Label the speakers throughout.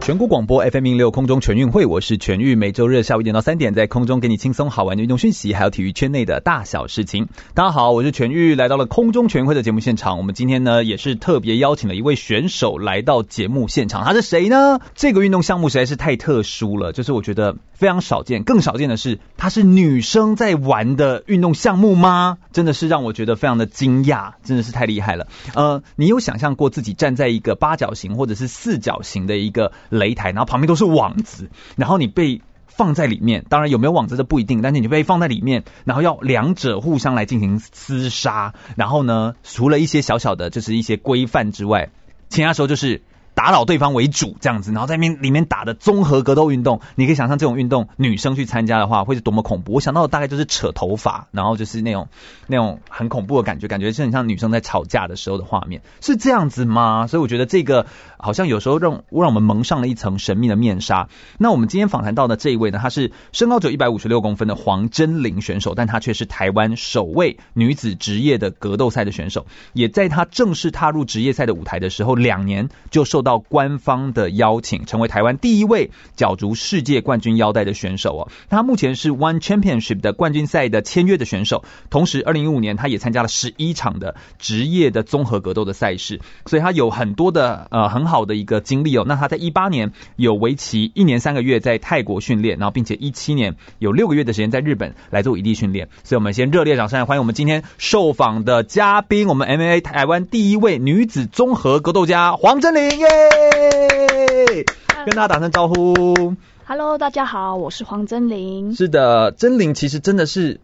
Speaker 1: 全国广播 FM 零六空中全运会，我是全玉，每周日下午一点到三点，在空中给你轻松好玩的运动讯息，还有体育圈内的大小事情。大家好，我是全玉，来到了空中全运会的节目现场。我们今天呢，也是特别邀请了一位选手来到节目现场，他是谁呢？这个运动项目实在是太特殊了，就是我觉得非常少见，更少见的是，它是女生在玩的运动项目吗？真的是让我觉得非常的惊讶，真的是太厉害了。呃，你有想象过自己站在一个八角形或者是四角形的一个擂台，然后旁边都是网子，然后你被放在里面，当然有没有网子这不一定，但是你被放在里面，然后要两者互相来进行厮杀，然后呢，除了一些小小的就是一些规范之外，其他时候就是。打倒对方为主这样子，然后在面里面打的综合格斗运动，你可以想象这种运动女生去参加的话会是多么恐怖。我想到的大概就是扯头发，然后就是那种那种很恐怖的感觉，感觉是很像女生在吵架的时候的画面，是这样子吗？所以我觉得这个好像有时候让让我们蒙上了一层神秘的面纱。那我们今天访谈到的这一位呢，她是身高只有一百五十六公分的黄真玲选手，但她却是台湾首位女子职业的格斗赛的选手，也在她正式踏入职业赛的舞台的时候，两年就受到。到官方的邀请，成为台湾第一位角逐世界冠军腰带的选手哦。他目前是 One Championship 的冠军赛的签约的选手，同时二零一五年他也参加了十一场的职业的综合格斗的赛事，所以他有很多的呃很好的一个经历哦。那他在一八年有为期一年三个月在泰国训练，然后并且一七年有六个月的时间在日本来做异地训练。所以我们先热烈掌声来欢迎我们今天受访的嘉宾，我们 MMA 台湾第一位女子综合格斗家黄真玲耶。耶！跟大家打声招呼。
Speaker 2: Hello，大家好，我是黄真玲。
Speaker 1: 是的，真玲其实真的是，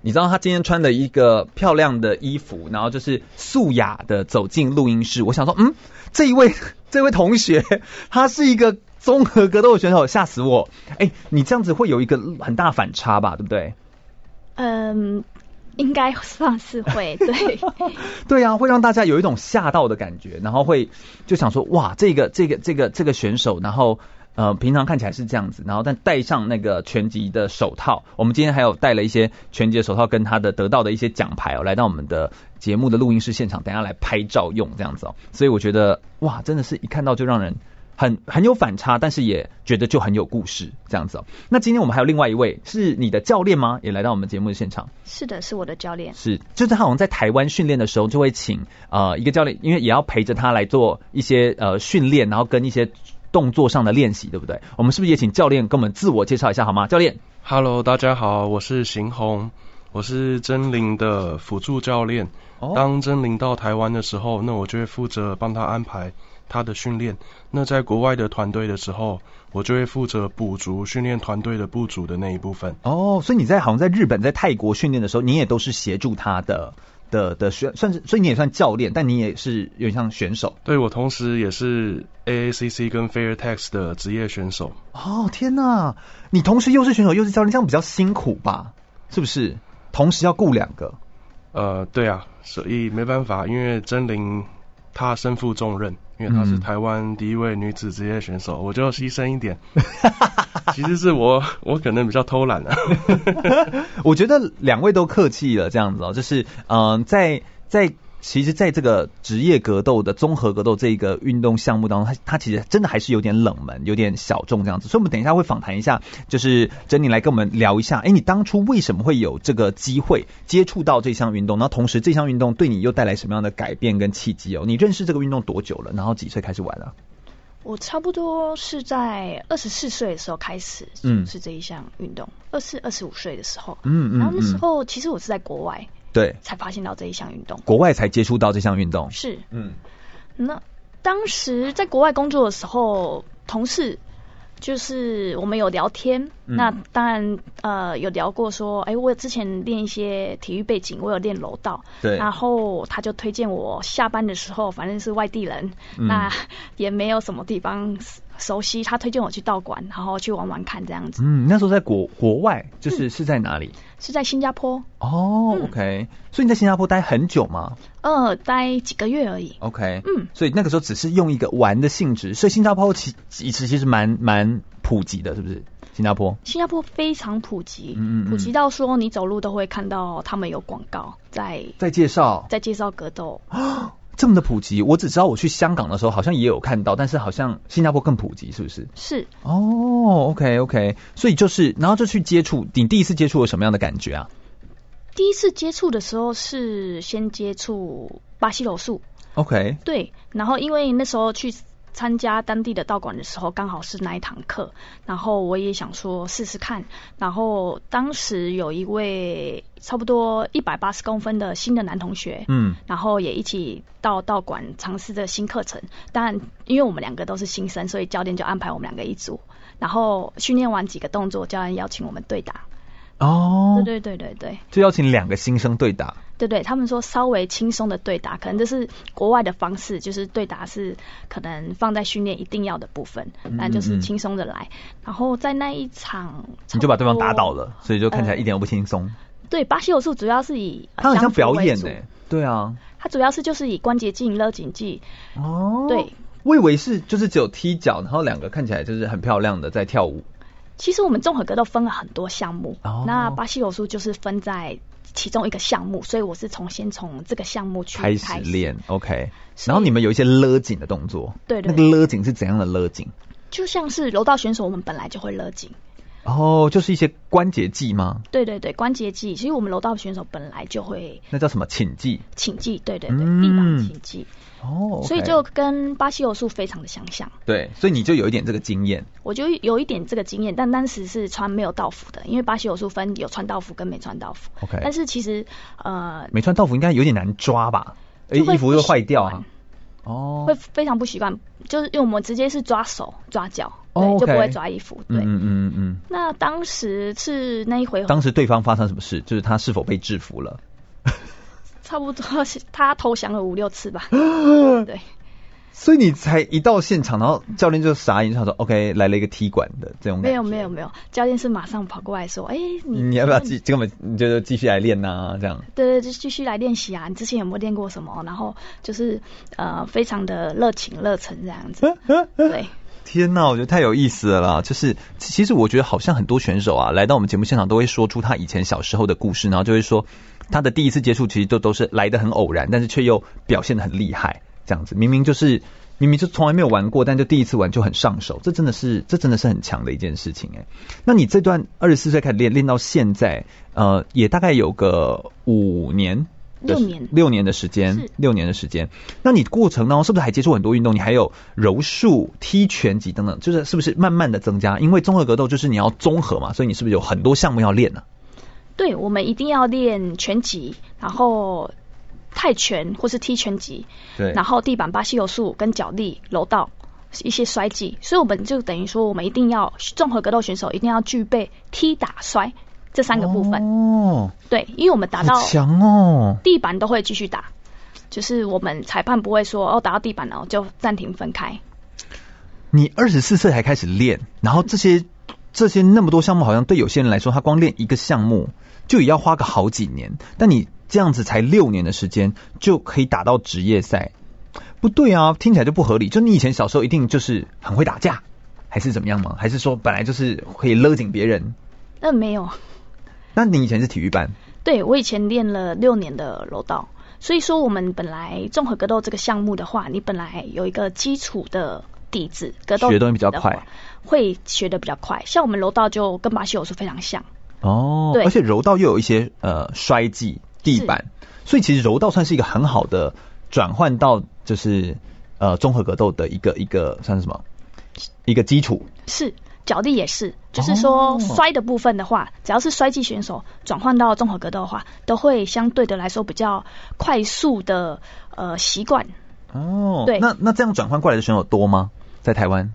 Speaker 1: 你知道她今天穿的一个漂亮的衣服，然后就是素雅的走进录音室。我想说，嗯，这一位 这位同学，他是一个综合格斗选手，吓死我！哎、你这样子会有一个很大反差吧，对不对？
Speaker 2: 嗯，应该算是 会对。
Speaker 1: 对啊，会让大家有一种吓到的感觉，然后会就想说，哇，这个这个这个这个选手，然后呃，平常看起来是这样子，然后但戴上那个拳击的手套，我们今天还有带了一些呃拳击的手套跟他的得到的一些奖牌哦，来到我们的节目的录音室现场，等一下来拍照用这样子哦，所以我觉得哇，真的是一看到就让人。很很有反差，但是也觉得就很有故事这样子哦。那今天我们还有另外一位是你的教练吗？也来到我们节目的现场。
Speaker 2: 是的，是我的教练。
Speaker 1: 是，就是他好像在台湾训练的时候，就会请呃一个教练，因为也要陪着他来做一些呃训练，然后跟一些动作上的练习，对不对？我们是不是也请教练跟我们自我介绍一下好吗？教练，
Speaker 3: Hello，大家好，我是邢红，我是真灵的辅助教练。
Speaker 1: 哦
Speaker 3: 当真灵到台湾的时候，那我就会负责帮他安排他的训练；那在国外的团队的时候，我就会负责补足训练团队的不足的那一部分。
Speaker 1: 哦，所以你在好像在日本、在泰国训练的时候，你也都是协助他的的的选，算是，所以你也算教练，但你也是有点像选手。
Speaker 3: 对我同时也是 AACC 跟 Fairtex 的职业选手。
Speaker 1: 哦，天呐，你同时又是选手又是教练，这样比较辛苦吧？是不是？同时要顾两个。
Speaker 3: 呃，对啊，所以没办法，因为真灵她身负重任，因为她是
Speaker 1: 嗯
Speaker 3: 台湾第一位女子职业选手，我就牺牲 一点。其实是我，我可能比较偷懒 啊。
Speaker 1: 我觉得两位都客气了，这样子哦，就是嗯、呃在在其实，在这个职业格斗的综合格斗这个运动项目当中，它它其实真的还是有点冷门，有点小众这样子。所以我们等一下会访谈一下，就是珍妮来跟我们聊一下，哎，你当初为什么会有这个机会接触到这项运动？然后同时这项运动对你又带来什么样的改变跟契机哦？你认识这个运动多久了？然后几岁开始玩啊？
Speaker 2: 我差不多是在二十四岁的时候开始
Speaker 1: 嗯
Speaker 2: 从事这一项运动，二四二十五岁的时候。
Speaker 1: 嗯嗯
Speaker 2: 然后那时
Speaker 1: 嗯
Speaker 2: 候其实我是在国外
Speaker 1: 对，
Speaker 2: 才发现到这一项运动。
Speaker 1: 国外才接触到这项运动。
Speaker 2: 是，
Speaker 1: 嗯，
Speaker 2: 那当时在国外工作的时候，同事就是我们有聊天，
Speaker 1: 嗯
Speaker 2: 那当然呃有聊过说，哎、我之前练一些体育背景，我有练柔道，
Speaker 1: 对
Speaker 2: 然后他就推荐我下班的时候，反正是外地人，
Speaker 1: 嗯
Speaker 2: 那也没有什么地方熟悉，他推荐我去道馆，然后去玩玩看这样子。
Speaker 1: 嗯，那时候在国国外，就是是在哪里？
Speaker 2: 是在新加坡，
Speaker 1: 嗯哦、
Speaker 2: 嗯
Speaker 1: o k 所以你在新加坡待很久吗
Speaker 2: 呃，待几个月而已。
Speaker 1: ？OK，
Speaker 2: 嗯，
Speaker 1: 所以那个时候只是用一个玩的性质，所以新加坡其其实其实蛮蛮普及的，是不是？新加坡，
Speaker 2: 新加坡非常普及，
Speaker 1: 嗯嗯嗯
Speaker 2: 普及到说你走路都会看到他们有广告在
Speaker 1: 再介绍
Speaker 2: 在介绍格斗。
Speaker 1: 这么的普及，我只知道我去香港的时候好像也有看到，但是好像新加坡更普及，是不是？
Speaker 2: 是，
Speaker 1: 哦，OK OK，所以就是，然后就去接触，你第一次接触有什么样的感觉啊？
Speaker 2: 第一次接触的时候是先接触巴西柔术，
Speaker 1: OK，
Speaker 2: 对，然后因为那时候去参加当地的道馆的时候，刚好是那一堂课，然后我也想说试试看，然后当时有一位差不多一百八十公分的新的男同学，
Speaker 1: 嗯，
Speaker 2: 然后也一起到道馆尝试这新课程。但因为我们两个都是新生，所以教练就安排我们两个一组，然后训练完几个动作，教练邀请我们对打。
Speaker 1: 哦，
Speaker 2: 对对对对对
Speaker 1: 就邀请两个新生对打，
Speaker 2: 对对，他们说稍微轻松的对打，可能这是国外的方式，就是对打是可能放在训练一定要的部分，
Speaker 1: 嗯
Speaker 2: 那就是轻松的来。然后在那一场，
Speaker 1: 你就把对方打倒。了，所以就看起来一点都不轻松。
Speaker 2: 对，巴西柔术主要是以呃
Speaker 1: 他很像表
Speaker 2: 嗯啊相
Speaker 1: 演呢、
Speaker 2: 扑为主
Speaker 1: 对啊，
Speaker 2: 它主要是就是以关节镜、勒紧技，
Speaker 1: 哦，
Speaker 2: 对，
Speaker 1: 我以为是就是只有踢脚，然后两个看起来就是很漂亮的在跳舞。
Speaker 2: 其实我们综合格斗分了很多项目，
Speaker 1: 哦
Speaker 2: 那巴西柔术就是分在其中一个项目，所以我是从先从这个项目去
Speaker 1: 开
Speaker 2: 开
Speaker 1: 始练，OK。
Speaker 2: 所以
Speaker 1: 然后你们有一些勒紧的动作，
Speaker 2: 对对
Speaker 1: 那个勒紧是怎样的勒紧？
Speaker 2: 就像是柔道选手，我们本来就会勒紧，
Speaker 1: 哦，就是一些关节技吗？
Speaker 2: 对对对，关节技，其实我们柔道选手本来就会
Speaker 1: 那叫什么请技？
Speaker 2: 请技，对对对，
Speaker 1: 嗯
Speaker 2: 立马请技，
Speaker 1: 哦，OK
Speaker 2: 所以就跟巴西柔术非常的相像。
Speaker 1: 对，所以你就有一点这个经验。
Speaker 2: 我就有一点这个经验，但当时是穿没有道服的，因为巴西柔术分有穿道服跟没穿道服。
Speaker 1: OK
Speaker 2: 但是其实呃
Speaker 1: 没穿道服应该有点难抓吧？哎，
Speaker 2: 就会
Speaker 1: 衣服又坏掉
Speaker 2: 不
Speaker 1: 啊
Speaker 2: 习。
Speaker 1: 哦
Speaker 2: 会，非常不习惯，就是因为我们直接是抓手抓脚，对，
Speaker 1: 哦，OK
Speaker 2: 就不会抓衣服，对。
Speaker 1: 嗯嗯嗯嗯
Speaker 2: 那当时是那一回
Speaker 1: 嗯。
Speaker 2: 合，
Speaker 1: 当时对方发生什么事？就是他是否被制服了？
Speaker 2: 差不多是他投降了五六次 吧。对，
Speaker 1: 所以你才一到现场，然后教练就傻眼，就想说 OK 来了一个踢馆的这种
Speaker 2: 没
Speaker 1: 感觉。
Speaker 2: 有没有没有，教练是马上跑过来说：“哎、你
Speaker 1: 你要不要继这个你就继续来练呐、这样
Speaker 2: 对对，就继续来练习啊！你之前有没有练过什么？然后就是呃，非常的热情热忱这样
Speaker 1: 嗯
Speaker 2: 子。对，
Speaker 1: 天呐，我觉得太有意思了啦！就是其实我觉得好像很多选手啊，来到我们节目现场都会说出他以前小时候的故事，然后就会说他的第一次接触其实都都是来的很偶然，但是却又表现的很厉害，这样子明明就是明明就从来没有玩过，但就第一次玩就很上手，这真的是这真的是很强的一件事情哎、那你这段二十四岁开始练练到现在，呃，也大概有个五年的
Speaker 2: 六
Speaker 1: 时。
Speaker 2: 年
Speaker 1: 六年的时间
Speaker 2: 是，
Speaker 1: 六年的时间。那你过程当中是不是还接触很多运动？你还有柔术、踢拳击等等，就是是不是慢慢的增加？因为综合格斗就是你要综合嘛，所以你是不是有很多项目要练呢、
Speaker 2: 对，我们一定要练拳击，然后泰拳或是踢拳击，
Speaker 1: 对
Speaker 2: 然后地板巴西柔术跟脚力、柔道一些摔技，所以我们就等于说，我们一定要综合格斗选手一定要具备踢、打、摔这三个部分。
Speaker 1: 哦，
Speaker 2: 对，因为我们打到
Speaker 1: 好强哦。
Speaker 2: 地板都会继续打，就是我们裁判不会说哦打到地板了就暂停分开。
Speaker 1: 你二十四岁才开始练，然后这些这些那么多项目，好像对有些人来说，他光练一个项目就也要花个好几年。但你这样子才六年的时间就可以打到职业赛，不对啊，听起来就不合理。就你以前小时候一定就是很会打架，还是怎么样吗？还是说本来就是可以勒紧别人？
Speaker 2: 那、没有，
Speaker 1: 那你以前是体育班，
Speaker 2: 对我以前练了六年的柔道，所以说我们本来综合格斗这个项目的话，你本来有一个基础的底子，格斗
Speaker 1: 学东西比较
Speaker 2: 的话
Speaker 1: 快，
Speaker 2: 会学的比较快。像我们柔道就跟巴西柔术非常像，
Speaker 1: 哦，
Speaker 2: 对
Speaker 1: 而且柔道又有一些呃摔技、地板，所以其实柔道算是一个很好的转换到就是呃综合格斗的一个一个算是什么一个基础。
Speaker 2: 是脚力也是，就是说
Speaker 1: 哦
Speaker 2: 摔的部分的话，只要是摔技选手转换到综合格斗的话，都会相对的来说比较快速的呃习惯。
Speaker 1: 哦，
Speaker 2: 对
Speaker 1: 那那这样转换过来的选手多吗？在台湾？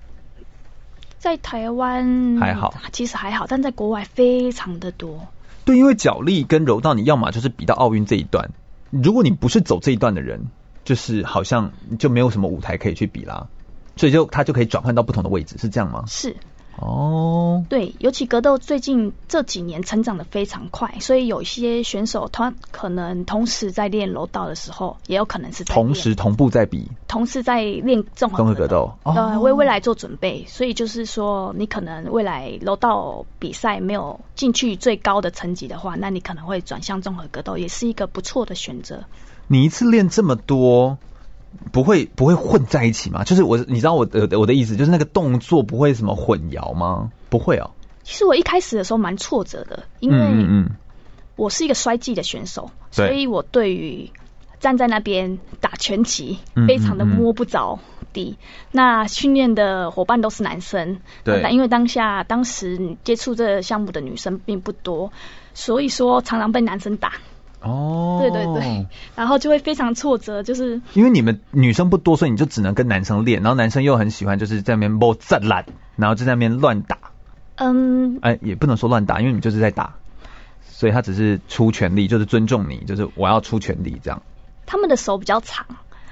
Speaker 2: 在台湾
Speaker 1: 还好，
Speaker 2: 其实还好，但在国外非常的多。
Speaker 1: 对，因为脚力跟柔道，你要么就是比到奥运这一段，如果你不是走这一段的人，就是好像就没有什么舞台可以去比啦。所以就他就可以转换到不同的位置，是这样吗？
Speaker 2: 是
Speaker 1: 哦，
Speaker 2: 对，尤其格斗最近这几年成长的非常快，所以有一些选手他可能同时在练柔道的时候，也有可能是在
Speaker 1: 同
Speaker 2: 练
Speaker 1: 时同步在比
Speaker 2: 同时在练综
Speaker 1: 综合
Speaker 2: 合
Speaker 1: 格斗
Speaker 2: 对，
Speaker 1: 哦
Speaker 2: 为未来做准备。所以就是说，你可能未来柔道比赛没有进去最高的层级的话，那你可能会转向综合格斗，也是一个不错的选择。
Speaker 1: 你一次练这么多，不会不会混在一起吗？就是我，你知道我的我的意思，就是那个动作不会什么混淆吗？不会哦，
Speaker 2: 其实我一开始的时候蛮挫折的，因
Speaker 1: 嗯
Speaker 2: 为
Speaker 1: 嗯
Speaker 2: 我是一个摔技的选手，
Speaker 1: 对
Speaker 2: 所以我对于站在那边打拳击
Speaker 1: 嗯
Speaker 2: 非常的
Speaker 1: 嗯嗯
Speaker 2: 摸不着底。那训练的伙伴都是男生，
Speaker 1: 对
Speaker 2: 那因为当下当时你接触这个项目的女生并不多，所以说常常被男生打，
Speaker 1: 嗯，哦，
Speaker 2: 对对对，然后就会非常挫折，就是
Speaker 1: 因为你们女生不多，所以你就只能跟男生练，然后男生又很喜欢就是在那边摸再懒，然后就在那边乱打，
Speaker 2: 嗯，
Speaker 1: 哎，也不能说乱打，因为你们就是在打，所以他只是出全力，就是尊重你，就是我要出全力这样。
Speaker 2: 他们的手比较长，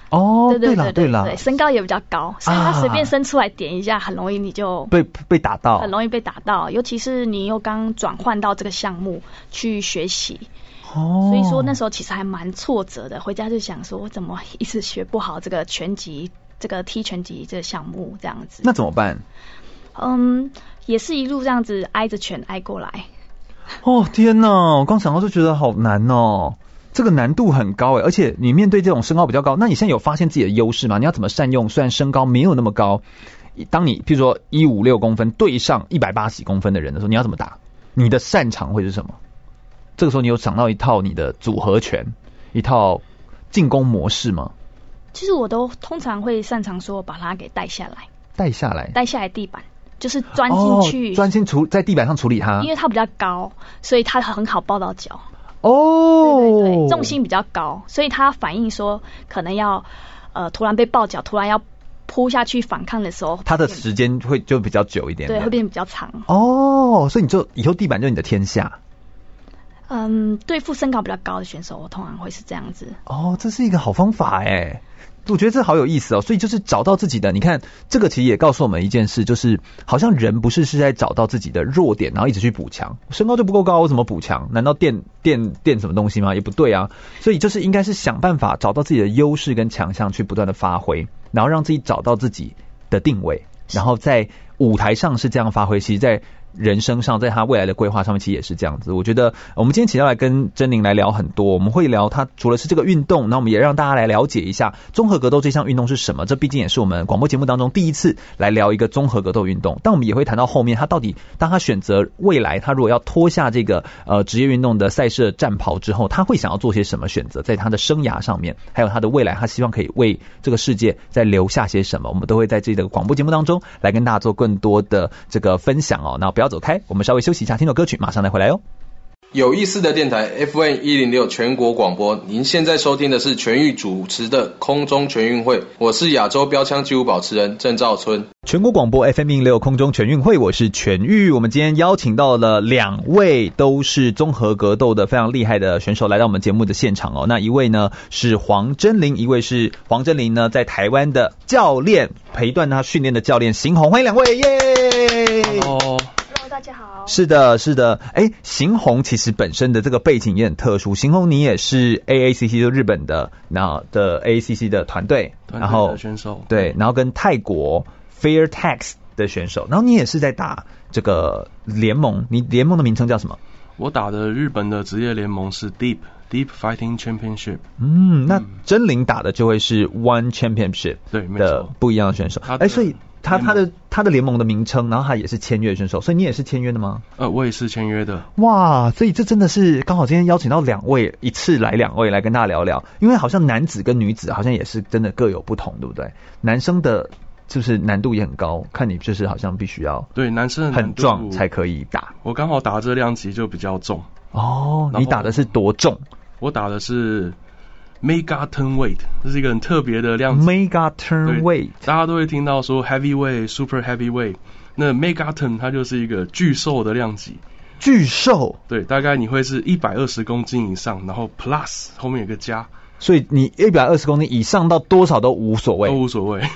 Speaker 1: 哦，
Speaker 2: 对
Speaker 1: 啦
Speaker 2: 对
Speaker 1: 对啦
Speaker 2: 对，，身高也比较高，所以他随
Speaker 1: 啊
Speaker 2: 便伸出来点一下，很容易你就
Speaker 1: 被被打到，
Speaker 2: 很容易被打到，尤其是你又刚转换到这个项目去学习，
Speaker 1: 哦，
Speaker 2: 所以说那时候其实还蛮挫折的。回家就想说，我怎么一直学不好这个拳击、这个踢拳击这个项目这样子？
Speaker 1: 那怎么办？
Speaker 2: 嗯，也是一路这样子挨着拳挨过来。
Speaker 1: 哦天呐，我刚想到就觉得好难哦，这个难度很高哎，而且你面对这种身高比较高，那你现在有发现自己的优势吗？你要怎么善用？虽然身高没有那么高，当你譬如说一五六公分对上一百八十公分的人的时候，你要怎么打？你的擅长会是什么？这个时候你有想到一套你的组合拳，一套进攻模式吗？
Speaker 2: 其实我都通常会擅长说把它给带下来，
Speaker 1: 带下来，
Speaker 2: 带下来地板，就是钻进去，
Speaker 1: 哦专心处在地板上处理它
Speaker 2: 因。为它比较高，所以它很好抱到脚。
Speaker 1: 哦，
Speaker 2: 对对对，重心比较高，所以它反应说可能要呃突然被抱脚，突然要扑下去反抗的时候，
Speaker 1: 它的时间会就比较久一点点，
Speaker 2: 对会变比较长。
Speaker 1: 哦，所以你就以后地板就是你的天下。
Speaker 2: 嗯，对付身高比较高的选手，我通常会是这样子。
Speaker 1: 哦，这是一个好方法哎，我觉得这好有意思哦。所以就是找到自己的，你看这个其实也告诉我们一件事，就是好像人不是是在找到自己的弱点，然后一直去补强。身高就不够高，我怎么补强？难道垫垫垫什么东西吗？也不对啊。所以就是应该是想办法找到自己的优势跟强项，去不断的发挥，然后让自己找到自己的定位，然后在舞台上是这样发挥，其实，在人生上，在他未来的规划上面，其实也是这样子。我觉得我们今天请到来跟珍玲来聊很多，我们会聊她除了是这个运动，那我们也让大家来了解一下综合格斗这项运动是什么。这毕竟也是我们广播节目当中第一次来聊一个综合格斗运动，但我们也会谈到后面他到底当他选择未来，他如果要脱下这个呃职业运动的赛事的战袍之后，他会想要做些什么选择，在他的生涯上面，还有他的未来，他希望可以为这个世界再留下些什么，我们都会在这个广播节目当中来跟大家做更多的这个分享哦。那不要走开，我们稍微休息一下，听首歌曲，马上再回来哦。
Speaker 4: 有意思的电台 FN 一零六全国广播，您现在收听的是全域主持的空中全运会，我是亚洲标枪纪录保持人郑兆春。
Speaker 1: 全国广播 FM 零六空中全运会，我是全玉。我们今天邀请到了两位都是综合格斗的非常厉害的选手来到我们节目的现场哦。那一位呢是黄真玲，一位是黄真玲呢在台湾的教练陪伴他训练的教练邢红，欢迎两位耶。
Speaker 3: 哦，
Speaker 2: Hello，大家好。
Speaker 1: 是的，是的，哎，邢红其实本身的这个背景也很特殊。邢红，你也是 AACC 就日本的那的 AACC 的团队，
Speaker 3: 团队的
Speaker 1: 然后
Speaker 3: 选手
Speaker 1: 对，然后跟泰国 Fairtax 的选手，然后你也是在打这个联盟，你联盟的名称叫什么？
Speaker 3: 我打的日本的职业联盟是 Deep Deep Fighting Championship，
Speaker 1: 嗯，那真灵打的就会是 One Championship
Speaker 3: 对没
Speaker 1: 的
Speaker 3: 错
Speaker 1: 不一样的选手，
Speaker 3: 他的
Speaker 1: 哎，所以他
Speaker 3: 联
Speaker 1: 他
Speaker 3: 盟
Speaker 1: 的他的联盟的名称，然后他也是签约选手，所以你也是签约的吗？
Speaker 3: 呃，我也是签约的，
Speaker 1: 哇，所以这真的是刚好今天邀请到两位，一次来两位来跟大家聊聊，因为好像男子跟女子好像也是真的各有不同，对不对？男生的是不是难度也很高？看你就是好像必须要
Speaker 3: 对，男生的难
Speaker 1: 很
Speaker 3: 度
Speaker 1: 壮才可以打
Speaker 3: 我刚好打这量级就比较重，
Speaker 1: 哦
Speaker 3: 然。后
Speaker 1: 你打的是多重
Speaker 3: 我打的是 Mega Turn Weight，这是一个很特别的量级。
Speaker 1: ？Mega
Speaker 3: 对
Speaker 1: turn weight
Speaker 3: 大家都会听到说 heavyweight、super heavyweight，那 mega ton 它就是一个巨兽的量级，
Speaker 1: 巨兽
Speaker 3: 对，大概你会是一百二十公斤以上，然后 plus 后面有个加，
Speaker 1: 所以你一百二十公斤以上到多少都无所谓
Speaker 3: 都。无所 谓。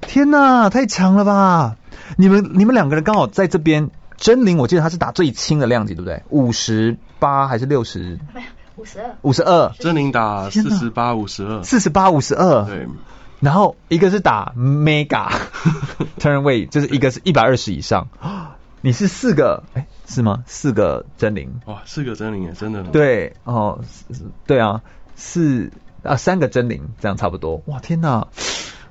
Speaker 1: 天呐，太强了吧！你们你们两个人刚好在这边，真灵我记得他是打最轻的量级，对不对？五十八还是六十？
Speaker 5: 五十二，
Speaker 1: 五十二、
Speaker 3: 真灵打
Speaker 1: 天
Speaker 3: 四
Speaker 1: 哪
Speaker 3: 十八、五十二，
Speaker 1: 四十八、五十二。
Speaker 3: 对，
Speaker 1: 然后一个是打 mega turn way，就是一个是一百二十以上。你是四个，哎，是吗？四个真灵，
Speaker 3: 哇，四个真灵耶，真的。，
Speaker 1: 对，哦，是对啊，四啊三个真灵，这样差不多。哇，天呐，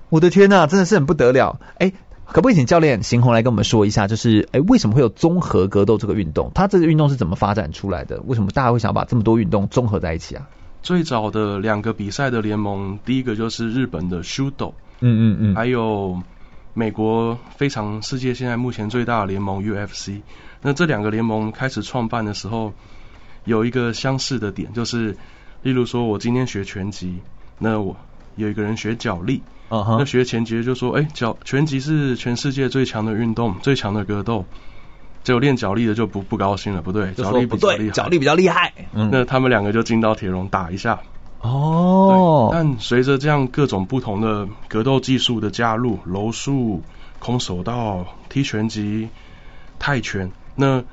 Speaker 1: 我的天呐，真的是很不得了。哎，可不可以请教练邢红来跟我们说一下，就是哎为什么会有综合格斗这个运动？它这个运动是怎么发展出来的？为什么大家会想把这么多运动综合在一起啊？
Speaker 3: 最早的两个比赛的联盟，第一个就是日本的 Shudo，
Speaker 1: 嗯嗯
Speaker 3: 还有美国非常世界现在目前最大的联盟 UFC。那这两个联盟开始创办的时候，有一个相似的点，就是例如说我今天学拳击，那我有一个人学脚力，
Speaker 1: 嗯
Speaker 3: 那
Speaker 1: 哼，
Speaker 3: 学拳击的就说，哎、脚拳击是全世界最强的运动，最强的格斗。结果练脚力的就不不高兴了，不对，
Speaker 1: 就
Speaker 3: 脚
Speaker 1: 说
Speaker 3: 力
Speaker 1: 不
Speaker 3: 比较厉
Speaker 1: 对，
Speaker 3: 害。
Speaker 1: 脚力比较厉害。嗯，
Speaker 3: 那他们两个就进到铁笼打一下。对
Speaker 1: 哦，
Speaker 3: 但随着这样各种不同的格斗技术的加入，柔术、空手道、踢拳击、泰拳，那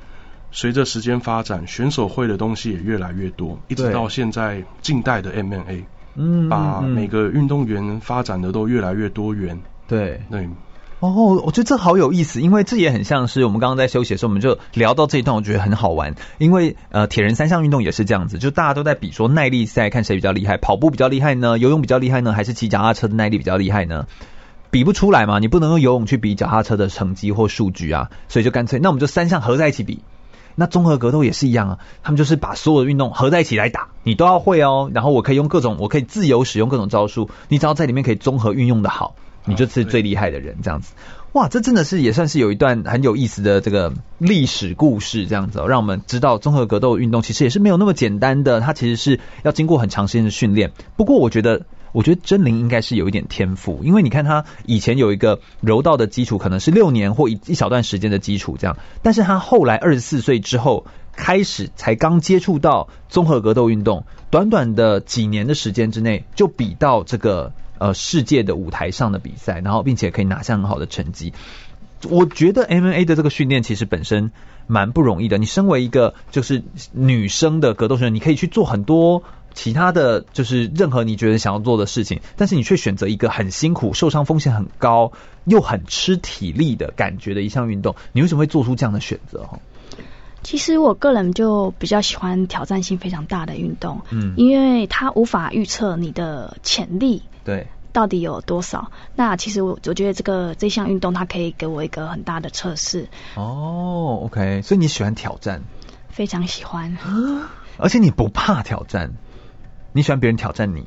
Speaker 3: 随着时间发展，选手会的东西也越来越多，一直
Speaker 1: 对
Speaker 3: 到现在近代的 MMA，
Speaker 1: 嗯
Speaker 3: 把
Speaker 1: 嗯嗯
Speaker 3: 每个运动员发展的都越来越多元。
Speaker 1: 对。
Speaker 3: 对，
Speaker 1: 哦，我觉得这好有意思，因为这也很像是我们刚刚在休息的时候，我们就聊到这一段，我觉得很好玩。因为呃，铁人三项运动也是这样子，就大家都在比说耐力赛，看谁比较厉害，跑步比较厉害呢，游泳比较厉害呢，还是骑脚踏车的耐力比较厉害呢？比不出来嘛，你不能用游泳去比脚踏车的成绩或数据啊，所以就干脆那我们就三项合在一起比。那综合格斗也是一样啊，他们就是把所有的运动合在一起来打，你都要会哦。然后我可以用各种，我可以自由使用各种招数，你只要在里面可以综合运用的好，你就是最厉害的人这样子。哇，这真的是也算是有一段很有意思的这个历史故事这样子、哦，让我们知道综合格斗运动其实也是没有那么简单的，它其实是要经过很长时间的训练。不过我觉得。我觉得真灵应该是有一点天赋，因为你看他以前有一个柔道的基础，可能是六年或一一小段时间的基础这样，但是他后来二十四岁之后开始才刚接触到综合格斗运动，短短的几年的时间之内就比到这个呃世界的舞台上的比赛，然后并且可以拿下很好的成绩。我觉得 MMA 的这个训练其实本身蛮不容易的。你身为一个就是女生的格斗选手，你可以去做很多其他的就是任何你觉得想要做的事情，但是你却选择一个很辛苦、受伤风险很高又很吃体力的感觉的一项运动，你为什么会做出这样的选择？哈，
Speaker 2: 其实我个人就比较喜欢挑战性非常大的运动，
Speaker 1: 嗯
Speaker 2: 因为它无法预测你的潜力
Speaker 1: 对，
Speaker 2: 到底有多少。那其实我我觉得这个这项运动它可以给我一个很大的测试，
Speaker 1: 哦，OK，所以你喜欢挑战，
Speaker 2: 非常喜欢。
Speaker 1: 而且你不怕挑战，你喜欢别人挑战你。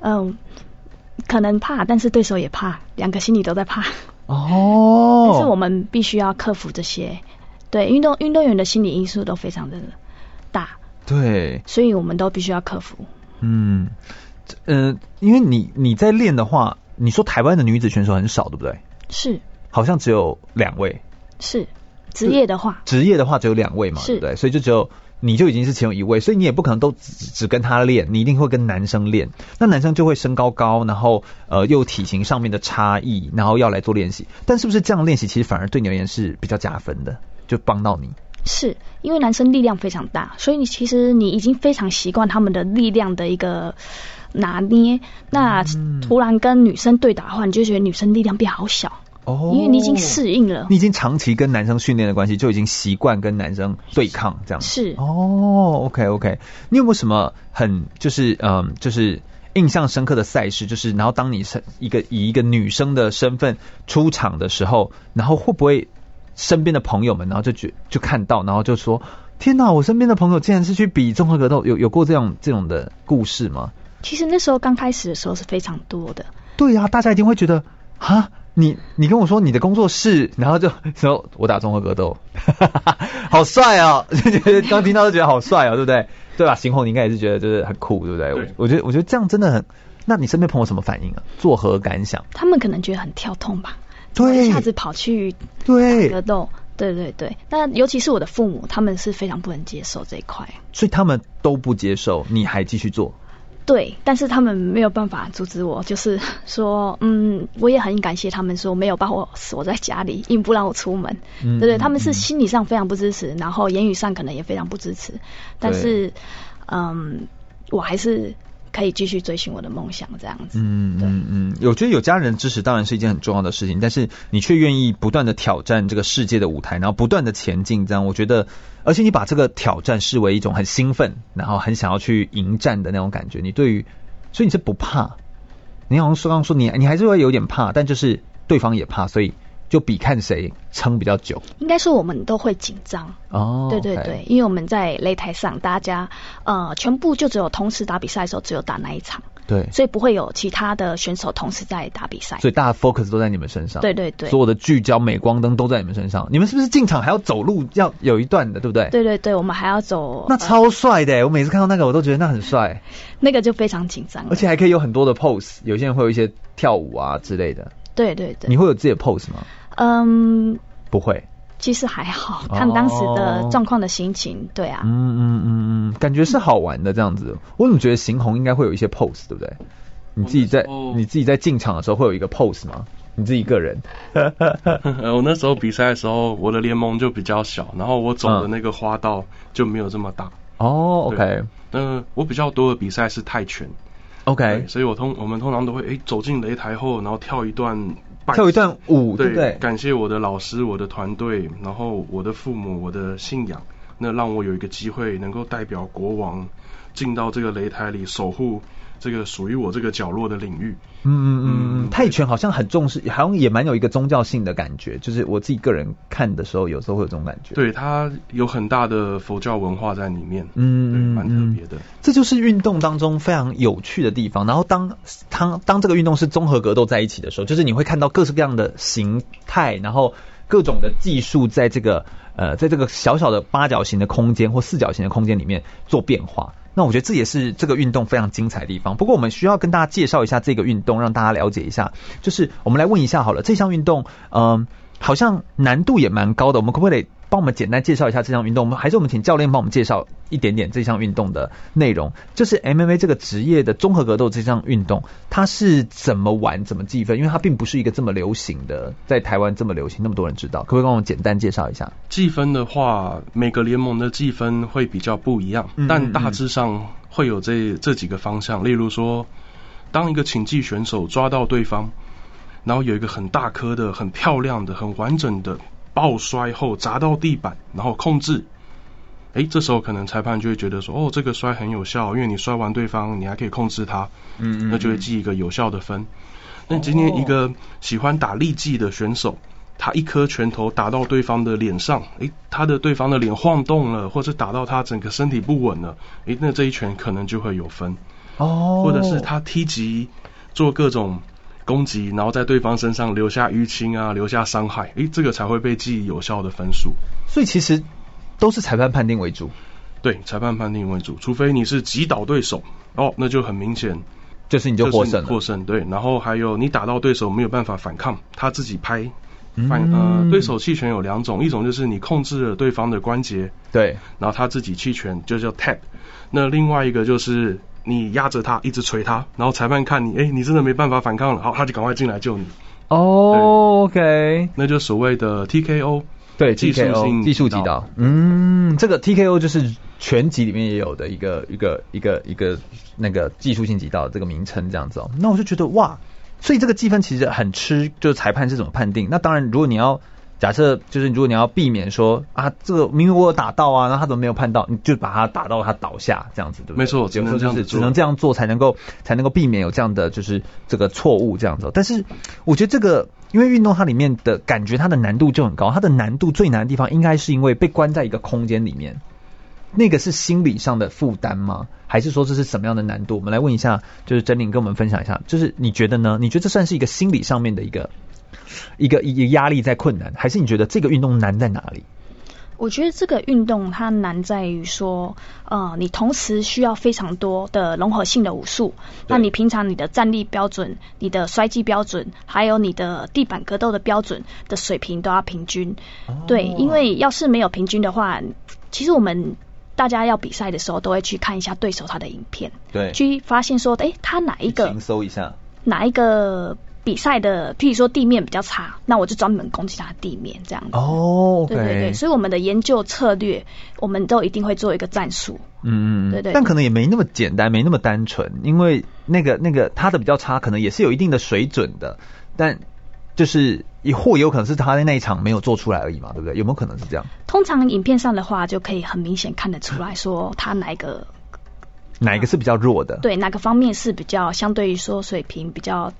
Speaker 2: 嗯，可能怕，但是对手也怕，两个心里都在怕。
Speaker 1: 哦，
Speaker 2: 但是我们必须要克服这些，对运动运动员的心理因素都非常的大，
Speaker 1: 对，
Speaker 2: 所以我们都必须要克服。
Speaker 1: 嗯，这呃，因为你你在练的话，你说台湾的女子选手很少，对不对？
Speaker 2: 是
Speaker 1: 好像只有两位，
Speaker 2: 是，职业的话，
Speaker 1: 职业的话只有两位嘛，对
Speaker 2: 是
Speaker 1: 不对？所以就只有你就已经是其中一位，所以你也不可能都只只跟他练，你一定会跟男生练。那男生就会身高高，然后呃又有体型上面的差异，然后要来做练习。但是不是这样练习，其实反而对你而言是比较加分的，就帮到你。
Speaker 2: 是因为男生力量非常大，所以你其实你已经非常习惯他们的力量的一个拿捏。那
Speaker 1: 嗯
Speaker 2: 突然跟女生对打的话，你就觉得女生力量变好小，
Speaker 1: 哦
Speaker 2: 因为你已经适应了。
Speaker 1: 你已经长期跟男生训练的关系，就已经习惯跟男生对抗这样子。
Speaker 2: 是
Speaker 1: 哦，OK OK，你有没有什么很就是嗯就是印象深刻的赛事？就是然后当你是一个以一个女生的身份出场的时候，然后会不会身边的朋友们然后就觉就看到，然后就说天哪，我身边的朋友竟然是去比综合格斗，有有过这样这种的故事吗？
Speaker 2: 其实那时候刚开始的时候是非常多的，
Speaker 1: 对呀、大家一定会觉得啊，你你跟我说你的工作室，然后就 然后我打综合格斗， 好帅哦！ 就觉得刚听到就觉得好帅哦，对不对？对吧？邢红，你应该也是觉得就是很酷，对不对？
Speaker 3: 对
Speaker 1: 我我觉得我觉得这样真的很。那你身边朋友什么反应啊？作何感想？
Speaker 2: 他们可能觉得很跳痛吧，
Speaker 1: 对
Speaker 2: 一下子跑去格
Speaker 1: 对，
Speaker 2: 斗，对对对。那尤其是我的父母，他们是非常不能接受这一块。
Speaker 1: 所以他们都不接受，你还继续做？
Speaker 2: 对，但是他们没有办法阻止我，就是说， 嗯，我也很感谢他们说没有把我锁在家里，硬不让我出门，对
Speaker 1: 嗯
Speaker 2: 不对？
Speaker 1: 嗯
Speaker 2: 他们是
Speaker 1: 嗯
Speaker 2: 心理上非常不支持，然后言语上可能也非常不支持，但
Speaker 4: 对
Speaker 2: 是，嗯，我还是可以继续追寻我的梦想，这样子。
Speaker 1: 嗯
Speaker 2: 对
Speaker 1: 嗯嗯，我觉得有家人支持当然是一件很重要的事情，但是你却愿意不断的挑战这个世界的舞台，然后不断的前进，这样我觉得，呃而且你把这个挑战视为一种很兴奋，然后很想要去迎战的那种感觉。你对于，所以你是不怕，你好像说刚刚说你你还是会有点怕，但就是对方也怕，所以就比看谁撑比较久。
Speaker 2: 应该说我们都会紧张，
Speaker 1: 哦，
Speaker 2: 对对
Speaker 1: OK
Speaker 2: 对，因为我们在擂台上，大家呃全部就只有同时打比赛的时候，只有打那一场，
Speaker 1: 对，
Speaker 2: 所以不会有其他的选手同时在打比赛。
Speaker 1: 所以大家 focus 都在你们身上。
Speaker 2: 对对对
Speaker 1: 所有的聚焦、镁光灯都在你们身上。你们是不是进场还要走路，要有一段的，对不对？。
Speaker 2: 对对对，我们还要走，
Speaker 1: 那
Speaker 2: 呃
Speaker 1: 超帅的欸，我每次看到那个我都觉得那很帅，
Speaker 2: 那个就非常紧张了
Speaker 1: 而。且还可以有很多的 pose，有些人会有一些跳舞啊之类的。
Speaker 2: 对对
Speaker 1: 你
Speaker 2: 对，
Speaker 1: 会有自己的 pose 吗？
Speaker 2: 嗯，
Speaker 1: 不会。
Speaker 2: 其实还好，
Speaker 1: 哦
Speaker 2: 看当时的状况的心情。对啊，
Speaker 1: 嗯嗯嗯嗯，感觉是好玩的这样子。我怎么觉得邢红应该会有一些 pose，对不对？你自己在
Speaker 3: 哦
Speaker 1: 你自己在进场的时候会有一个 pose 吗？你自己个人？
Speaker 3: 呃，我那时候比赛的时候，我的联盟就比较小，然后我走的
Speaker 1: 嗯
Speaker 3: 那个花道就没有这么大。
Speaker 1: 哦，OK
Speaker 3: 呃，我比较多的比赛是泰拳，对
Speaker 1: OK，
Speaker 3: 所以我通我们通常都会诶走进擂台后，然后跳一段拜
Speaker 1: 跳一段舞，对
Speaker 3: 对
Speaker 1: 不对？
Speaker 3: 感谢我的老师、我的团队，然后我的父母、我的信仰，那让我有一个机会能够代表国王进到这个擂台里，守护这个属于我这个角落的领域。
Speaker 1: 嗯嗯嗯
Speaker 3: 嗯
Speaker 1: 嗯，泰拳好像很重视，好像也蛮有一个宗教性的感觉，就是我自己个人看的时候，有时候会有这种感觉。，
Speaker 3: 对，它有很大的佛教文化在里面，对，
Speaker 1: 嗯，
Speaker 3: 蛮
Speaker 1: 嗯
Speaker 3: 特
Speaker 1: 嗯
Speaker 3: 别的。
Speaker 1: 这就是运动当中非常有趣的地方。然后当当当这个运动是综合格斗在一起的时候，就是你会看到各式各样的形态，然后各种的技术在这个呃在这个小小的八角形的空间或四角形的空间里面做变化。那我觉得这也是这个运动非常精彩的地方。不过我们需要跟大家介绍一下这个运动，让大家了解一下。就是我们来问一下好了，这项运动，嗯、好像难度也蛮高的。我们可不可以帮我们简单介绍一下这项运动？我们还是我们请教练帮我们介绍一点点这项运动的内容。就是 MMA 这个职业的综合格斗这项运动，它是怎么玩、怎么计分？因为它并不是一个这么流行的，在台湾这么流行，那么多人知道。可不可以帮我们简单介绍一下？
Speaker 3: 计分的话，每个联盟的计分会比较不一样，
Speaker 1: 嗯
Speaker 3: 但大致上会有这这几个方向。例如说，当一个请技选手抓到对方，然后有一个很大颗的、很漂亮的、很完整的爆摔后砸到地板，然后控制。诶，这时候可能裁判就会觉得说，哦，这个摔很有效，因为你摔完对方，你还可以控制他，
Speaker 1: 嗯哦
Speaker 3: 那就会记一个有效的分。那今天一个喜欢打力技的选手，他一颗拳头打到对方的脸上，诶，他的对方的脸晃动了，或者打到他整个身体不稳了，诶，那这一拳可能就会有分。
Speaker 1: 哦，
Speaker 3: 或者是他踢击做各种攻击，然后在对方身上留下淤青啊，留下伤害，诶，这个才会被记有效的分数。
Speaker 1: 所以其实都是裁判判定为主，
Speaker 3: 对，裁判判定为主，除非你是击倒对手，哦，那就很明显
Speaker 1: 就是你就获胜了。
Speaker 3: 获胜对。然后还有你打到对手没有办法反抗，他自己拍。反
Speaker 1: 嗯
Speaker 3: 呃，对手弃权有两种，一种就是你控制了对方的关节，
Speaker 1: 对，
Speaker 3: 然后他自己弃权，就叫 tap。那另外一个就是你压着他，一直捶他，然后裁判看你，哎，你真的没办法反抗了，好，他就赶快进来救你，
Speaker 1: 哦，OK，
Speaker 3: 那就所谓的 TKO。
Speaker 1: 对，
Speaker 3: 技术
Speaker 1: TKO
Speaker 3: 性
Speaker 1: 技术
Speaker 3: 指
Speaker 1: 击
Speaker 3: 导
Speaker 1: 倒，嗯，这个 TKO 就是全集里面也有的一个一个一个一个那个技术性击倒的这个名称这样子哦。那我就觉得哇，所以这个计分其实很吃，就是裁判是怎么判定。那当然，如果你要假设就是如果你要避免说啊，这个明明我有打到啊，那他怎么没有判到？你就把他打到他倒下这样子，对不对？
Speaker 3: 没错只
Speaker 1: 有时
Speaker 3: 能
Speaker 1: 候
Speaker 3: 这
Speaker 1: 就
Speaker 3: 样
Speaker 1: 是
Speaker 3: 子
Speaker 1: 只
Speaker 3: 做
Speaker 1: 能这样做才能够才能够避免有这样的就是这个错误这样子哦。但是我觉得这个。因为运动它里面的感觉，它的难度就很高。它的难度最难的地方，应该是因为被关在一个空间里面，那个是心理上的负担吗？还是说这是什么样的难度？我们来问一下，就是真玲跟我们分享一下，就是你觉得呢？你觉得这算是一个心理上面的一个一个一个压力在困难，还是你觉得这个运动难在哪里？
Speaker 2: 我觉得这个运动它难在于说，呃，你同时需要非常多的融合性的武术。那你平常你的站立标准、你的摔技标准，还有你的地板格斗的标准的
Speaker 1: 哦
Speaker 2: 水平都要平均。对，因为要是没有平均的话，其实我们。大家要比赛的时候都会去看一下对手他的影片，
Speaker 1: 对，
Speaker 2: 去发现说，哎，他哪一个
Speaker 1: 轻搜一下，
Speaker 2: 哪一个比赛的，譬如说地面比较差，那我就专门攻击他的地面这样子。
Speaker 1: 哦，OK，
Speaker 2: 对对对，所以我们的研究策略，我们都一定会做一个战术。
Speaker 1: 嗯嗯，嗯
Speaker 2: 对对
Speaker 1: 但可能也没那么简单，没那么单纯，因为那个那个他的比较差，可能也是有一定的水准的，但就是也或有可能是他在那一场没有做出来而已嘛，对不对？有没有可能是这样？
Speaker 2: 通常影片上的话，就可以很明显看得出来说他哪一个
Speaker 1: 嗯哪一个是比较弱的？，
Speaker 2: 对哪个方面是比较相对于说水平比较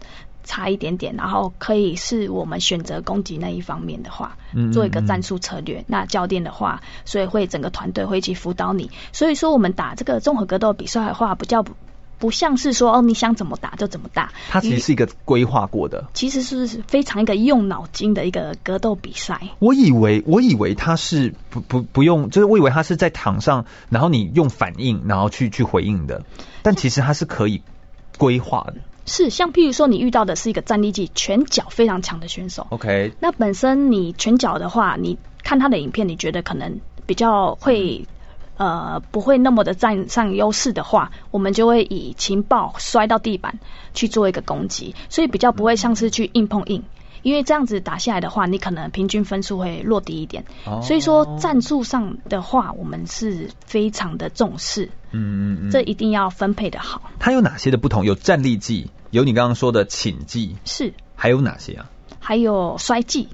Speaker 2: 差一点点，然后可以是我们选择攻击那一方面的话
Speaker 1: 嗯嗯，
Speaker 2: 做一个
Speaker 1: 嗯
Speaker 2: 战术策略。那教练的话，所以会整个团队会一起辅导你。所以说我们打这个综合格斗比赛的话，比较不不像是说哦你想怎么打就怎么打，
Speaker 1: 他其实是一个规划过的。
Speaker 2: 其实是非常一个用脑筋的一个格斗比赛。
Speaker 1: 我以为我以为他是不不不用，就是我以为他是在场上，然后你用反应，然后去去回应的，但其实他是可以规划的。
Speaker 2: 是，像譬如说你遇到的是一个战力技拳脚非常强的选手，
Speaker 1: OK，
Speaker 2: 那本身你拳脚的话，你看他的影片，你觉得可能比较会。
Speaker 1: 嗯
Speaker 2: 呃，不会那么的占上优势的话，我们就会以情报摔到地板去做一个攻击，所以比较不会像是去硬碰硬，因为这样子打下来的话，你可能平均分数会落低一点。
Speaker 1: 哦
Speaker 2: 所以说战术上的话，我们是非常的重视，
Speaker 1: 嗯嗯嗯，
Speaker 2: 这一定要分配的好。
Speaker 1: 它有哪些的不同？有站立技，有你刚刚说的请技，
Speaker 2: 是，
Speaker 1: 还有哪些啊？
Speaker 2: 还有摔技，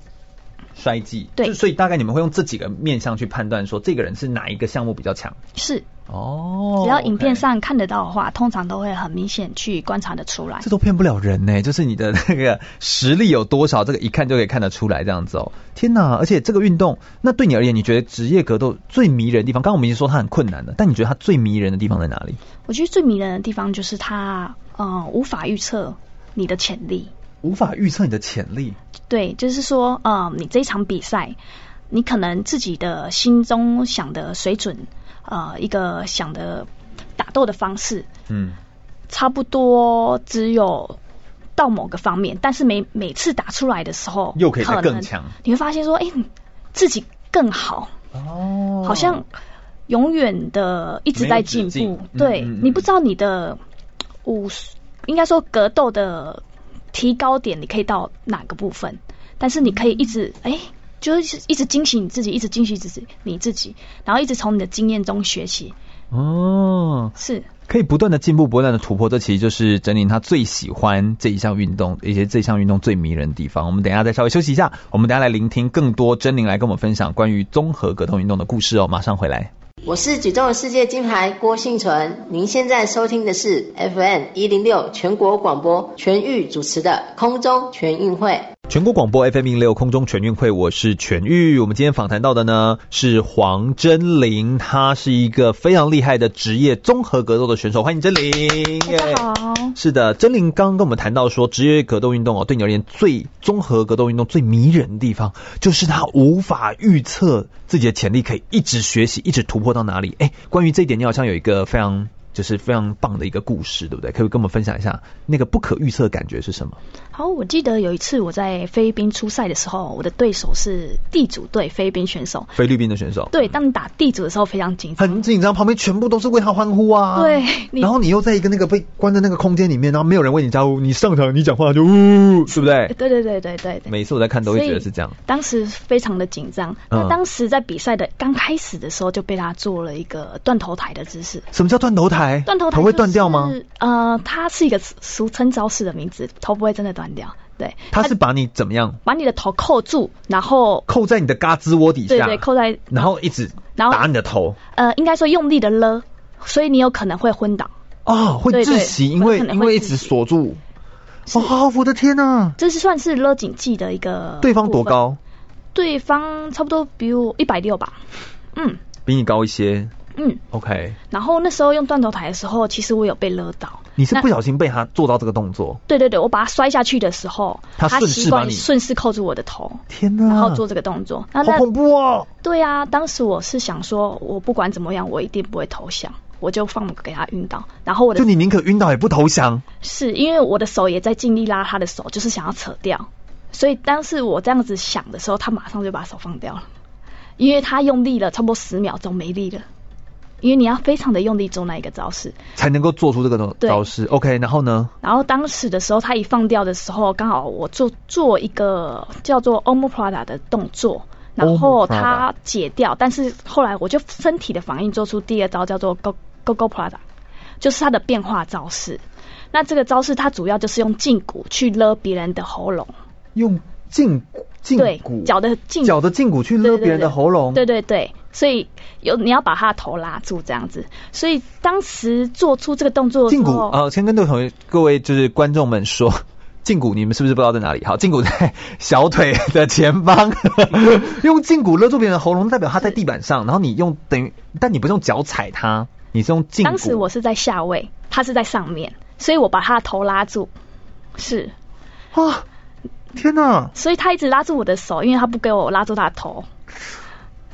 Speaker 1: 摔技。
Speaker 2: 对
Speaker 1: 就所以大概你们会用这几个面向去判断说这个人是哪一个项目比较强。
Speaker 2: 是，
Speaker 1: 哦，
Speaker 2: 只要影片
Speaker 1: OK
Speaker 2: 上看得到的话，通常都会很明显去观察得出来
Speaker 1: 这。都骗不了人呢、 就是你的那个实力有多少，这个一看就可以看得出来这样子哦。天哪！而且这个运动，那对你而言，你觉得职业格斗最迷人的地方？刚刚我们已经说它很困难了，但你觉得它最迷人的地方在哪里？
Speaker 2: 我觉得最迷人的地方就是它，呃，无法预测你的潜力。
Speaker 1: 无法预测你的潜力。
Speaker 2: 对，就是说，呃，你这一场比赛，你可能自己的心中想的水准，呃，一个想的打斗的方式，
Speaker 1: 嗯，
Speaker 2: 差不多只有到某个方面，但是每每次打出来的时候，
Speaker 1: 又可以再
Speaker 2: 能
Speaker 1: 更强
Speaker 2: 你会发现说，哎、自己更好，
Speaker 1: 哦
Speaker 2: 好像永远的一直在进
Speaker 1: 没有
Speaker 2: 步
Speaker 1: 止境。嗯
Speaker 2: 对、
Speaker 1: 嗯嗯
Speaker 2: 你不知道你的武术，应该说格斗的提高点，你可以到哪个部分，但是你可以一直哎。就是一直惊喜你自己，一直惊喜自己你自己，然后一直从你的经验中学习，
Speaker 1: 哦，
Speaker 2: 是
Speaker 1: 可以不断的进步，不断的突破，这其实就是珍妮她最喜欢这一项运动，以及这项运动最迷人的地方。我们等一下再稍微休息一下，我们等一下来聆听更多珍妮来跟我们分享关于综合格斗运动的故事哦。马上回来。
Speaker 5: 我是举重世界金牌郭幸存，您现在收听的是 FM 一零六全国广播全域主持的空中全运会。
Speaker 1: 全国广播 FM 一六空中全运会，我是全玉。我们今天访谈到的呢是黄真玲，她是一个非常厉害的职业综合格斗的选手，欢迎真玲。
Speaker 2: 大家好。
Speaker 1: 是的，真玲刚刚跟我们谈到说，职业格斗运动哦，对你而言最综合格斗运动最迷人的地方，就是它无法预测自己的潜力，可以一直学习，一直突破到哪里。哎，关于这一点，你好像有一个非常就是非常棒的一个故事，对不对？可不可以跟我们分享一下那个不可预测的感觉是什么？
Speaker 2: 好，我记得有一次我在菲律宾出赛的时候，我的对手是地主队菲律宾选手。
Speaker 1: 菲律宾的选手
Speaker 2: 对，当你打地主的时候非常紧张。
Speaker 1: 很紧张，旁边全部都是为他欢呼啊。
Speaker 2: 对你
Speaker 1: 然后你又在一个那个被关在那个空间里面，然后没有人为你加入，你上场你讲话就呜，对不对？
Speaker 2: 对对对对对对。
Speaker 1: 每次我在看都会觉得是这样
Speaker 2: 所以。当时非常的紧张。
Speaker 1: 嗯
Speaker 2: 那当时在比赛的刚开始的时候，就被他做了一个断头台的姿势。
Speaker 1: 什么叫断头台？
Speaker 2: 断头台、
Speaker 1: 头会断掉吗？？
Speaker 2: 呃，它是一个俗称招式的名字，头不会真的断掉。对，
Speaker 1: 他是把你怎么样？
Speaker 2: 把你的头扣住，然后
Speaker 1: 扣在你的嘎吱窝底
Speaker 2: 对
Speaker 1: 下，
Speaker 2: 对扣在，
Speaker 1: 然后一直
Speaker 2: 然后
Speaker 1: 打你的头，
Speaker 2: 呃，应该说用力的勒，所以你有可能会昏倒。
Speaker 1: 哦，会
Speaker 2: 对对
Speaker 1: 窒息，
Speaker 2: 会
Speaker 1: 因为
Speaker 2: 可能
Speaker 1: 因
Speaker 2: 会
Speaker 1: 为一
Speaker 2: 窒
Speaker 1: 直
Speaker 2: 息
Speaker 1: 锁住。
Speaker 2: 是
Speaker 1: 哦，我的天呐！
Speaker 2: 这是算是勒紧技的一个。
Speaker 1: 对方多？高？
Speaker 2: 对方差不多比我一百六吧。嗯
Speaker 1: 比你高一些。
Speaker 2: 嗯。
Speaker 1: OK，
Speaker 2: 然后那时候用断头台的时候，其实我有被勒到。
Speaker 1: 你是
Speaker 2: 那
Speaker 1: 不小心被他做到这个动作。
Speaker 2: 对对对，我把它摔下去的时候，
Speaker 1: 他顺势
Speaker 2: 习
Speaker 1: 把
Speaker 2: 惯
Speaker 1: 你
Speaker 2: 顺势扣住我的头，
Speaker 1: 天呐！
Speaker 2: 然后做这个动作。那
Speaker 1: 好
Speaker 2: 那
Speaker 1: 恐怖哦！
Speaker 2: 对啊，当时我是想说，我不管怎么样，我一定不会投降，我就放给他晕倒。然后我
Speaker 1: 就
Speaker 2: 的
Speaker 1: 你宁可晕倒也不投降。
Speaker 2: 是因为我的手也在尽力拉他的手，就是想要扯掉。所以当时我这样子想的时候，他马上就把手放掉了，因为他用力了差不多十秒钟没力了。因为你要非常的用力做那一个招式。
Speaker 1: 才能够做出这个招
Speaker 2: 对
Speaker 1: 招式。OK，然后呢？
Speaker 2: 然后当时的时候，他一放掉的时候，刚好我做做一个叫做 omoprada 的动作，然后
Speaker 1: Omoprada
Speaker 2: 他解掉，但是后来我就身体的反应做出第二招叫做 go go go prada，就是他的变化招式。那这个招式它主要就是用胫骨去勒别人的喉咙，
Speaker 1: 用胫骨胫
Speaker 2: 对
Speaker 1: 骨，
Speaker 2: 脚的胫骨
Speaker 1: 脚的胫骨去
Speaker 2: 对
Speaker 1: 勒
Speaker 2: 对
Speaker 1: 别人的
Speaker 2: 对
Speaker 1: 喉咙。
Speaker 2: 对对对，所以有你要把他的头拉住这样子。所以当时做出这个动作的时
Speaker 1: 胫
Speaker 2: 候，
Speaker 1: 骨呃，先跟各位各位就是观众们说， 胫骨你们是不是不知道在哪里？好，胫骨在 小腿的前 方，用胫骨勒住别人的喉咙，代表他在地板上，然后你用等于，但你不是用脚踩他，你是用胫骨。
Speaker 2: 当时我是在下位，他是在上面，所以我把他的头拉住，是，
Speaker 1: 啊，天哪！
Speaker 2: 所以他一直拉住我的手，因为他不给我拉住他的头，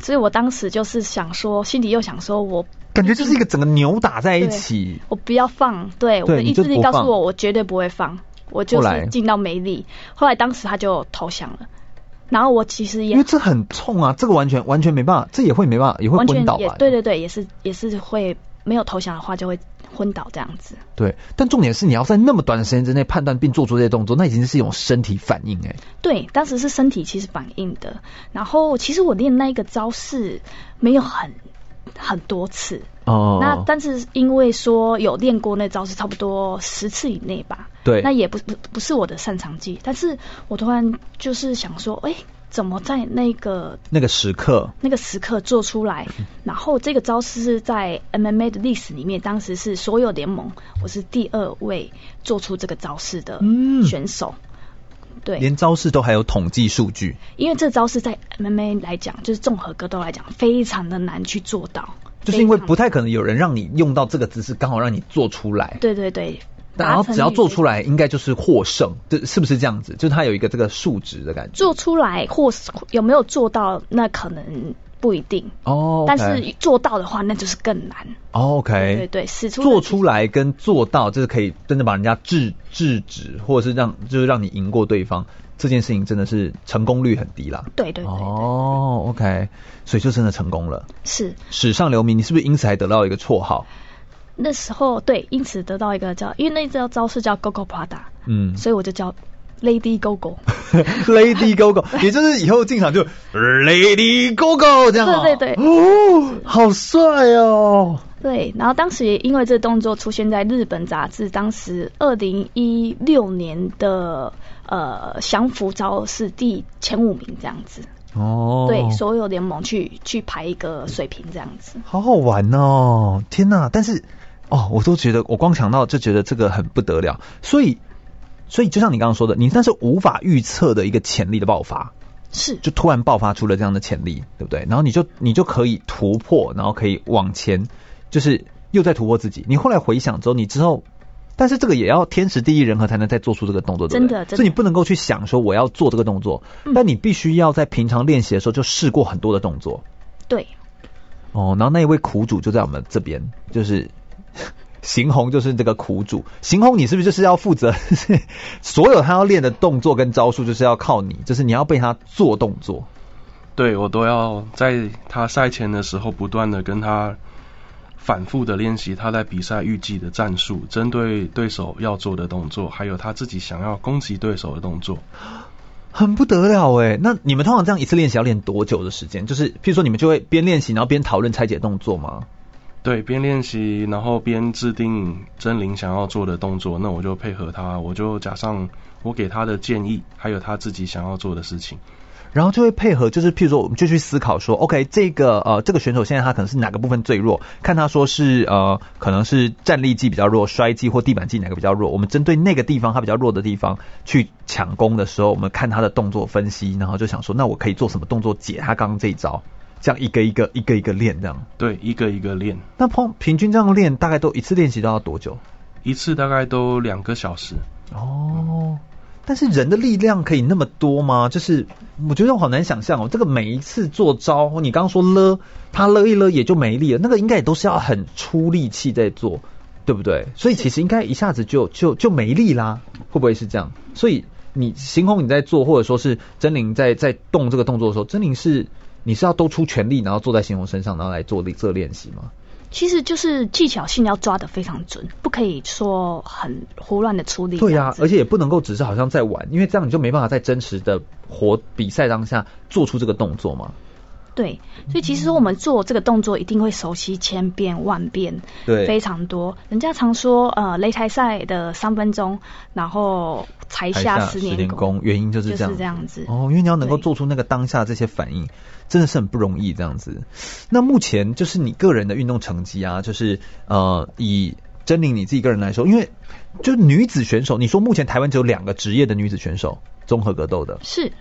Speaker 2: 所以我当时就是想说，心里又想说我
Speaker 1: 感觉就是一个整个扭打在一
Speaker 2: 对
Speaker 1: 起，
Speaker 2: 我不要放，对我
Speaker 1: 对
Speaker 2: 的
Speaker 1: 你
Speaker 2: 意
Speaker 1: 就
Speaker 2: 志力
Speaker 1: 不
Speaker 2: 告诉
Speaker 1: 放
Speaker 2: 我，我绝对不会放，我就
Speaker 1: 后来
Speaker 2: 是尽到没力。后来当时他就投降了，然后我其实
Speaker 1: 因
Speaker 2: 也
Speaker 1: 为这很痛啊，这个完全完全没办法，这也会没办法，也会
Speaker 2: 完
Speaker 1: 昏
Speaker 2: 全
Speaker 1: 倒
Speaker 2: 也
Speaker 1: 吧？
Speaker 2: 对对对，也是也是会没有投降的话就会昏倒这样子。
Speaker 1: 对，但重点是你要在那么短的时间之内判断并做出这些动作，那已经是一种身体反应哎、
Speaker 2: 对，当时是身体其实反应的。然后其实我练那一个招式没有很很多次，
Speaker 1: 哦
Speaker 2: 那但是因为说有练过那招式差不多十次以内吧，
Speaker 1: 对
Speaker 2: 那也不不不是我的擅长技。但是我突然就是想说，哎，怎么在那个
Speaker 1: 那个时刻，
Speaker 2: 那个时刻做出 来？然后这个招式是在 MMA 的历史里面，当时是所有联盟我是第二位做出这个招式的
Speaker 1: 嗯
Speaker 2: 选手。对，
Speaker 1: 连招式都还有统计数据。
Speaker 2: 因为这招式在 MMA 来讲，就是综合格斗来讲，非常的难去做到。
Speaker 1: 就是因为不
Speaker 2: 非
Speaker 1: 太可能有人让你用到这个姿势，刚好让你做出来
Speaker 2: 常。对对对，
Speaker 1: 然后
Speaker 2: 达成
Speaker 1: 只要
Speaker 2: 率
Speaker 1: 做出来，应该就是获胜，这是不是这样子？就是它有一个这个数值的感觉。
Speaker 2: 做出来或是有没有做到，那可能不一定。
Speaker 1: 哦，
Speaker 2: 但是做到的话，那就是更难。对对
Speaker 1: OK，
Speaker 2: 对，使出
Speaker 1: 哎做出来跟做到，这是可以真的把人家制制止，或者是让就是让你赢过对方，这件事情真的是成功率很低啦。
Speaker 2: 对对对对
Speaker 1: 哦，OK，所以就真的成功了，
Speaker 2: 是
Speaker 1: 史上留名。你是不是因此还得到一个绰号？
Speaker 2: 那时候对，因此得到一个叫，因为那招招式叫 Gogo Prada，
Speaker 1: 嗯，
Speaker 2: 所以我就叫 Lady Gogo。
Speaker 1: Lady Gogo，也就是以后进场就 Lady Gogo 这样、啊，
Speaker 2: 对对对
Speaker 1: 哦，好帅哦，
Speaker 2: 对，然后当时也因为这动作出现在日本杂志，当时二零一六年的呃降服招是第前五名这样子，
Speaker 1: 哦，
Speaker 2: 对，所有联盟去去排一个水平这样子。
Speaker 1: 好好玩哦，天哪！但是哦，我都觉得，我光想到就觉得这个很不得了，所以。所以，就像你刚刚说的，你那是无法预测的一个潜力的爆发，
Speaker 2: 是
Speaker 1: 就突然爆发出了这样的潜力，对不对？然后你就你就可以突破，然后可以往前，就是又在突破自己。你后来回想之后，你之后，但是这个也要天时地利人和才能再做出这个动作，对不对
Speaker 2: 真的真的嗯
Speaker 1: 所以你不能够去想说我要做这个动作，但你必须要在平常练习的时候就试过很多的动作
Speaker 2: 对，
Speaker 1: 哦。然后那一位苦主就在我们这边，就是。 邢红就是这个苦主，邢红你是不是就是要负责， 就是所有他要练的动作跟招数，就是要靠你，就是你要被他做动作。
Speaker 3: 对我都要在他赛前的时候不断的跟他反复的练习他在比赛预计的战术，针对对手要做的动作，还有他自己想要攻击对手的动作。
Speaker 1: 很不得了哎！那你们通常这样一次练习要练多久的时间？就是譬如说，你们就会边练习，然后边讨论拆解动作吗？
Speaker 3: 对，边练习，然后边制定真灵想要做的动作，那我就配合他，我就加上我给他的建议，还有他自己想要做的事情。
Speaker 1: 然后就会配合，就是譬如说，我们就去思考说，OK，这个呃，这个选手现在他可能是哪个部分最弱？看他说是呃，可能是站立技比较弱，摔技或地板技哪个比较弱？我们针对那个地方他比较弱的地方去抢攻的时候，我们看他的动作分析，然后就想说，那我可以做什么动作解他刚刚这一招？这样一个一个一个一个练这样。
Speaker 3: 对，一个一个练，
Speaker 1: 那碰平均这样练，大概都一次练习都要多久？
Speaker 3: 一次大概都两个小时。
Speaker 1: 哦，但是人的力量可以那么多吗？就是我觉得我好难想象哦。这个每一次做招，你刚刚说勒，他勒一勒也就没力了，那个应该也都是要很出力气在做，对不对？所以其实应该一下子就就就没力啦，会不会是这样？所以你星空你在做，或者说是真灵在在动这个动作的时候，真灵是你是要都出全力，然后坐在星空身上，然后来做这个练习吗？
Speaker 2: 其实就是技巧性要抓得非常准，不可以说很胡乱的处理。
Speaker 1: 对
Speaker 2: 呀、
Speaker 1: 呀、而且也不能够只是好像在玩，因为这样你就没办法在真实的活比赛当下做出这个动作嘛。
Speaker 2: 对，所以其实我们做这个动作一定会熟悉千遍万遍，
Speaker 1: 对
Speaker 2: 非常多。人家常说，呃，擂台赛的三分钟，然后才
Speaker 1: 台
Speaker 2: 下
Speaker 1: 十
Speaker 2: 十
Speaker 1: 年
Speaker 2: 年
Speaker 1: 功，原因就是
Speaker 2: 就
Speaker 1: 这样
Speaker 2: 是这样子。
Speaker 1: 哦，因为你要能够
Speaker 2: 对
Speaker 1: 做出那个当下这些反应，真的是很不容易这样子。那目前就是你个人的运动成绩啊，就是呃，以真玲你自己个人来说，因为就女子选手，你说目前台湾只有两个职业的女子选手综合格斗的，
Speaker 2: 是，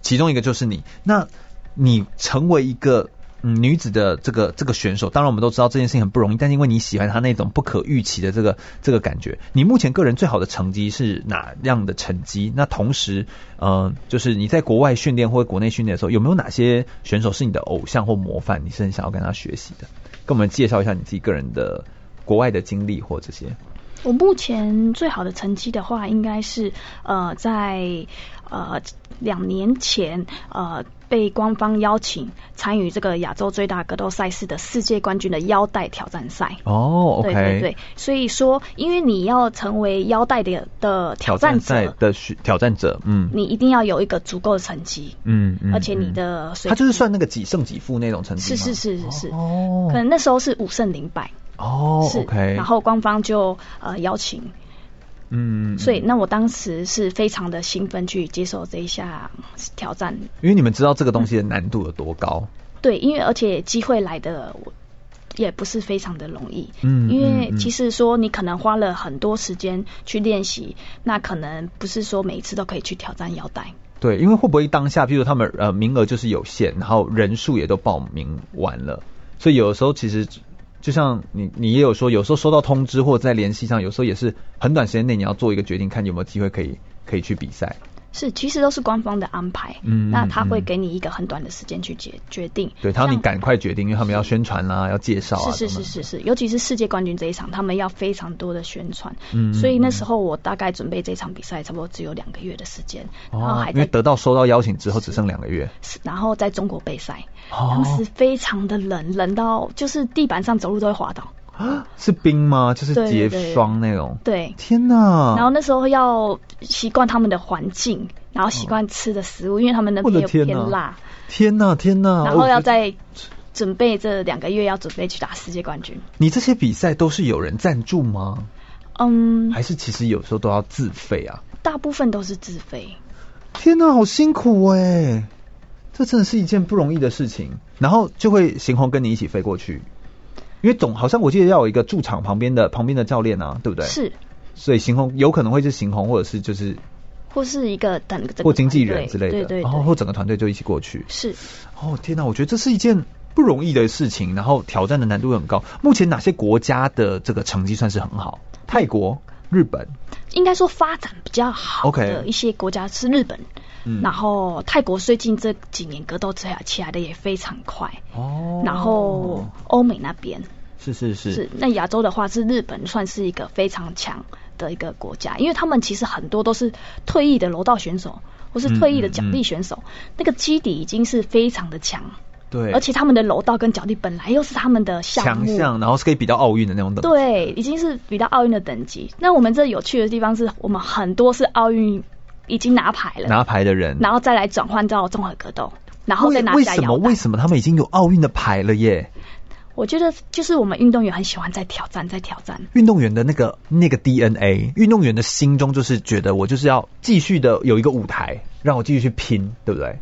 Speaker 1: 其中一个就是你。那你成为一个、嗯、女子的这个这个选手，当然我们都知道这件事情很不容易，但是因为你喜欢她那种不可预期的这个这个感觉，你目前个人最好的成绩是哪样的成绩？那同时，嗯、就是你在国外训练或者国内训练的时候，有没有哪些选手是你的偶像或模范？你是很想要跟他学习的？跟我们介绍一下你自己个人的国外的经历或这些。
Speaker 2: 我目前最好的成绩的话，应该是呃在呃两年前呃被官方邀请参与这个亚洲最大格斗赛事的世界冠军的腰带挑战赛。
Speaker 1: 哦，OK，
Speaker 2: 对对对，所以说，因为你要成为腰带的的挑
Speaker 1: 挑
Speaker 2: 战
Speaker 1: 战
Speaker 2: 者，
Speaker 1: 赛的选挑战者，嗯
Speaker 2: 你一定要有一个足够的成绩，
Speaker 1: 嗯嗯，
Speaker 2: 而且你
Speaker 1: 嗯
Speaker 2: 的水
Speaker 1: 他就是
Speaker 2: 平
Speaker 1: 算那个几胜几负那种成绩
Speaker 2: 是是
Speaker 1: 吗
Speaker 2: 是是是，
Speaker 1: 哦
Speaker 2: 可能那时候是五胜零败，
Speaker 1: 哦
Speaker 2: 是
Speaker 1: ，OK，
Speaker 2: 然后官方就呃邀请，
Speaker 1: 嗯，嗯
Speaker 2: 所以
Speaker 1: 嗯
Speaker 2: 那我当时是非常的兴奋去接受这一项挑战，
Speaker 1: 因为你们知道这个东西的难度有多高，
Speaker 2: 对，因为而且机会来的我也不是非常的容易，
Speaker 1: 嗯
Speaker 2: 因为
Speaker 1: 嗯嗯
Speaker 2: 其实说你可能花了很多时间去练习，那可能不是说每一次都可以去挑战腰带。
Speaker 1: 对，因为会不会当下，譬如他们呃名额就是有限，然后人数也都报名完了，所以有的时候其实就像你你也有说，有时候收到通知或者在联系上，有时候也是很短时间内你要做一个决定，看有没有机会可以可以去比赛。
Speaker 2: 是，其实都是官方的安排，
Speaker 1: 嗯
Speaker 2: 那他会
Speaker 1: 嗯
Speaker 2: 给你一个很短的时间去决决定。
Speaker 1: 对，他让你
Speaker 2: 像
Speaker 1: 赶快决定，因为他们要宣传啦、要介绍啊，
Speaker 2: 是是是是是，尤其是世界冠军这一场，他们要非常多的宣传，
Speaker 1: 嗯
Speaker 2: 所以那时候我大概准备这场比赛，差不多只有两个月的时间，
Speaker 1: 等等。
Speaker 2: 然后
Speaker 1: 哦
Speaker 2: 还，
Speaker 1: 因为
Speaker 2: 在，
Speaker 1: 得到收到邀请之后只剩两个月，
Speaker 2: 然后在中国备赛，
Speaker 1: 哦
Speaker 2: 当时非常的冷，冷到就是地板上走路都会滑倒，
Speaker 1: 是冰吗？就是
Speaker 2: 对
Speaker 1: 结
Speaker 2: 对对
Speaker 1: 霜那种。
Speaker 2: 对。
Speaker 1: 天呐！
Speaker 2: 然后那时候要习惯他们的环境，然后习惯吃的食物，因为他们那
Speaker 1: 我
Speaker 2: 边
Speaker 1: 的
Speaker 2: 有
Speaker 1: 天
Speaker 2: 偏
Speaker 1: 呐
Speaker 2: 辣，
Speaker 1: 天呐天哦呐！
Speaker 2: 然后要
Speaker 1: 我
Speaker 2: 在准备这两个月要准备去打世界冠军。
Speaker 1: 你这些比赛都是有人赞助吗？
Speaker 2: 嗯，
Speaker 1: 还是其实有时候都要自费啊？
Speaker 2: 大部分都是自费。
Speaker 1: 天呐，好辛苦哎、这真的是一件不容易的事情。然后就会行红跟你一起飞过去，因为总好像我记得要有一个驻场旁边的旁边的教练啊，对不对？。
Speaker 2: 是，
Speaker 1: 所以行红有可能会是行红，或者是就是
Speaker 2: 或是一个等整个
Speaker 1: 或经纪
Speaker 2: 团
Speaker 1: 人
Speaker 2: 队
Speaker 1: 之类的，哦
Speaker 2: 对对对，
Speaker 1: 然后或整个团队就一起过去。
Speaker 2: 是
Speaker 1: 哦天哪，我觉得这是一件不容易的事情，然后挑战的难度很高。目前哪些国家的这个成绩算是很好？泰国、日本，
Speaker 2: 应该说发展比较好
Speaker 1: OK
Speaker 2: 的一些国家是日本
Speaker 1: 嗯
Speaker 2: 然后泰国最近这几年格斗起来起来的也非常快，
Speaker 1: 哦
Speaker 2: 然后欧美那边
Speaker 1: 是是是
Speaker 2: 是那亚洲的话是日本算是一个非常强的一个国家，因为他们其实很多都是退役的柔道选手或是
Speaker 1: 嗯
Speaker 2: 退役的
Speaker 1: 嗯
Speaker 2: 脚
Speaker 1: 嗯
Speaker 2: 力选手，那个基底已经是非常的强，
Speaker 1: 对，
Speaker 2: 而且他们的柔道跟脚力本来又是他们的项
Speaker 1: 强
Speaker 2: 目，
Speaker 1: 项，然后是可以比到奥运的那种等级。
Speaker 2: 对，已经是比到奥运的等级。那我们这有趣的地方是我们很多是奥运已经拿牌了，
Speaker 1: 拿牌的人，
Speaker 2: 然后再来转换到综合格斗，然后再拿
Speaker 1: 为为
Speaker 2: 下
Speaker 1: 什么
Speaker 2: 腰带
Speaker 1: 为。什么他们已经有奥运的牌了耶？
Speaker 2: 我觉得就是我们运动员很喜欢在挑战，在挑战。
Speaker 1: 运动员的那个那个 DNA，运动员的心中就是觉得我就是要继续的有一个舞台，让我继续去拼，对不对？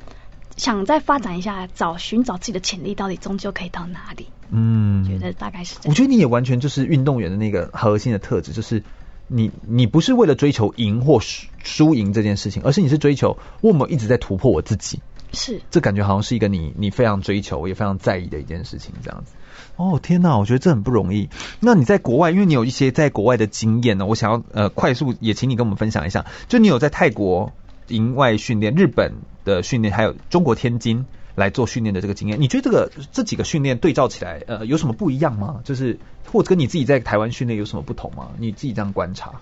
Speaker 2: 想再发展一下，找寻找自己的潜力，到底终究可以到哪里？
Speaker 1: 嗯，
Speaker 2: 觉得大概是这
Speaker 1: 我
Speaker 2: 样。
Speaker 1: 觉得你也完全就是运动员的那个核心的特质，就是你你不是为了追求赢或输输赢这件事情，而是你是追求我们一直在突破我自己。
Speaker 2: 是
Speaker 1: 这感觉好像是一个你你非常追求也非常在意的一件事情，这样子。哦天哪，我觉得这很不容易。那你在国外，因为你有一些在国外的经验呢，我想要呃快速也请你跟我们分享一下，就你有在泰国营外训练、日本的训练，还有中国天津来做训练的这个经验，你觉得这个这几个训练对照起来，呃，有什么不一样吗？就是或者跟你自己在台湾训练有什么不同吗？你自己这样观察，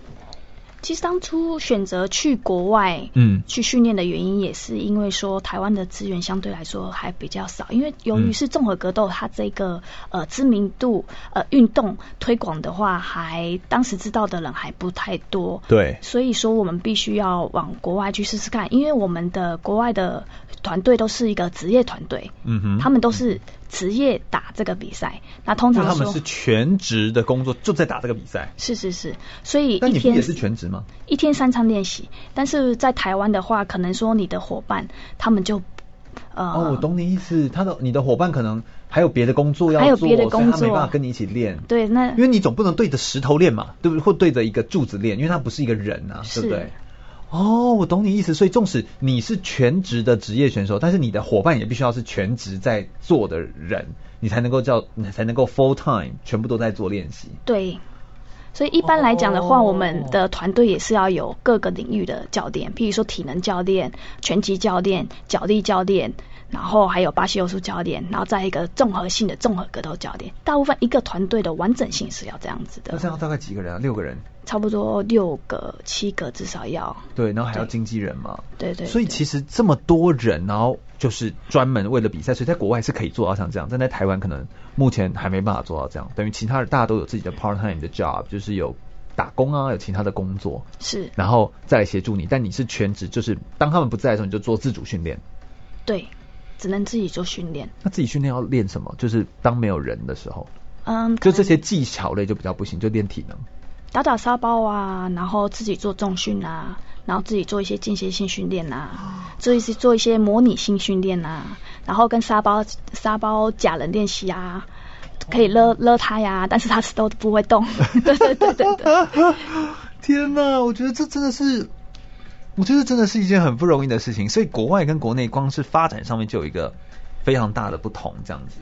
Speaker 2: 其实当初选择去国外
Speaker 1: 嗯
Speaker 2: 去训练的原因，也是因为说台湾的资源相对来说还比较少，因为由于是综合格斗，它这个呃知名度呃运动推广的话，还当时知道的人还不太多，
Speaker 1: 对，
Speaker 2: 所以说我们必须要往国外去试试看，因为我们的国外的团队都是一个职业团队，
Speaker 1: 嗯哼，
Speaker 2: 他们都是职业打这个比赛，那通
Speaker 1: 就
Speaker 2: 常
Speaker 1: 他
Speaker 2: 说
Speaker 1: 们是全职的工作，就在打这个比赛。
Speaker 2: 是是是，所以
Speaker 1: 那
Speaker 2: 一
Speaker 1: 你不
Speaker 2: 天
Speaker 1: 也是全职吗？
Speaker 2: 一天三餐练习，但是在台湾的话，可能说你的伙伴他们就呃，
Speaker 1: 哦，我懂你意思。他的你的伙伴可能还有别的工作要做，
Speaker 2: 还有别的
Speaker 1: 所以
Speaker 2: 工
Speaker 1: 他没
Speaker 2: 作
Speaker 1: 办法跟你一起练。
Speaker 2: 对，那
Speaker 1: 因为你总不能对着石头练嘛，对不对？或对着一个柱子练，因为它不是一个人啊，对
Speaker 2: 是
Speaker 1: 不对？哦，我懂你意思。所以，纵使你是全职的职业选手，但是你的伙伴也必须要是全职在做的人，你才能够叫，你才能够 full time 全部都在做练习。
Speaker 2: 对。所以一般来讲的话，
Speaker 1: 哦
Speaker 2: 我们的团队也是要有各个领域的教练，譬如说体能教练、拳击教练、脚力教练，然后还有巴西柔术教练，然后再一个综合性的综合格斗教练。大部分一个团队的完整性是要这样子
Speaker 1: 那
Speaker 2: 的
Speaker 1: 这，样大概几个人啊？六个人，
Speaker 2: 差不多六个、七个至少要。
Speaker 1: 对，然后还要
Speaker 2: 对
Speaker 1: 经纪人嘛。
Speaker 2: 对对
Speaker 1: 所以
Speaker 2: 对
Speaker 1: 其实这么多人，然后就是专门为了比赛，所以在国外是可以做到像这样，但在台湾可能目前还没办法做到这样。等于其他的大家都有自己的 part time 的 job，就是有打工啊，有其他的工作，
Speaker 2: 是
Speaker 1: 然后再来协助你。但你是全职，就是当他们不在的时候，你就做自主训练。
Speaker 2: 对，只能自己做训练。
Speaker 1: 那自己训练要练什么？就是当没有人的时候，
Speaker 2: 嗯，
Speaker 1: 就
Speaker 2: 可
Speaker 1: 这
Speaker 2: 能
Speaker 1: 些技巧类就比较不行，就练体能。
Speaker 2: 打打沙包啊，然后自己做重训啊，然后自己做一些间歇性训练
Speaker 1: 哦
Speaker 2: 啊，做一些做一些模拟性训练啊，然后跟沙包沙包假人练习啊，可以勒
Speaker 1: 哦
Speaker 2: 勒它呀，但是它都不会 动。对对对对对，
Speaker 1: 天呐，我觉得这真的是，我觉得真的是一件很不容易的事情。所以国外跟国内光是发展上面就有一个非常大的不同，这样子，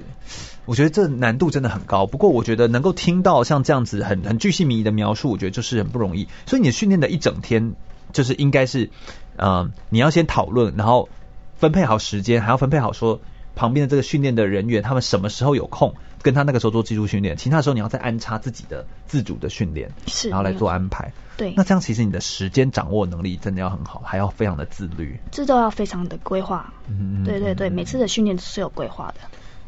Speaker 1: 我觉得这难度真的很高。不过我觉得能够听到像这样子很很具细迷的描述，我觉得就是很不容易。所以你的训练的一整天，就是应该是，嗯、你要先讨论，然后分配好时间，还要分配好说。旁边的这个训练的人员，他们什么时候有空，跟他那个时候做技术训练，其他的时候你要再安插自己的自主的训练，
Speaker 2: 是
Speaker 1: 然后来
Speaker 2: 没有
Speaker 1: 做安排。
Speaker 2: 对
Speaker 1: 那这样其实你的时间掌握能力真的要很好，还要非常的自律。
Speaker 2: 这都要非常的规划。
Speaker 1: 嗯
Speaker 2: 对对对，每次的训练都是有规划的。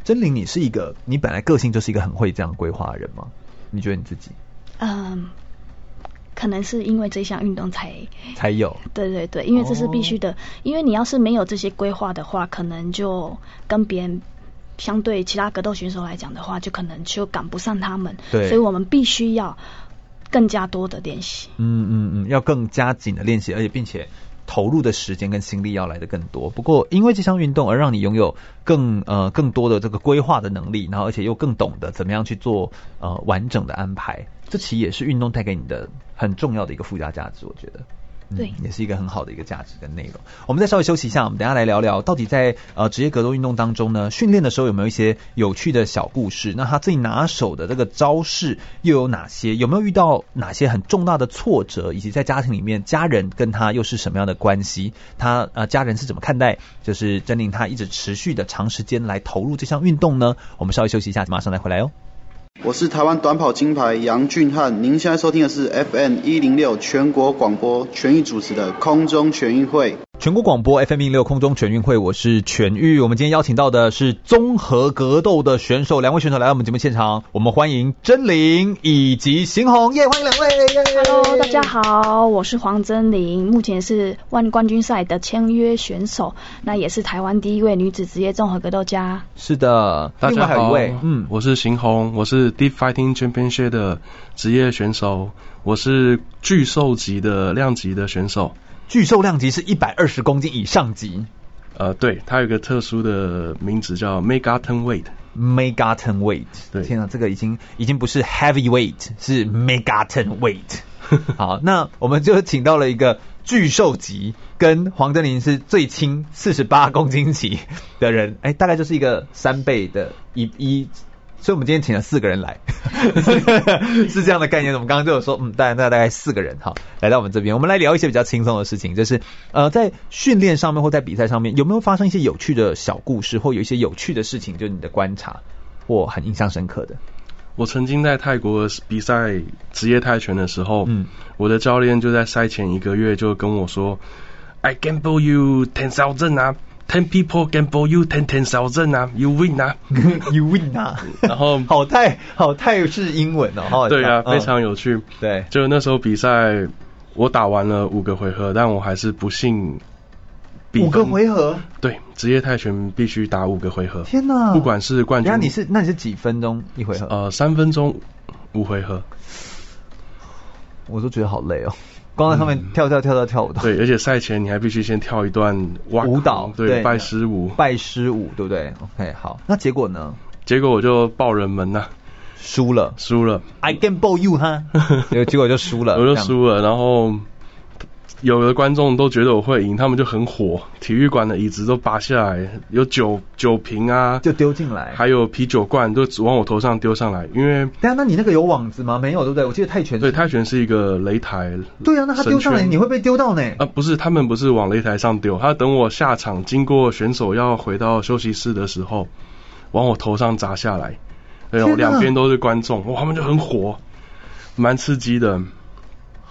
Speaker 1: 真玲，你是一个你本来个性就是一个很会这样规划的人吗？你觉得你自 己
Speaker 2: 嗯，可能是因为这项运动才
Speaker 1: 才有？
Speaker 2: 对对对，因为这是必须
Speaker 1: 哦
Speaker 2: 的，因为你要是没有这些规划的话，可能就跟别人相对其他格斗选手来讲的话，就可能就赶不上他们。
Speaker 1: 对
Speaker 2: 所以我们必须要更加多的练习。
Speaker 1: 嗯嗯嗯，要更加紧的练习，而且并且投入的时间跟心力要来的更多。不过因为这项运动而让你拥有更呃更多的这个规划的能力，然后而且又更懂得怎么样去做呃完整的安排，这其实也是运动带给你的很重要的一个附加价值，我觉得。嗯
Speaker 2: 对
Speaker 1: 也是一个很好的一个价值跟内容。我们再稍微休息一下，我们等一下来聊聊到底在呃职业格斗运动当中呢，训练的时候有没有一些有趣的小故事？那他最拿手的这个招式又有哪些？有没有遇到哪些很重大的挫折？以及在家庭里面，家人跟他又是什么样的关系？他呃家人是怎么看待？就是真令他一直持续的长时间来投入这项运动呢？我们稍微休息一下，马上再回来哦。
Speaker 6: 我是台湾短跑金牌杨俊翰，您现在收听的是 FM 一零六全国广播全域主持的空中全运会。
Speaker 1: 全国广播 FM 一六空中全运会，我是全玉。我们今天邀请到的是综合格斗的选手，两位选手来到我们节目现场，我们欢迎真玲以及邢红，耶，欢迎两位。
Speaker 2: Hello，大家。好，我是黄真玲，目前是万冠军赛的签约选手，那也是台湾第一位女子职业综合格斗家。
Speaker 1: 是的，
Speaker 3: 大
Speaker 1: 另
Speaker 3: 家
Speaker 1: 外还有
Speaker 3: 好，
Speaker 1: 一位，嗯，
Speaker 3: 我是邢红，我是 Deep Fighting Championship 的职业选手，我是巨兽级的量级的选手。
Speaker 1: 巨兽量级是一百二十公斤以上级
Speaker 3: 呃，对，它有一个特殊的名字叫 Mega Ton Weight。
Speaker 1: ，megaton weight。
Speaker 3: 对
Speaker 1: 天啊，这个已经已经不是 heavy weight，是 megaton weight。好，那我们就请到了一个巨兽级，跟黄真林是最轻四十八公斤级的人，哎，大概就是一个三倍的一一。所以我们今天请了四个人来， 是这样的概念。我们刚刚就有说，嗯，大概大概大概四个人哈，来到我们这边，我们来聊一些比较轻松的事情，就是呃，在训练上面或在比赛上面，有没有发生一些有趣的小故事，或有一些有趣的事情，就是你的观察或很印象深刻的？
Speaker 3: 我曾经在泰国比赛职业泰拳的时候，
Speaker 1: 嗯
Speaker 3: 我的教练就在赛前一个月就跟我说，I gamble you ten thousand 啊，ten people gamble you ten ten thousand 啊，you win 啊。
Speaker 1: ，You win 啊，
Speaker 3: 然 后
Speaker 1: 好泰好泰是英文哦，哈
Speaker 3: 对啊，
Speaker 1: 嗯
Speaker 3: 非常有趣。
Speaker 1: 对，
Speaker 3: 就那时候比赛，我打完了五个回合，但我还是不幸比分。
Speaker 1: 五个回合，
Speaker 3: 对，职业泰拳必须打五个回合，
Speaker 1: 天哪，
Speaker 3: 不管是冠
Speaker 1: 等一下
Speaker 3: 军，
Speaker 1: 你是那你是几分钟一回合？
Speaker 3: 呃三分钟五回 合，
Speaker 1: 我都觉得好累哦，光在上面跳跳跳跳跳舞的，
Speaker 3: 对，而且赛前你还必须先跳一段哇
Speaker 1: 舞蹈对
Speaker 3: 对，拜师舞，
Speaker 1: 拜师舞对不对？OK，好，那结果呢？
Speaker 3: 结果我就爆人门呐、
Speaker 1: 输了
Speaker 3: 输了，
Speaker 1: ，I can b o you 哈，结结果就输了，嗯
Speaker 3: 我
Speaker 1: 这
Speaker 3: 就
Speaker 1: 样
Speaker 3: 输了，然后。有的观众都觉得我会赢，他们就很火，体育馆的椅子都拔下来，有酒酒瓶啊，
Speaker 1: 就丢进来。
Speaker 3: 还有啤酒罐都只往我头上丢上来，因为
Speaker 1: 但那你那个有网子吗？没有对不对？我记得泰拳是
Speaker 3: 对泰拳是一个擂台。
Speaker 1: 对啊，那他
Speaker 3: 神
Speaker 1: 丢上来
Speaker 3: 拳
Speaker 1: 你会被丢到呢。
Speaker 3: 啊，不是，他们不是往擂台上丢，他等我下场，经过选手要回到休息室的时候，往我头上砸下来，对，
Speaker 1: 天哪
Speaker 3: 我两边都是观众，哇，他们就很火，蛮刺激的。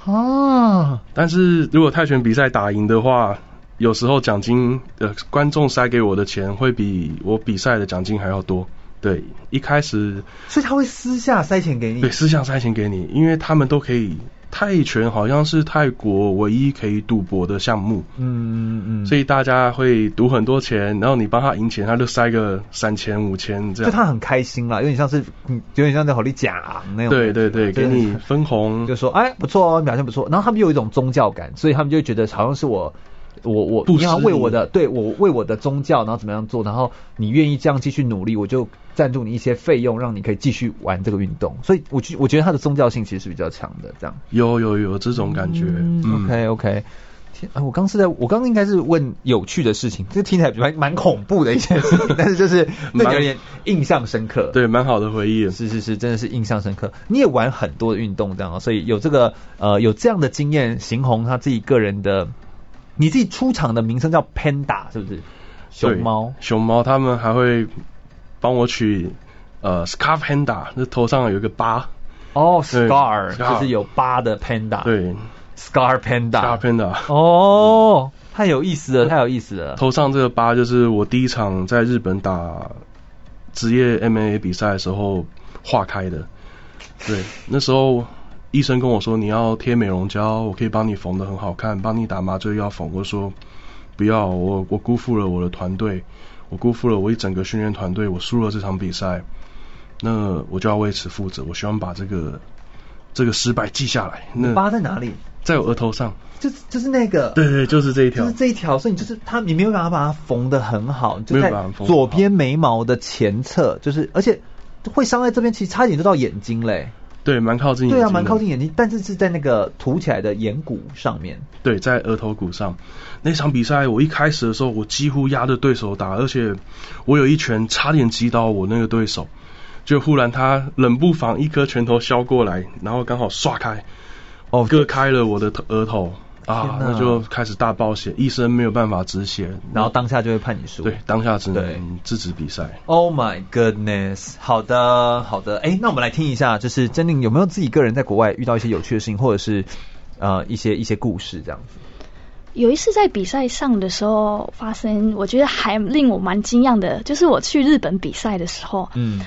Speaker 1: 啊，
Speaker 3: 但是如果泰拳比赛打赢的话，有时候奖金，呃，观众塞给我的钱会比我比赛的奖金还要多。对，一开始
Speaker 1: 所以他会私下塞钱给你
Speaker 3: 对，。私下塞钱给你，因为他们都可以。泰拳好像是泰国唯一可以赌博的项目，
Speaker 1: 嗯嗯嗯，
Speaker 3: 所
Speaker 1: 以
Speaker 3: 以大家会赌很多钱，然后你帮他赢钱，他就塞个三千、五千这
Speaker 1: 就
Speaker 3: 样。
Speaker 1: 他很开心啦，有点像是嗯，有点像在好利奖那种。
Speaker 3: 对对对，给你分红
Speaker 1: 就，说哎不错哦，你表现不错。然后他们又有一种宗教感，所以他们就觉得好像是我我我
Speaker 3: 布施
Speaker 1: 你好像为
Speaker 3: 你
Speaker 1: 我的对我为我的宗教，然后怎么样做，然后你愿意这样继续努力，我就赞助你一些费用，让你可以继续玩这个运动。所以我觉我觉得他的宗教性其实是比较强的，这样。
Speaker 3: 有有有这种感觉。嗯
Speaker 1: OK OK。天啊！我刚是在，我刚应该是问有趣的事情，这听起来蛮蛮恐怖的一件事 情，但是就是对你
Speaker 3: 蛮
Speaker 1: 有点印象深刻。
Speaker 3: 对，蛮好的回忆。
Speaker 1: 是是是，真的是印象深刻。你也玩很多的运动这样哦，所以有这个呃有这样的经验，邢红他自己个人的，你自己出场的名称叫 Panda 是不是？熊
Speaker 3: 对
Speaker 1: 猫，
Speaker 3: 熊猫他们还会帮我取呃 scarf panda，那头上有一个疤。
Speaker 1: 哦
Speaker 3: 对
Speaker 1: ，Scar
Speaker 3: ，Scar
Speaker 1: 就是有疤的 Panda，
Speaker 3: 对
Speaker 1: ，Scar Panda，
Speaker 3: ，scarf panda。
Speaker 1: 哦，太有意思了，太有意思了。
Speaker 3: 头上这个疤就是我第一场在日本打职业 MMA 比赛的时候化开的。对，那时候医生跟我说你要贴美容胶，我可以帮你缝的很好看，帮你打麻醉药缝。我说不要，我我辜负了我的团队，我辜负了我一整个训练团队，我输了这场比赛，那我就要为此负责。我希望把这个这个失败记下来。那
Speaker 1: 疤在哪里？
Speaker 3: 在我额头上，
Speaker 1: 就是就是那个，
Speaker 3: 嗯对对，就是这一条
Speaker 1: 就是。这一条，所以你就是它，你没有办法把它缝得很好，就
Speaker 3: 没
Speaker 1: 在
Speaker 3: 有办法缝
Speaker 1: 左边眉毛的前侧，就是而且会伤在这边，其实差一点就到眼睛嘞。
Speaker 3: 对，蛮靠近眼睛
Speaker 1: 对
Speaker 3: 的。
Speaker 1: 啊，蛮靠近眼睛，但是是在那个凸起来的眼骨上面。
Speaker 3: 对，在额头骨上。那场比赛，我一开始的时候，我几乎压着对手打，而且我有一拳差点击倒我那个对手，就忽然他冷不防一颗拳头削过来，然后刚好刷开，
Speaker 1: 哦
Speaker 3: 割开了我的头额头
Speaker 1: 天
Speaker 3: 啊，
Speaker 1: 哪
Speaker 3: 那就开始大爆血，医生没有办法止血，
Speaker 1: 然后当下就会判你输。
Speaker 3: 对当下只
Speaker 1: 对
Speaker 3: 能制止比赛。
Speaker 1: Oh my goodness！好的，好的。哎，那我们来听一下，就是真令有没有自己个人在国外遇到一些有趣的事情，或者是呃一些一些故事这样子？
Speaker 2: 有一次在比赛上的时候发生，我觉得还令我蛮惊讶的，就是我去日本比赛的时候，
Speaker 1: 嗯，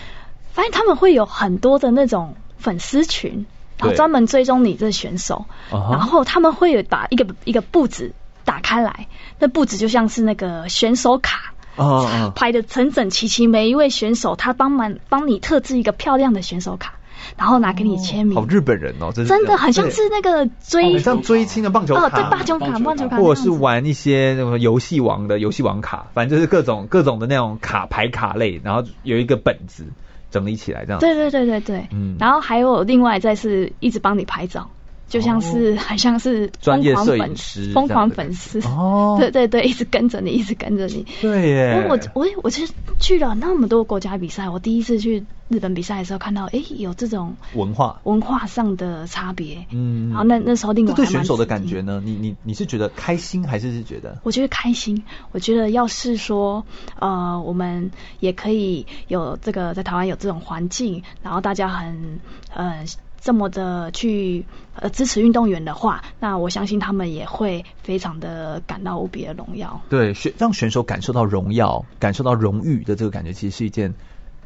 Speaker 2: 发现他们会有很多的那种粉丝群，然后
Speaker 1: 对
Speaker 2: 专门追踪你这选手，
Speaker 1: 啊哈
Speaker 2: 然后他们会有把一个一个布子打开来，那布子就像是那个选手卡。
Speaker 1: 啊啊
Speaker 2: 排的整整齐齐，每一位选手他帮忙帮你特制一个漂亮的选手卡，然后拿给你签名，
Speaker 1: 好日本人哦，真
Speaker 2: 嗯
Speaker 1: 是
Speaker 2: 真
Speaker 1: 这
Speaker 2: 的
Speaker 1: 样
Speaker 2: 很像
Speaker 1: 对
Speaker 2: 是那个追
Speaker 1: 哦很像追星的棒球卡，
Speaker 2: 哦，对，棒球卡，棒球卡，
Speaker 1: 或者是玩一些什么游戏王的游戏王卡，反正就是各种各种的那种卡牌卡类，然后有一个本子整理起来这样。
Speaker 2: 对对对对对，
Speaker 1: 嗯
Speaker 2: 然后还有另外再是一直帮你拍照，就像是、很像是
Speaker 1: 哦专业
Speaker 2: 疯狂
Speaker 1: 摄影
Speaker 2: 粉
Speaker 1: 师这
Speaker 2: 疯
Speaker 1: 样
Speaker 2: 狂
Speaker 1: 子
Speaker 2: 粉丝，
Speaker 1: 哦
Speaker 2: 对对对，一直跟着你，一直跟着你。
Speaker 1: 对耶，
Speaker 2: 我我我其实去了那么多国家比赛，我第一次去日本比赛的时候，看到诶有这种
Speaker 1: 文化，
Speaker 2: 文化上的差别，
Speaker 1: 嗯
Speaker 2: 然后那那时候令
Speaker 1: 这
Speaker 2: 我
Speaker 1: 对
Speaker 2: 还蛮
Speaker 1: 选手的
Speaker 2: 吃
Speaker 1: 感
Speaker 2: 惊
Speaker 1: 觉呢？你你你是觉得开心还是是觉得？
Speaker 2: 我觉得开心。我觉得要是说，呃，我们也可以有这个在台湾有这种环境，然后大家很呃这么的去呃支持运动员的话，那我相信他们也会非常的感到无比的荣耀。
Speaker 1: 对，选让选手感受到荣耀、感受到荣誉的这个感觉，其实是一件，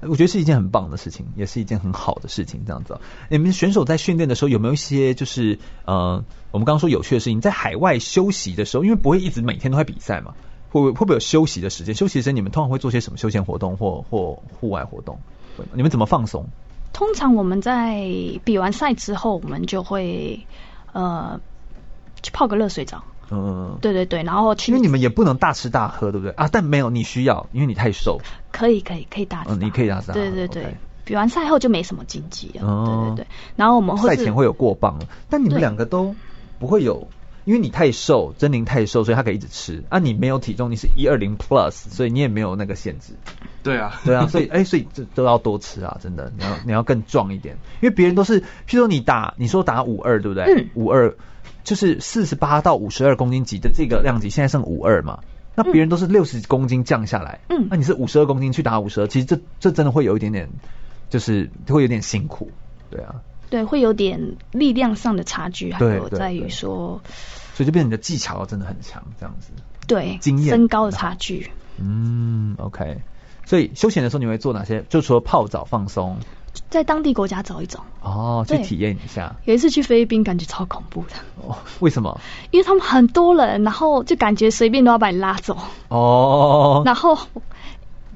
Speaker 1: 我觉得是一件很棒的事情，也是一件很好的事情。这样子哦，你们选手在训练的时候有没有一些就是呃，我们刚刚说有趣的事情，在海外休息的时候，因为不会一直每天都在比赛嘛，会不会会不会有休息的时间？休息的时间你们通常会做些什么休闲活动或或户外活动？会吗你们怎么放松？
Speaker 2: 通常我们在比完赛之后，我们就会呃去泡个热水澡。
Speaker 1: 嗯，
Speaker 2: 对对对，然后去
Speaker 1: 因为你们也不能大吃大喝，对不对啊？但没有，你需要，因为你太瘦。
Speaker 2: 可以可以可以打死
Speaker 1: 嗯你可以打死他
Speaker 2: 对对对
Speaker 1: OK，
Speaker 2: 比完赛后就没什么禁忌了，
Speaker 1: 哦
Speaker 2: 对对对。然后我们会
Speaker 1: 赛
Speaker 2: 是
Speaker 1: 前会有过磅，但你们
Speaker 2: 对
Speaker 1: 两个都不会有，因为你太瘦，珍妮太瘦，所以她可以一直吃啊。你没有体重，你是一二零 plus，所以你也没有那个限制。
Speaker 3: 对啊，
Speaker 1: 对啊，所以哎、所以这都要多吃啊，真的，你要你要更壮一点，因为别人都是，譬如说你打，你说打五二对不对
Speaker 2: 嗯？
Speaker 1: 五二就是四十八到五十二公斤级的这个量级，现在剩五二嘛。那别人都是六十公斤降下来，啊
Speaker 2: 嗯
Speaker 1: 那你是五十二公斤去打五十二，其实这这真的会有一点点，就是会有点辛苦，对啊。
Speaker 2: 对会有点力量上的差距，还
Speaker 1: 对
Speaker 2: 有
Speaker 1: 对
Speaker 2: 在
Speaker 1: 对
Speaker 2: 于说
Speaker 1: 所以就变成你的技巧真的很强，这样子。
Speaker 2: 对
Speaker 1: 经验
Speaker 2: 身高的差距。
Speaker 1: 嗯，OK。所以休闲的时候你会做哪些？就除了泡澡放松，
Speaker 2: 在当地国家走一走，
Speaker 1: 哦，去
Speaker 2: 对
Speaker 1: 体验一下。
Speaker 2: 有一次去菲律宾，感觉超恐怖的，
Speaker 1: 哦，为什么？
Speaker 2: 因为他们很多人，然后就感觉随便都要把你拉走，
Speaker 1: 哦，
Speaker 2: 然后。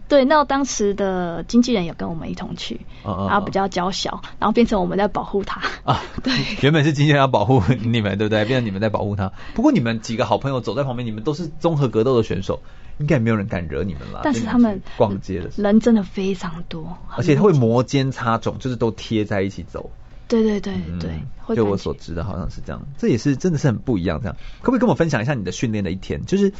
Speaker 2: 对，那当时的经纪人有跟我们一同去，
Speaker 1: 嗯嗯
Speaker 2: 然后
Speaker 1: 嗯
Speaker 2: 比较娇小，然后变成我们在保护他。
Speaker 1: 啊，对，原本是今天要保护你们，对不对？变成你们在保护他。不过你们几个好朋友走在旁边，你们都是综合格斗的选手，应该也没有人敢惹你们啦。
Speaker 2: 但是
Speaker 1: 就你
Speaker 2: 他们嗯
Speaker 1: 去逛街的时候，
Speaker 2: 人真的非常多，
Speaker 1: 而且他会摩肩擦踵，就是都贴在一起走。
Speaker 2: 对对对
Speaker 1: 嗯
Speaker 2: 哎对，会
Speaker 1: 就
Speaker 2: 感
Speaker 1: 我
Speaker 2: 觉
Speaker 1: 所知的好像是这样，这也是真的是很不一样。这样，可不可以跟我分享一下你的训练的一天？就是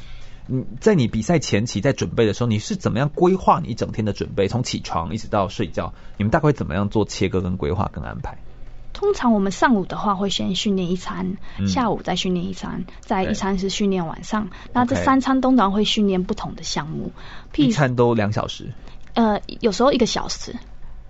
Speaker 1: 你在你比赛前期在准备的时候，你是怎么样规划你一整天的准备？从起床一直到睡觉，你们大概会怎么样做切割跟规划跟安排？
Speaker 2: 通常我们上午的话会先训练一餐，
Speaker 1: 嗯
Speaker 2: 下午再训练一餐，再
Speaker 1: 对
Speaker 2: 一餐是训练晚上。那这
Speaker 1: OK
Speaker 2: 三餐通常会训练不同的项目，譬
Speaker 1: 一
Speaker 2: 如
Speaker 1: 餐都两小时
Speaker 2: 呃有时候一个小时，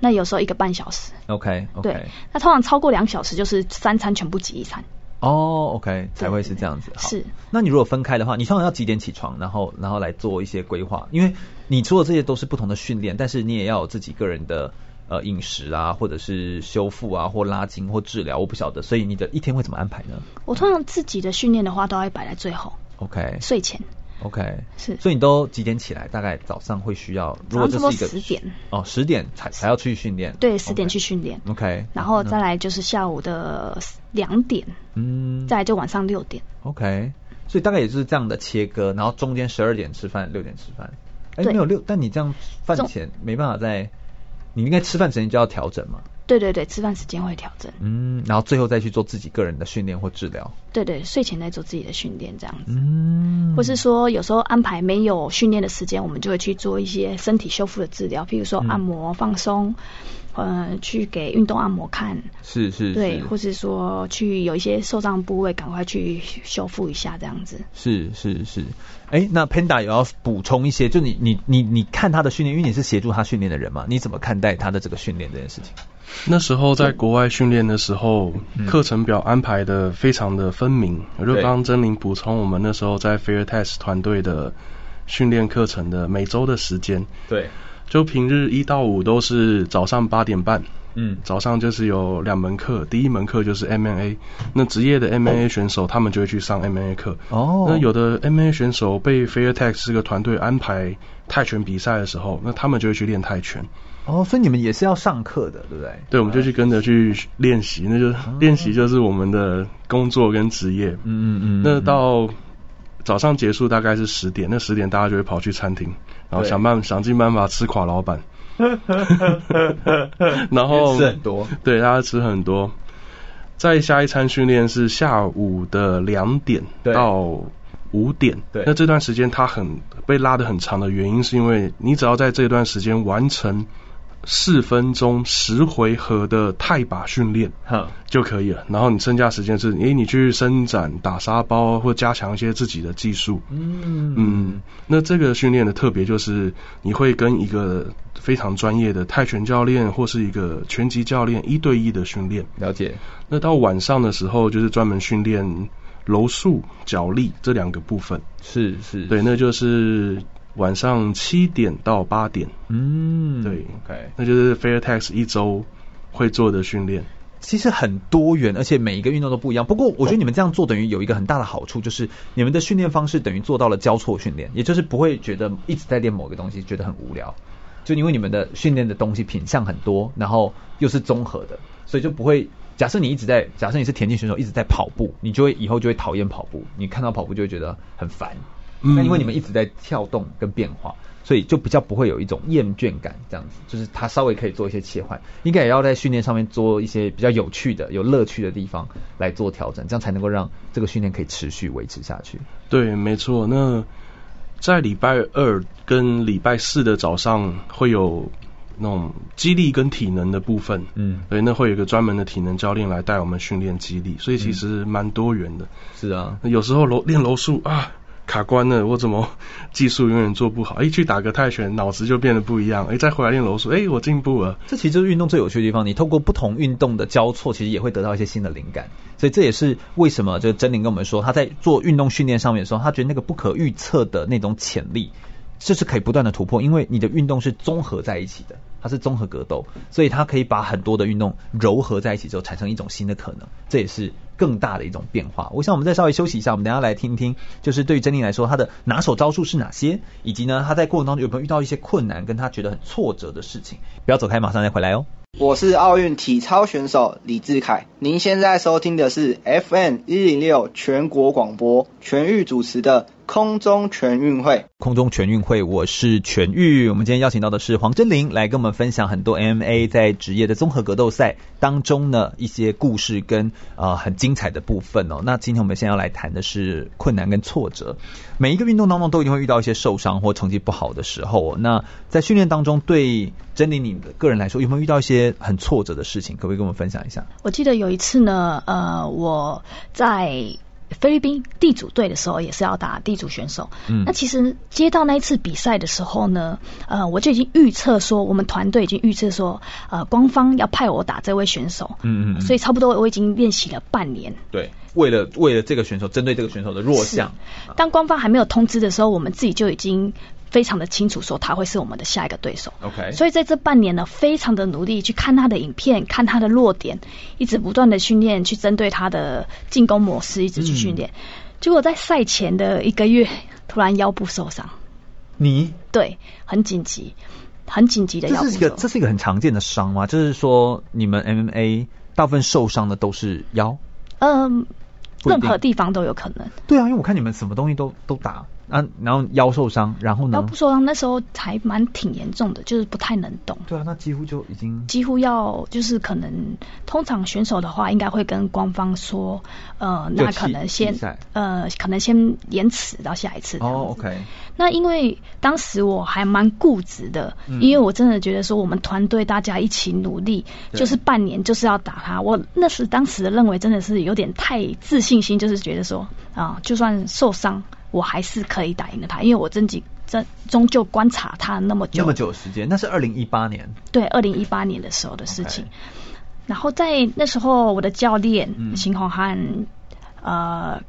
Speaker 2: 那有时候一个半小时。
Speaker 1: ，OK
Speaker 2: 对
Speaker 1: OK，，
Speaker 2: 那通常超过两小时就是三餐全部挤一餐。
Speaker 1: 哦 OK 才会是
Speaker 2: 对
Speaker 1: 这样子。好
Speaker 2: 是，
Speaker 1: 那你如果分开的话，你通常要几点起床，然后然后来做一些规划？因为你做的这些都是不同的训练，但是你也要有自己个人的呃饮食啊，或者是修复啊，或拉筋或治疗，我不晓得，所以你的一天会怎么安排呢
Speaker 2: 我通常自己的训练的话都会摆在最后，
Speaker 1: ？OK
Speaker 2: 睡前
Speaker 1: OK，
Speaker 2: 是
Speaker 1: 所以你都几点起来？大概早上会需要，如果
Speaker 2: 嗯
Speaker 1: 这
Speaker 2: 早上
Speaker 1: 是一
Speaker 2: 差
Speaker 1: 个
Speaker 2: 不多10点
Speaker 1: 哦，十点才才要去训练，
Speaker 2: 对十点去训练
Speaker 1: OK，
Speaker 2: 然后再来就是下午的两点，
Speaker 1: 嗯
Speaker 2: 再来就晚上六点。
Speaker 1: OK，所以大概也就是这样的切割，然后中间十二点吃饭，六点吃饭。哎，
Speaker 2: 对
Speaker 1: 没有六，但你这样饭
Speaker 2: 中
Speaker 1: 前没办法在，你应该吃饭时间就要调整嘛。
Speaker 2: 对对对，吃饭时间会调整。
Speaker 1: 嗯，然后最后再去做自己个人的训练或治疗。
Speaker 2: 对对，睡前再做自己的训练这样子。
Speaker 1: 嗯，
Speaker 2: 或是说有时候安排没有训练的时间，我们就会去做一些身体修复的治疗，譬如说
Speaker 1: 嗯
Speaker 2: 按摩、放松，呃，去给运动按摩看，
Speaker 1: 是是
Speaker 2: 对，
Speaker 1: 是
Speaker 2: 或是说去有一些受伤部位赶快去修复一下这样子。
Speaker 1: 是是是。哎，那 Panda 也要补充一些，就你你你你看他的训练，因为你是协助他训练的人嘛，你怎么看待他的这个训练这件事情？
Speaker 3: 那时候在国外训练的时候
Speaker 1: 嗯，
Speaker 3: 课程表安排的非常的分明。我就
Speaker 1: 对
Speaker 3: 刚刚真玲补充，我们那时候在 Fair Test 团队的训练课程的每周的时间，
Speaker 1: 对，
Speaker 3: 就平日一到五都是早上八点半，
Speaker 1: 嗯
Speaker 3: 早上就是有两门课，第一门课就是 MMA，那职业的 MMA 选手他们就会去上 MMA 课。
Speaker 1: 哦
Speaker 3: 那有的 MMA 选手被 Fairtex 这个团队安排泰拳比赛的时候，那他们就会去练泰拳。
Speaker 1: 哦，所以你们也是要上课的，对不对？啊
Speaker 3: 对，我们就去跟着去练习，那就练习就是我们的工作跟职业。
Speaker 1: 嗯嗯嗯。
Speaker 3: 那到早上结束大概是十点，那十点大家就会跑去餐厅，然后
Speaker 1: 对
Speaker 3: 想办想尽办法吃垮 老板，然后
Speaker 1: 吃很多，
Speaker 3: 对，大家吃很多。在下一餐训练是下午的两点
Speaker 1: 对
Speaker 3: 到五点。
Speaker 1: 对
Speaker 3: 那这段时间它很被拉得很长的原因，是因为你只要在这段时间完成四分钟十回合的泰把训练
Speaker 1: 哼，
Speaker 3: 就可以了。然后你剩下时间是，诶，你去伸展、打沙包或加强一些自己的技术。
Speaker 1: 嗯
Speaker 3: 嗯，那这个训练的特别就是你会跟一个非常专业的泰拳教练或是一个拳击教练一对一的训练。
Speaker 1: 了解，
Speaker 3: 那到晚上的时候，就是专门训练柔术、脚力这两个部分。
Speaker 1: 是是，
Speaker 3: 对，那就是晚上七点到八点，
Speaker 1: 嗯，
Speaker 3: 对
Speaker 1: ，OK，
Speaker 3: 那就是 Fairtex 一周会做的训练。
Speaker 1: 其实很多元，而且每一个运动都不一样。不过我觉得你们这样做等于有一个很大的好处，就是你们的训练方式等于做到了交错训练，也就是不会觉得一直在练某个东西觉得很无聊，就因为你们的训练的东西品相很多，然后又是综合的，所以就不会。假设你一直在，假设你是田径选手，一直在跑步，你就会以后就会讨厌跑步，你看到跑步就会觉得很烦。
Speaker 3: 嗯
Speaker 1: 那因为你们一直在跳动跟变化，所以就比较不会有一种厌倦感，这样子，就是它稍微可以做一些切换，应该也要在训练上面做一些比较有趣的、有乐趣的地方来做调整，这样才能够让这个训练可以持续维持下去。
Speaker 3: 对，没错。那在礼拜二跟礼拜四的早上会有那种肌力跟体能的部分。
Speaker 1: 嗯，
Speaker 3: 对，那会有一个专门的体能教练来带我们训练肌力，所以其实蛮多元的。
Speaker 1: 是啊，
Speaker 3: 有时候柔练柔术啊卡关了，我怎么技术永远做不好？哎，去打个泰拳，脑子就变得不一样。哎，再回来练柔术，哎，我进步了。
Speaker 1: 这其实就是运动最有趣的地方。你透过不同运动的交错，其实也会得到一些新的灵感。所以这也是为什么就是真玲跟我们说，她在做运动训练上面的时候，她觉得那个不可预测的那种潜力，这是可以不断的突破，因为你的运动是综合在一起的，它是综合格斗，所以它可以把很多的运动糅合在一起之后，产生一种新的可能。这也是更大的一种变化。我想我们再稍微休息一下，我们等一下来听听，就是对于珍妮来说，她的拿手招数是哪些，以及呢，她在过程当中有没有遇到一些困难，跟她觉得很挫折的事情。不要走开，马上再回来哦。
Speaker 7: 我是奥运体操选手李志凯。您现在收听的是 FM 一零六全国广播全域主持的空中全运会。
Speaker 1: 空中全运会，我是全玉。我们今天邀请到的是黄真玲来跟我们分享很多 MMA 在职业的综合格斗赛当中呢一些故事跟呃很精彩的部分哦。那今天我们先要来谈的是困难跟挫折。每一个运动当中都一定会遇到一些受伤或成绩不好的时候、哦。那在训练当中，对真玲你的个人来说，有没有遇到一些很挫折的事情？可不可以跟我们分享一下？
Speaker 2: 我记得有一次呢，呃，我在菲律宾地主队的时候，也是要打地主选手。
Speaker 1: 嗯
Speaker 2: 那其实接到那一次比赛的时候呢，呃，我就已经预测说，我们团队已经预测说，呃，官方要派我打这位选手。
Speaker 1: 嗯嗯嗯
Speaker 2: 所以差不多我已经练习了半年。
Speaker 1: 对，为了为了这个选手，针对这个选手的弱项，
Speaker 2: 当官方还没有通知的时候，我们自己就已经非常的清楚说他会是我们的下一个对手。
Speaker 1: OK
Speaker 2: 所以在这半年呢，非常的努力去看他的影片，看他的弱点，一直不断的训练，去针对他的进攻模式，一直去训
Speaker 1: 嗯
Speaker 2: 练。结果在赛前的一个月，突然腰部受伤，
Speaker 1: 你
Speaker 2: 对，很紧急，很紧急的腰
Speaker 1: 这
Speaker 2: 部
Speaker 1: 是一个
Speaker 2: 受
Speaker 1: 这是一个很常见的伤吗？就是说你们 MMA 大部分受伤的都是腰？
Speaker 2: 嗯，
Speaker 1: 不一定
Speaker 2: 任何地方都有可能。
Speaker 1: 对啊，因为我看你们什么东西都都打啊，然后腰受伤，然后
Speaker 2: 腰
Speaker 1: 呢
Speaker 2: 部？受伤那时候还蛮挺严重的，就是不太能动。
Speaker 1: 对啊，那几乎就已经
Speaker 2: 几乎要就是可能，通常选手的话应该会跟官方说，呃，
Speaker 1: 就
Speaker 2: 那可
Speaker 1: 弃
Speaker 2: 能
Speaker 1: 弃
Speaker 2: 先
Speaker 1: 赛
Speaker 2: 呃，可能先延迟到下一次这样子。
Speaker 1: 哦，OK，
Speaker 2: 那因为当时我还蛮固执的，
Speaker 1: 嗯
Speaker 2: 因为我真的觉得说我们团队大家一起努力，
Speaker 1: 对
Speaker 2: 就是半年就是要打他。我那时当时的认为真的是有点太自信心，就是觉得说啊、就算受伤我还是可以打赢了他，因为我自己真终究观察他那么久，
Speaker 1: 那么久的时间，那是二零一八年，
Speaker 2: 对，二零一八年的时候的事情。
Speaker 1: OK
Speaker 2: 然后在那时候，我的教练
Speaker 1: 嗯
Speaker 2: 邢宏汉，呃。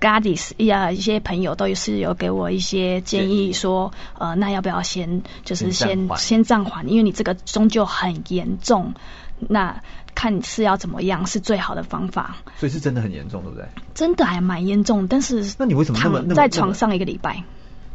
Speaker 2: Gadis 呀，一些朋友都是有给我一些建
Speaker 1: 建
Speaker 2: 议
Speaker 1: 议
Speaker 2: 说，呃，那要不要先就是
Speaker 1: 先暂
Speaker 2: 先
Speaker 1: 缓
Speaker 2: 先暂缓，因为你这个终究很严重，那看是要怎么样是最好的方法。
Speaker 1: 所以是真的很严重，对不对？
Speaker 2: 真的还蛮严重，但是
Speaker 1: 那你为什么那么那
Speaker 2: 躺在
Speaker 1: 么那么
Speaker 2: 床上一个礼拜？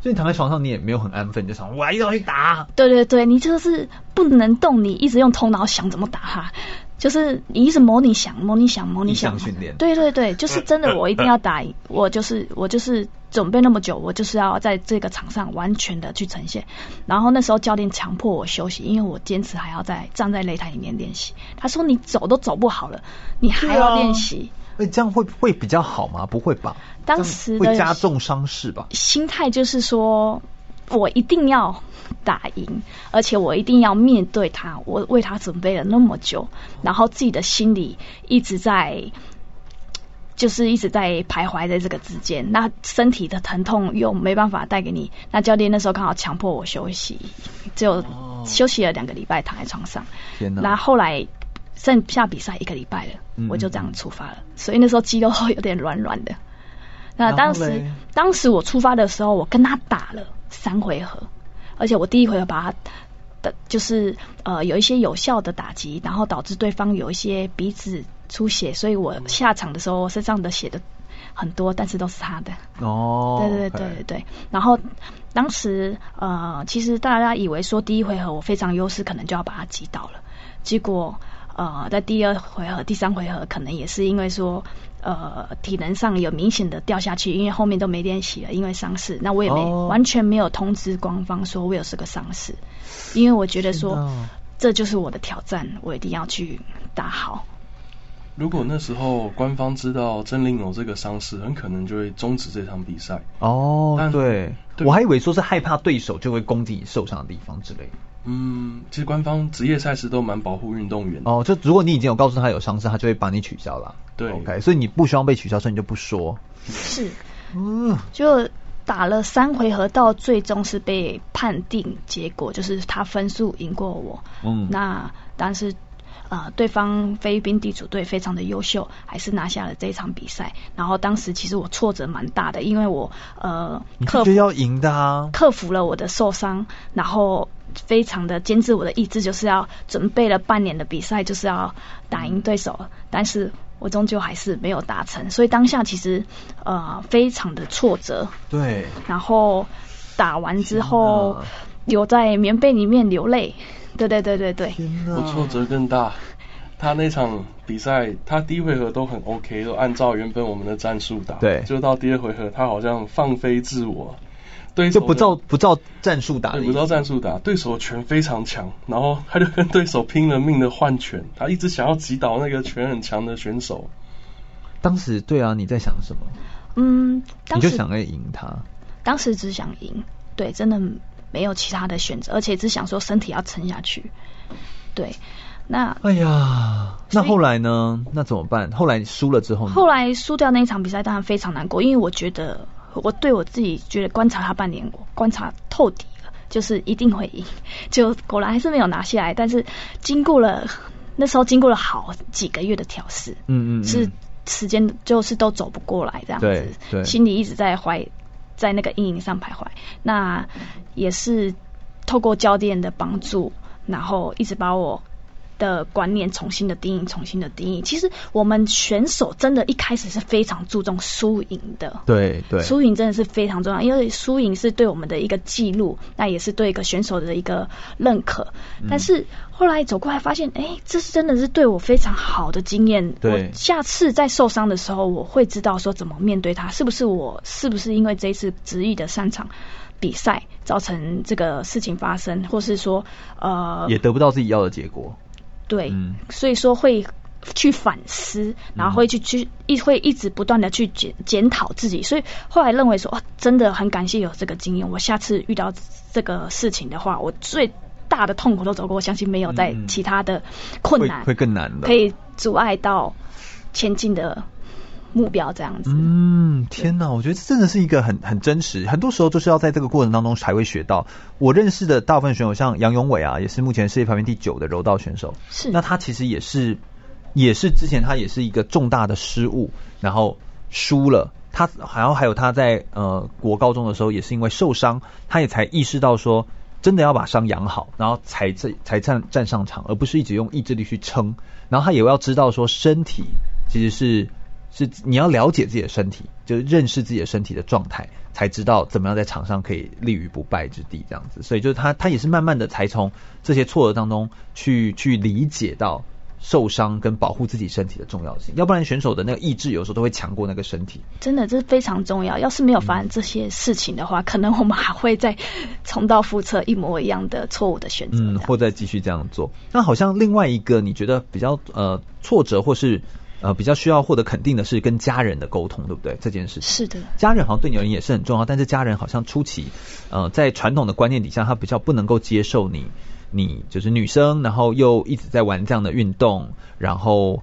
Speaker 1: 所以你躺在床上，你也没有很安分，你就想我还要去打，
Speaker 2: 对对对，你就是不能动，你一直用头脑想怎么打他，就是你一直模拟想，模拟想，模拟
Speaker 1: 意
Speaker 2: 想。
Speaker 1: 向训练
Speaker 2: 对对对，就是真的，我一定要打赢，我就是我就是准备那么久，我就是要在这个场上完全的去呈现。然后那时候教练强迫我休息，因为我坚持还要在站在擂台里面练习。他说你走都走不好了，你还要
Speaker 1: 啊
Speaker 2: 练习。
Speaker 1: 那这样会会比较好吗？不会吧？
Speaker 2: 当时
Speaker 1: 这样
Speaker 2: 的
Speaker 1: 会加重伤势吧？
Speaker 2: 心态就是说我一定要打赢，而且我一定要面对他。我为他准备了那么久，然后自己的心里一直在。就是一直在徘徊在这个之间，那身体的疼痛又没办法带给你，那教练那时候刚好强迫我休息，只有休息了两个礼拜躺在床上，
Speaker 1: 天哪！
Speaker 2: 那后来剩下比赛一个礼拜了，
Speaker 1: 嗯
Speaker 2: 我就这样出发了，所以那时候肌肉会有点软软的。那当
Speaker 1: 嗯然后
Speaker 2: 时
Speaker 1: 嘞
Speaker 2: 当时我出发的时候，我跟他打了三回合，而且我第一回合把他的就是呃有一些有效的打击，然后导致对方有一些鼻子出血，所以我下场的时候身上的血的很多，但是都是他的。
Speaker 1: 哦，
Speaker 2: 对对对对对对。然后当时呃，其实大家以为说第一回合我非常优势，可能就要把他击倒了，结果呃，在第二回合、第三回合，可能也是因为说。呃，体能上有明显的掉下去，因为后面都没练习了，因为伤势。那我也没、
Speaker 1: 哦
Speaker 2: 完全没有通知官方说我有这个伤势，因为我觉得
Speaker 1: 天
Speaker 2: 说
Speaker 1: 哪
Speaker 2: 这就是我的挑战，我一定要去打好。
Speaker 3: 如果那时候官方知道真令有这个伤势，很可能就会终止这场比赛。
Speaker 1: 哦，
Speaker 3: 但
Speaker 1: 对，
Speaker 3: 对
Speaker 1: 我还以为说是害怕对手就会攻击你受伤的地方之类的。
Speaker 3: 嗯，其实官方职业赛事都蛮保护运动员的。
Speaker 1: 哦，就如果你已经有告诉他有伤势，他就会把你取消啦。
Speaker 3: 对
Speaker 1: ，OK，所以你不希望被取消，所以你就不说。
Speaker 2: 是，
Speaker 1: 嗯，
Speaker 2: 就打了三回合，到最终是被判定结果，就是他分数赢过我。
Speaker 1: 嗯
Speaker 2: 那但是呃，对方菲律宾地主队非常的优秀，还是拿下了这一场比赛。然后当时其实我挫折蛮大的，因为我呃
Speaker 1: 你
Speaker 2: 克
Speaker 1: 就
Speaker 2: 服
Speaker 1: 是要赢的啊。
Speaker 2: 克服了我的受伤，然后非常的坚持我的意志，就是要准备了半年的比赛，就是要打赢对手，但是我终究还是没有达成，所以当下其实呃非常的挫折，
Speaker 1: 对，
Speaker 2: 然后打完之后
Speaker 1: 天哪
Speaker 2: 有在棉被里面流泪，对对对对对，
Speaker 1: 天
Speaker 3: 我挫折更大。他那场比赛，他第一回合都很 OK，都按照原本我们的战术打。
Speaker 1: 对
Speaker 3: 就到第二回合，他好像放飞自我，对手
Speaker 1: 就
Speaker 3: 的
Speaker 1: 不照不照战术打的
Speaker 3: 对
Speaker 1: 意
Speaker 3: 不
Speaker 1: 思，
Speaker 3: 照战术打，对手拳非常强，然后他就跟对手拼了命的换拳，他一直想要击倒那个拳很强的选手。
Speaker 1: 当时对啊，你在想什么？
Speaker 2: 嗯，当
Speaker 1: 你就
Speaker 2: 时
Speaker 1: 想要赢他。
Speaker 2: 当时只想赢，对，真的没有其他的选择，而且只想说身体要撑下去，对，那。
Speaker 1: 哎呀，那后来呢？那怎么办？后来你输了之后呢？
Speaker 2: 后来输掉那一场比赛，当然非常难过，因为我觉得我对我自己觉得观察他半年，我观察透底了，就是一定会赢， 就果然还是没有拿下来。但是经过了那时候，经过了好几个月的调试，
Speaker 1: 嗯嗯嗯
Speaker 2: 是时间就是都走不过来这样
Speaker 1: 对
Speaker 2: 子，
Speaker 1: 对
Speaker 2: 心里一直在怀，在那个阴影上徘徊。那也是透过教练的帮助，然后一直把我的观念重新的定义，重新的定义。其实我们选手真的一开始是非常注重输赢的。
Speaker 1: 对对，
Speaker 2: 输赢真的是非常重要，因为输赢是对我们的一个记录，那也是对一个选手的一个认可。
Speaker 1: 嗯
Speaker 2: 但是后来走过来发现，哎、这是真的是对我非常好的经验。
Speaker 1: 对
Speaker 2: 我下次在受伤的时候，我会知道说怎么面对它，是不是我是不是因为这一次执意的上场比赛造成这个事情发生，或是说呃
Speaker 1: 也得不到自己要的结果。
Speaker 2: 对，
Speaker 1: 嗯
Speaker 2: 所以说会去反思，然后会去去一会一直不断的去检检讨自己，所以后来认为说，哦，真的很感谢有这个经验，我下次遇到这个事情的话，我最大的痛苦都走过，我相信没有在
Speaker 1: 嗯嗯
Speaker 2: 其他的困
Speaker 1: 会
Speaker 2: 难
Speaker 1: 会更难的
Speaker 2: 可以阻碍到前进的目标这样子。
Speaker 1: 嗯，天哪，我觉得这真的是一个很很真实，很多时候就是要在这个过程当中才会学到。我认识的大部分选手，像杨永伟啊，也是目前世界排名第九的柔道选手。
Speaker 2: 是
Speaker 1: 那他其实也是，也是之前他也是一个重大的失误，然后输了。他然后还有他在呃国高中的时候，也是因为受伤，他也才意识到说，真的要把伤养好，然后才这才站站上场，而不是一直用意志力去撑。然后他也要知道说，身体其实是是你要了解自己的身体，就是认识自己的身体的状态，才知道怎么样在场上可以立于不败之地这样子。所以就是他他也是慢慢的才从这些挫折当中去去理解到受伤跟保护自己身体的重要性，要不然选手的那个意志有时候都会强过那个身体。
Speaker 2: 真的，这是非常重要。要是没有发生这些事情的
Speaker 1: 嗯
Speaker 2: 话，可能我们还会再重蹈覆辙，一模一样的错误的选择。
Speaker 1: 嗯，或再继续这样做。那好像另外一个你觉得比较呃挫折或是呃比较需要获得肯定的是跟家人的沟通，对不对？这件事情
Speaker 2: 是的，
Speaker 1: 家人好像对你而言也是很重要，但是家人好像初期呃在传统的观念底下，他比较不能够接受你你就是女生，然后又一直在玩这样的运动，然后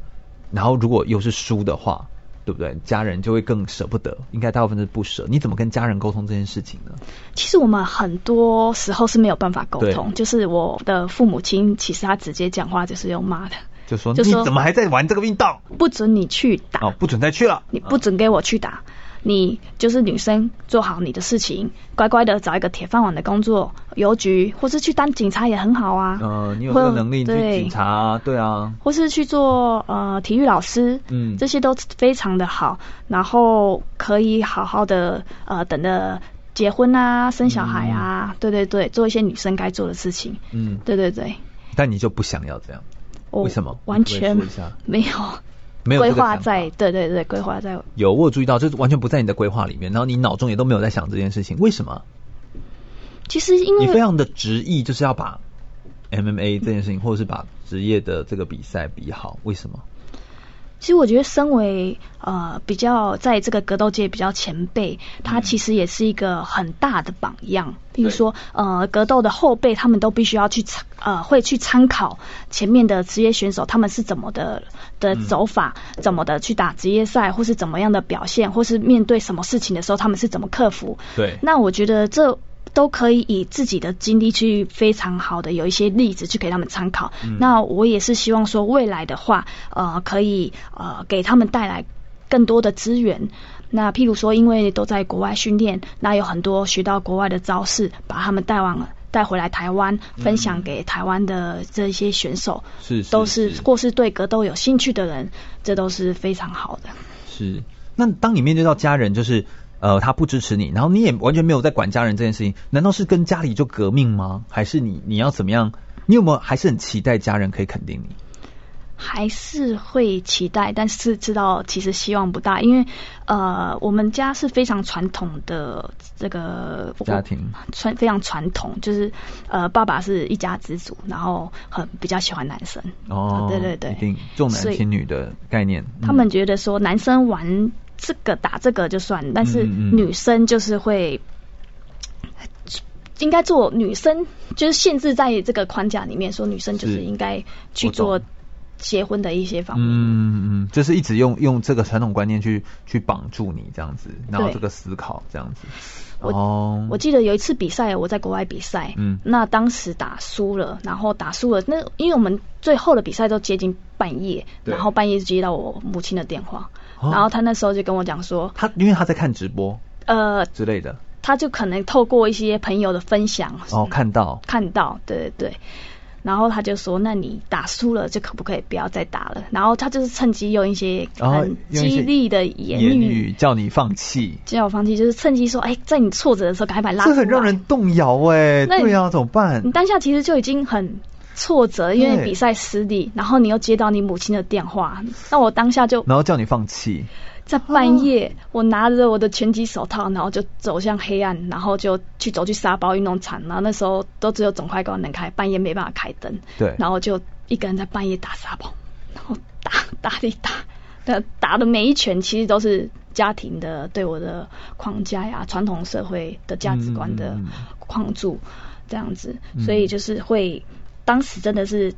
Speaker 1: 然后如果又是输的话。对不对？家人就会更舍不得，应该大部分是不舍。你怎么跟家人沟通这件事情呢？
Speaker 2: 其实我们很多时候是没有办法沟
Speaker 1: 对
Speaker 2: 通，就是我的父母亲，其实他直接讲话就是用骂的，
Speaker 1: 就说
Speaker 2: 就说
Speaker 1: 你怎么还在玩这个运动？
Speaker 2: 不准你去打，
Speaker 1: 哦，不准再去了。
Speaker 2: 你不准给我去打，你就是女生，做好你的事情，乖乖的找一个铁饭碗的工作，邮局或是去当警察也很好啊。
Speaker 1: 呃，你有这个
Speaker 2: 或
Speaker 1: 能力你去
Speaker 2: 对
Speaker 1: 警察啊，对啊，
Speaker 2: 或是去做呃体育老师，
Speaker 1: 嗯
Speaker 2: 这些都非常的好，然后可以好好的呃等着结婚啊、生小孩啊，对对对，做一些女生该做的事情，
Speaker 1: 嗯，
Speaker 2: 对对对，
Speaker 1: 但你就不想要这样，
Speaker 2: 我
Speaker 1: 为什么
Speaker 2: 完全
Speaker 1: 你可不可以说一下
Speaker 2: 没有
Speaker 1: 没有这
Speaker 2: 规
Speaker 1: 个
Speaker 2: 划
Speaker 1: 想法
Speaker 2: 在，对对对，规划在，
Speaker 1: 有我有注意到，就是完全不在你的规划里面，然后你脑中也都没有在想这件事情，为什么？
Speaker 2: 其实因
Speaker 1: 你非
Speaker 2: 为
Speaker 1: 常的执意就是要把 MMA 这件事情，或者是把职业的这个比赛比好，为什么？
Speaker 2: 其实我觉得，身为呃比较在这个格斗界比较前辈，他其实也是一个很大的榜样。比如说，呃，格斗的后辈，他们都必须要去参呃会去参考前面的职业选手他们是怎么的的走法，怎么的去打职业赛，或是怎么样的表现，或是面对什么事情的时候，他们是怎么克服。
Speaker 1: 对
Speaker 2: 那我觉得这都可以以自己的经历去非常好的有一些例子去给他们参考。
Speaker 1: 嗯
Speaker 2: 那我也是希望说未来的话，呃，可以呃给他们带来更多的资源。那譬如说，因为都在国外训练，那有很多学到国外的招式，把他们带往带回来台湾，分享给台湾的这些选手，
Speaker 1: 嗯是是
Speaker 2: 都是
Speaker 1: 是
Speaker 2: 或是对格斗有兴趣的人，这都是非常好的。
Speaker 1: 是，那当你面对到家人，就是呃，他不支持你，然后你也完全没有在管家人这件事情，难道是跟家里就革命吗？还是你你要怎么样？你有没有还是很期待家人可以肯定你？
Speaker 2: 还是会期待，但是知道其实希望不大，因为呃，我们家是非常传统的这个
Speaker 1: 家庭，
Speaker 2: 传非常传统，就是呃，爸爸是一家之主，然后很比较喜欢男生，
Speaker 1: 哦，
Speaker 2: 啊对对对
Speaker 1: 一定重男
Speaker 2: 所以
Speaker 1: 轻女的概念。嗯
Speaker 2: 他们觉得说男生玩这个打这个就算了，但是
Speaker 1: 嗯嗯嗯
Speaker 2: 女生就是会。应该做女生，就是限制在这个框架里面，说女生就是
Speaker 1: 是
Speaker 2: 应该去
Speaker 1: 我懂
Speaker 2: 做结婚的一些方面。
Speaker 1: 嗯嗯嗯，就是一直用用这个传统观念去去绑住你这样子，然后
Speaker 2: 对
Speaker 1: 这个思考这样子。
Speaker 2: 我
Speaker 1: 哦，
Speaker 2: 我记得有一次比赛，我在国外比赛，
Speaker 1: 嗯
Speaker 2: 那当时打输了，然后打输了，那因为我们最后的比赛都接近半夜，
Speaker 1: 对
Speaker 2: 然后半夜就接到我母亲的电话，
Speaker 1: 哦
Speaker 2: 然后她那时候就跟我讲说，
Speaker 1: 他因为他在看直播
Speaker 2: 呃，
Speaker 1: 之类的，
Speaker 2: 她就可能透过一些朋友的分享，
Speaker 1: 哦，看到
Speaker 2: 看到，对对对。然后他就说：“那你打输了，就可不可以不要再打了？”然后他就是趁机用一些
Speaker 1: 然后
Speaker 2: 很
Speaker 1: 哦用一些
Speaker 2: 激励的
Speaker 1: 言
Speaker 2: 言
Speaker 1: 语叫你放弃，
Speaker 2: 叫我放弃，就是趁机说：“哎，在你挫折的时候，赶快把你拉出
Speaker 1: 这
Speaker 2: 来。”
Speaker 1: 很让人动摇哎、
Speaker 2: 那你
Speaker 1: 对啊，怎么办
Speaker 2: 你？当下其实就已经很挫折，因为
Speaker 1: 对
Speaker 2: 比赛失利，然后你又接到你母亲的电话，那我当下就
Speaker 1: 然后叫你放弃，
Speaker 2: 在半夜，
Speaker 1: 啊
Speaker 2: 我拿着我的拳击手套，然后就走向黑暗，然后就去走去沙包运动场，然后那时候都只有总快关能开，半夜没办法开灯，
Speaker 1: 对
Speaker 2: 然后就一个人在半夜打沙包，然后打打的打，那打的每一拳其实都是家庭的对我的框架呀、传统社会的价值观的
Speaker 1: 嗯嗯嗯
Speaker 2: 框住，这样子，
Speaker 1: 嗯
Speaker 2: 所以就是会当时真的是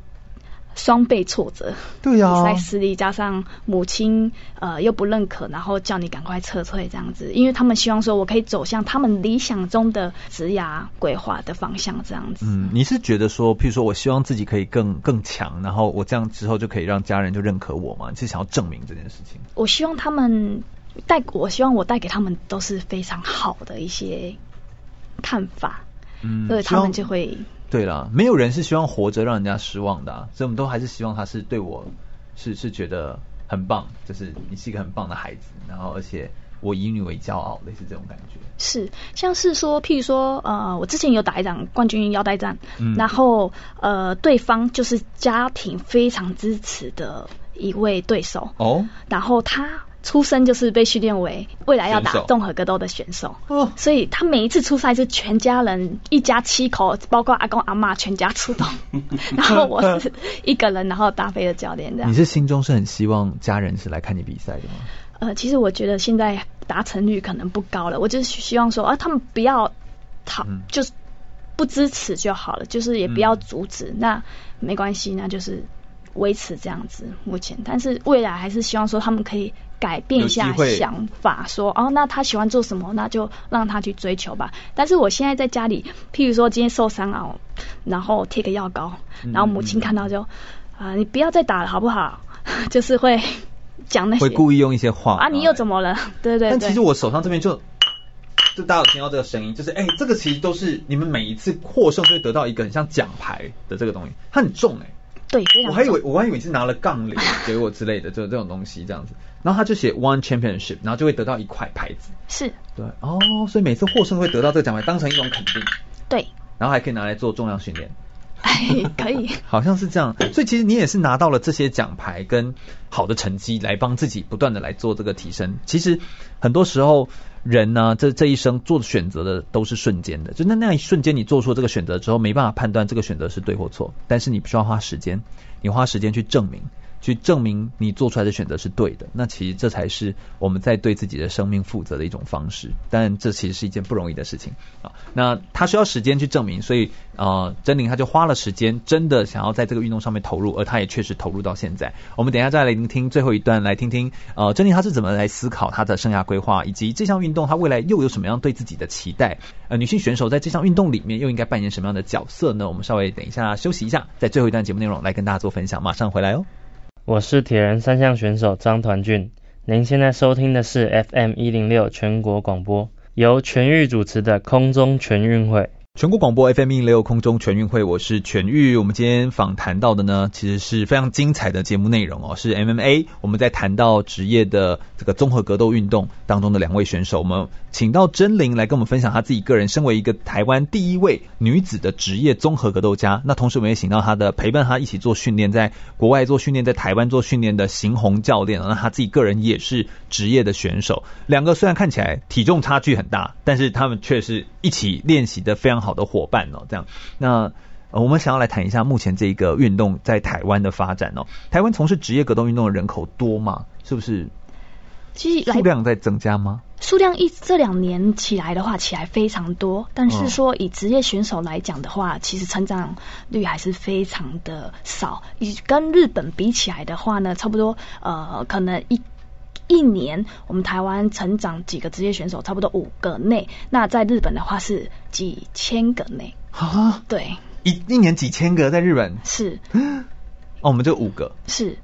Speaker 2: 双倍挫折。
Speaker 1: 对呀、
Speaker 2: 比
Speaker 1: 啊
Speaker 2: 赛，失利，加上母亲呃又不认可，然后叫你赶快撤退这样子，因为他们希望说我可以走向他们理想中的职涯规划的方向这样子。
Speaker 1: 嗯，你是觉得说，譬如说我希望自己可以更更强，然后我这样之后就可以让家人就认可我嘛？你是想要证明这件事情？
Speaker 2: 我希望他们带，我希望我带给他们都是非常好的一些看法，
Speaker 1: 嗯，
Speaker 2: 所以
Speaker 1: 希
Speaker 2: 他
Speaker 1: 望
Speaker 2: 们就会
Speaker 1: 对啦，没有人是希望活着让人家失望的、啊，所以我们都还是希望他是对我是是觉得很棒，就是你是一个很棒的孩子，然后而且我以你为骄傲，类似这种感觉。
Speaker 2: 是，像是说，譬如说，呃，我之前有打一场冠军腰带战，
Speaker 1: 嗯
Speaker 2: 然后呃，对方就是家庭非常支持的一位对手，
Speaker 1: 哦，
Speaker 2: 然后他出生就是被训练为未来要打
Speaker 1: 选手
Speaker 2: 综合格斗的选手，
Speaker 1: 哦
Speaker 2: 所以他每一次出赛是全家人一家七口，包括阿公阿妈全家出 动，然后我是一个人，然后搭配的教练这样
Speaker 1: 你。是心中是很希望家人是来看你比赛的吗？
Speaker 2: 呃，其实我觉得现在达成率可能不高了，我就是希望说啊，他们不要讨，
Speaker 1: 嗯
Speaker 2: 就是不支持就好了，就是也不要阻止，那没关系，那就是维持这样子目前，但是未来还是希望说他们可以改变一
Speaker 1: 有
Speaker 2: 下
Speaker 1: 机会
Speaker 2: 想法，说哦，那他喜欢做什么，那就让他去追求吧。但是我现在在家里，譬如说今天受伤啊，然后贴个药膏，
Speaker 1: 嗯
Speaker 2: 然后母亲看到就啊、你不要再打了好不好？ 就是会讲那些
Speaker 1: 会故意用一些话
Speaker 2: 啊，你又怎
Speaker 1: 么？
Speaker 2: 么了？ 对对对。
Speaker 1: 但其实我手上这边就，就大家有听到这个声音，就是哎、这个其实都是你们每一次获胜就会得到一个很像奖牌的这个东西，它很重哎、
Speaker 2: 对，非常
Speaker 1: 我还以为我还以为你是拿了 杠铃给我之类的，就这种东西这样子。然后他就写 One Championship，然后就会得到一块牌子。
Speaker 2: 是，
Speaker 1: 对，哦，所以每次获胜会得到这个奖牌，当成一种肯定，
Speaker 2: 对，
Speaker 1: 然后还可以拿来做重量训练，
Speaker 2: 哎，可以，
Speaker 1: 好像是这样。所以其实你也是拿到了这些奖牌跟好的成绩，来帮自己不断的来做这个提升。其实很多时候人呢、这这一生做选择的都是瞬间的，就那那一瞬间你做出这个选择之后，没办法判断这个选择是对或错，但是你必须要花时间，你花时间去证明。去证明你做出来的选择是对的，那其实这才是我们在对自己的生命负责的一种方式。但这其实是一件不容易的事情啊。那他需要时间去证明，所以呃，真玲她就花了时间，真的想要在这个运动上面投入，而她也确实投入到现在。我们等一下再来聆听最后一段，来听听呃，珍妮她是怎么来思考她的生涯规划，以及这项运动她未来又有什么样对自己的期待？呃，女性选手在这项运动里面又应该扮演什么样的角色呢？我们稍微等一下休息一下，在最后一段节目内容来跟大家做分享，马上回来哦。
Speaker 8: 我是铁人三项选手张团俊。您现在收听的是 FM 一零六全国广播，由全域主持的空中全运会。
Speaker 1: 全国广播 FM 一六空中全运会，我是全玉。我们今天访谈到的呢，其实是非常精彩的节目内容哦，是 MMA。我们在谈到职业的这个综合格斗运动当中的两位选手，我们请到真玲来跟我们分享她自己个人身为一个台湾第一位女子的职业综合格斗家。那同时我们也请到她的陪伴她一起做训练，在国外做训练，在台湾做训练的邢红教练哦，那她自己个人也是职业的选手。两个虽然看起来体重差距很大，但是他们却是一起练习的非常好的伙伴哦。这样，那、呃我们想要来谈一下目前这个运动在台湾的发展哦。台湾从事职业格斗运动的人口多吗？是不是
Speaker 2: 其实
Speaker 1: 数
Speaker 2: 来
Speaker 1: 量在增加吗？
Speaker 2: 数量一这两年起来的话，起来非常多，但
Speaker 1: 嗯
Speaker 2: 是说以职业选手来讲的话，其实成长率还是非常的少。以跟日本比起来的话呢，差不多呃，可能一。一年，我们台湾成长几个职业选手，差不多五个内。那在日本的话是几千个内，
Speaker 1: 啊，
Speaker 2: 对，
Speaker 1: 一一年几千个在日本
Speaker 2: 是
Speaker 1: 哦，我们就五个。
Speaker 2: 是。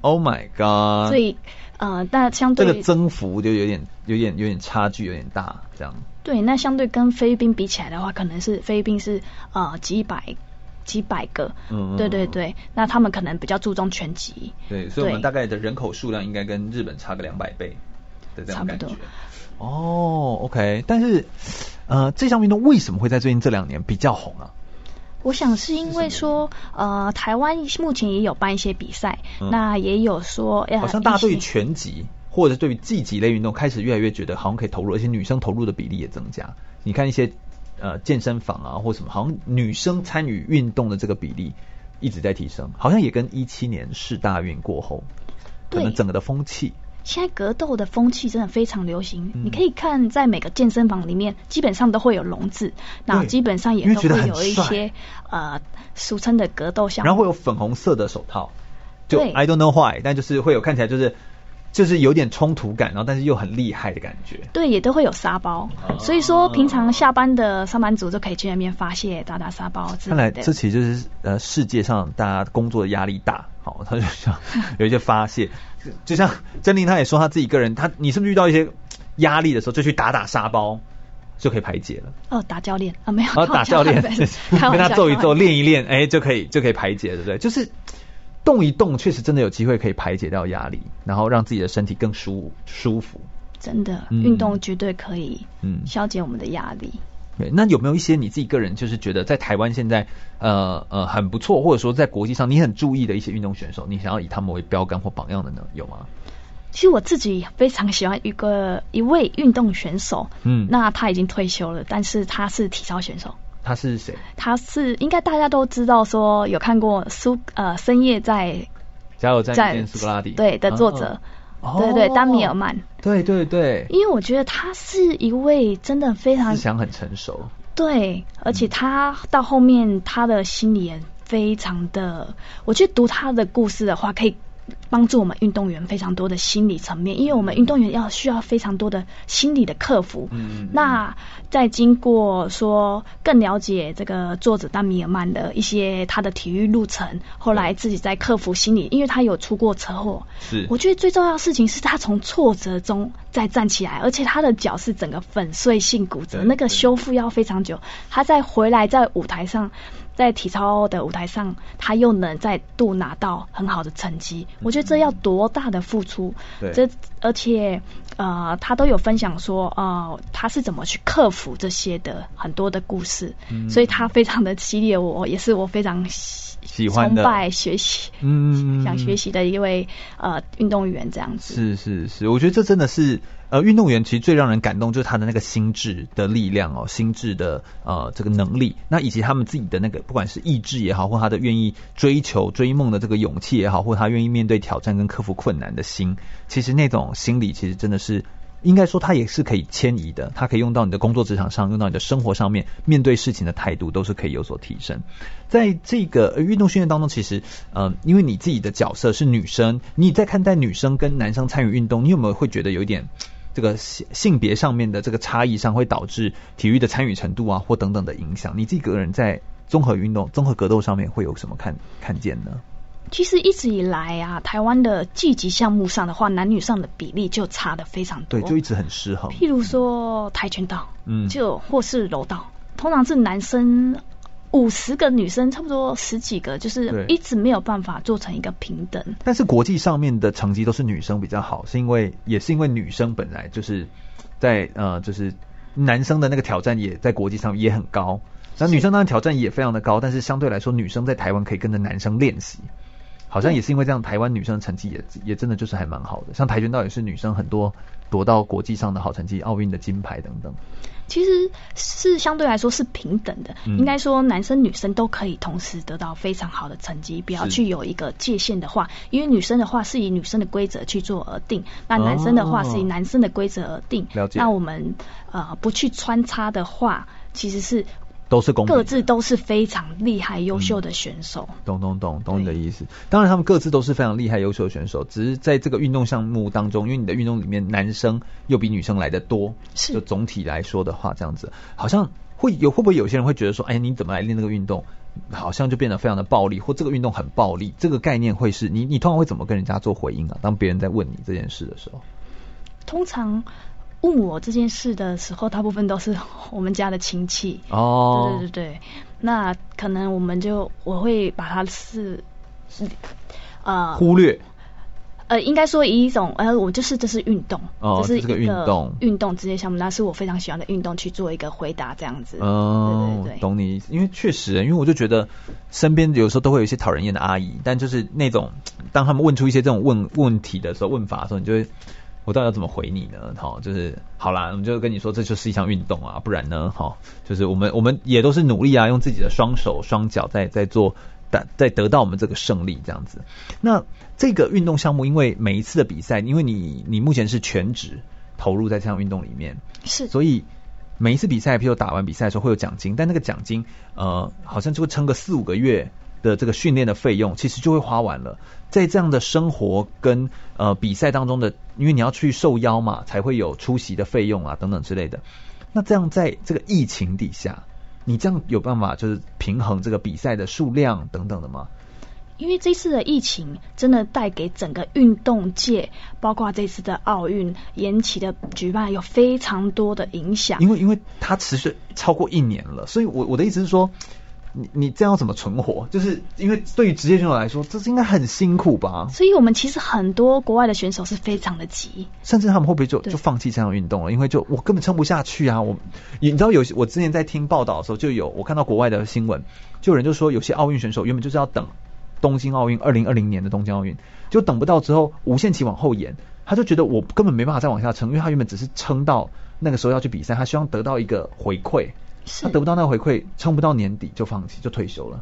Speaker 1: Oh my god！
Speaker 2: 所以呃，那相
Speaker 1: 这
Speaker 2: 对
Speaker 1: 个增幅就有点、有点、有点差距，有点大，这样。
Speaker 2: 对，那相对跟菲律宾比起来的话，可能是菲律宾是呃几百几百个，
Speaker 1: 嗯嗯
Speaker 2: 对对
Speaker 1: 嗯
Speaker 2: 对，那他们可能比较注重拳击，
Speaker 1: 对，所以我们
Speaker 2: 对
Speaker 1: 大概的人口数量应该跟日本差个两百倍的这
Speaker 2: 差
Speaker 1: 种
Speaker 2: 不
Speaker 1: 感觉
Speaker 2: 多。
Speaker 1: 哦，OK，但是呃，这项运动为什么会在最近这两年比较红啊？
Speaker 2: 我想是因为说，呃，台湾目前也有办一些比赛，
Speaker 1: 嗯
Speaker 2: 那也有说，呃
Speaker 1: 好像大家对于
Speaker 2: 一些
Speaker 1: 拳击或者对于技击类运动开始越来越觉得好像可以投入，而且女生投入的比例也增加。你看一些呃健身房啊或什么，好像女生参与运动的这个比例一直在提升，好像也跟一七年世大运过后，可
Speaker 2: 对
Speaker 1: 能整个的风气。
Speaker 2: 现在格斗的风气真的非常流行，
Speaker 1: 嗯
Speaker 2: 你可以看在每个健身房里面，基本上都会有笼子，那
Speaker 1: 对
Speaker 2: 基本上
Speaker 1: 因
Speaker 2: 也
Speaker 1: 为
Speaker 2: 都
Speaker 1: 觉得
Speaker 2: 会
Speaker 1: 很
Speaker 2: 有一
Speaker 1: 帅
Speaker 2: 些呃俗称的格斗项目，
Speaker 1: 然后会有粉红色的手套，就
Speaker 2: 对
Speaker 1: I don't know why，但就是会有看起来就是就是有点冲突感，然后但是又很厉害的感觉。
Speaker 2: 对，也都会有沙包，
Speaker 1: 啊
Speaker 2: 所以说平常下班的上班族就可以去那边发泄、打打沙包之
Speaker 1: 看来
Speaker 2: 类的
Speaker 1: 这。其实就是呃世界上大家工作的压力大，好，他就想 有一些发泄，就像珍妮她也说她自己个人，她你是不是遇到一些压力的时候就去打打沙包就可以排解了？
Speaker 2: 哦，打教练啊，没有，
Speaker 1: 然后
Speaker 2: 开玩
Speaker 1: 打
Speaker 2: 笑
Speaker 1: 教练
Speaker 2: 没事
Speaker 1: 跟
Speaker 2: 开玩
Speaker 1: 他
Speaker 2: 笑
Speaker 1: 揍一揍，
Speaker 2: 开玩笑
Speaker 1: 练一练，哎，就可以就可以排解，对不对？就是动一动，确实真的有机会可以排解掉压力，然后让自己的身体更舒舒服。
Speaker 2: 真的，
Speaker 1: 嗯
Speaker 2: 运动绝对可以
Speaker 1: 嗯
Speaker 2: 消解我们的压力。
Speaker 1: 对，那有没有一些你自己个人就是觉得在台湾现在呃呃很不错，或者说在国际上你很注意的一些运动选手，你想要以他们为标杆或榜样的呢？有吗？
Speaker 2: 其实我自己非常喜欢一个一位运动选手，
Speaker 1: 嗯
Speaker 2: 那他已经退休了，但是他是体操选手，
Speaker 1: 他是谁？
Speaker 2: 他是应该大家都知道说有看过苏呃深夜在
Speaker 1: 加油站
Speaker 2: 在
Speaker 1: 遇见苏格拉底
Speaker 2: 对的作者，嗯
Speaker 1: 啊
Speaker 2: 对对
Speaker 1: 哦
Speaker 2: 丹米尔曼，
Speaker 1: 对对对，
Speaker 2: 因为我觉得他是一位真的非常
Speaker 1: 思想很成熟，
Speaker 2: 对，而且他到后面他的心理也非常的，我去读他的故事的话，可以帮助我们运动员非常多的心理层面，因为我们运动员要需要非常多的心理的克服。
Speaker 1: 嗯
Speaker 2: 那在经过说更了解这个作者丹米尔曼的一些他的体育路程，后来自己在克服心理，因为他有出过车祸，
Speaker 1: 是
Speaker 2: 我觉得最重要的事情是他从挫折中再站起来，而且他的脚是整个粉碎性骨折，
Speaker 1: 对
Speaker 2: 那个
Speaker 1: 对
Speaker 2: 修复要非常久。他再回来在舞台上，在体操的舞台上，他又能再度拿到很好的成绩。我觉得这要多大的付出？
Speaker 1: 嗯对
Speaker 2: 这而且呃，他都有分享说，呃，他是怎么去克服这些的很多的故事，
Speaker 1: 嗯
Speaker 2: 所以他非常的激励我，也是我非常喜
Speaker 1: 喜欢的
Speaker 2: 崇拜学习。
Speaker 1: 嗯
Speaker 2: 想学习的一位呃运动员这样子。
Speaker 1: 是是是，我觉得这真的是呃，运动员其实最让人感动就是他的那个心智的力量哦，心智的呃这个能力，那以及他们自己的那个不管是意志也好，或他的愿意追求追梦的这个勇气也好，或他愿意面对挑战跟克服困难的心，其实那种心理其实真的是。应该说，它也是可以迁移的，它可以用到你的工作职场上，用到你的生活上面，面对事情的态度都是可以有所提升。在这个呃运动训练当中，其实，嗯、因为你自己的角色是女生，你在看待女生跟男生参与运动，你有没有会觉得有一点这个性性别上面的这个差异上会导致体育的参与程度啊，或等等的影响？你自己个人在综合运动、综合格斗上面会有什么看看见呢？
Speaker 2: 其实一直以来啊，台湾的积极项目上的话，男女上的比例就差的非常多。
Speaker 1: 对，就一直很失衡。
Speaker 2: 譬如说跆拳道，
Speaker 1: 嗯
Speaker 2: 就或是柔道，通常是男生。五十个女生，差不多十几个，就
Speaker 1: 对
Speaker 2: 是一直没有办法做成一个平等。
Speaker 1: 但是国际上面的成绩都是女生比较好，是因为也是因为女生本来就是在呃就是男生的那个挑战也在国际上也很高，那女生当然挑战也非常的高，但是相对来说女生在台湾可以跟着男生练习，好像也是因为这样，台湾女生成绩也也真的就是还蛮好的，像跆拳道也是女生很多夺到国际上的好成绩，奥运的金牌等等。
Speaker 2: 其实是相对来说是平等的，
Speaker 1: 嗯
Speaker 2: 应该说男生女生都可以同时得到非常好的成绩，不要
Speaker 1: 是
Speaker 2: 去有一个界限的话，因为女生的话是以女生的规则去做而定，那男生的话
Speaker 1: 哦
Speaker 2: 是以男生的规则而定。
Speaker 1: 了解
Speaker 2: 那我们呃不去穿插的话，其实是
Speaker 1: 都是公平的
Speaker 2: 各自都是非常厉害优秀的选手。
Speaker 1: 懂懂懂懂你的意思。当然，他们各自都是非常厉害、优秀的选手，只是在这个运动项目当中，因为你的运动里面男生又比女生来的多，
Speaker 2: 是
Speaker 1: 就总体来说的话，这样子好像会有会不会有些人会觉得说，哎，你怎么来练这个运动？好像就变得非常的暴力，或这个运动很暴力，这个概念会是你你通常会怎么跟人家做回应啊？当别人在问你这件事的时候，
Speaker 2: 通常问我这件事的时候，大部分都是我们家的亲戚。
Speaker 1: 哦，
Speaker 2: 对对对对，那可能我们就我会把它是，呃
Speaker 1: 哦忽略
Speaker 2: 呃，应该说以一种呃，我就是这是运动，
Speaker 1: 哦
Speaker 2: 这是
Speaker 1: 这是个
Speaker 2: 一
Speaker 1: 运动
Speaker 2: 运动职业项目，那是我非常喜欢的运动去做一个回答这样子。
Speaker 1: 哦，
Speaker 2: 对对对，
Speaker 1: 懂你意思，因为确实，因为我就觉得身边有时候都会有一些讨人厌的阿姨，但就是那种当他们问出一些这种问问题的时候，问法的时候，你就会。我到底要怎么回你呢？好，就是好啦，我们就跟你说，这就是一项运动啊，不然呢，好，就是我们我们也都是努力啊，用自己的双手双脚在在做，在在得到我们这个胜利这样子。那这个运动项目，因为每一次的比赛，因为你你目前是全职投入在这项运动里面，
Speaker 2: 是
Speaker 1: 所以每一次比赛，譬如打完比赛的时候会有奖金，但那个奖金呃，好像就会撑个四五个月的这个训练的费用，其实就会花完了。在这样的生活跟呃比赛当中的，因为你要去受邀嘛，才会有出席的费用啊等等之类的。那这样在这个疫情底下，你这样有办法就是平衡这个比赛的数量等等的吗？
Speaker 2: 因为这次的疫情真的带给整个运动界，包括这次的奥运延期的举办，有非常多的影响。
Speaker 1: 因为因为它持续超过一年了，所以我我的意思是说，你你这样要怎么存活？就是因为对于职业选手来说，这是应该很辛苦吧？
Speaker 2: 所以我们其实很多国外的选手是非常的急，
Speaker 1: 甚至他们会不会就
Speaker 2: 对
Speaker 1: 就放弃这项运动了？因为就我根本撑不下去啊！我你你知道有些我之前在听报道的时候，就有我看到国外的新闻，就有人就说有些奥运选手原本就是要等东京奥运二零二零年的东京奥运，就等不到之后无限期往后延，他就觉得我根本没办法再往下撑，因为他原本只是撑到那个时候要去比赛，他希望得到一个回馈，
Speaker 2: 是
Speaker 1: 他得不到那个回馈，撑不到年底就放弃就退休了。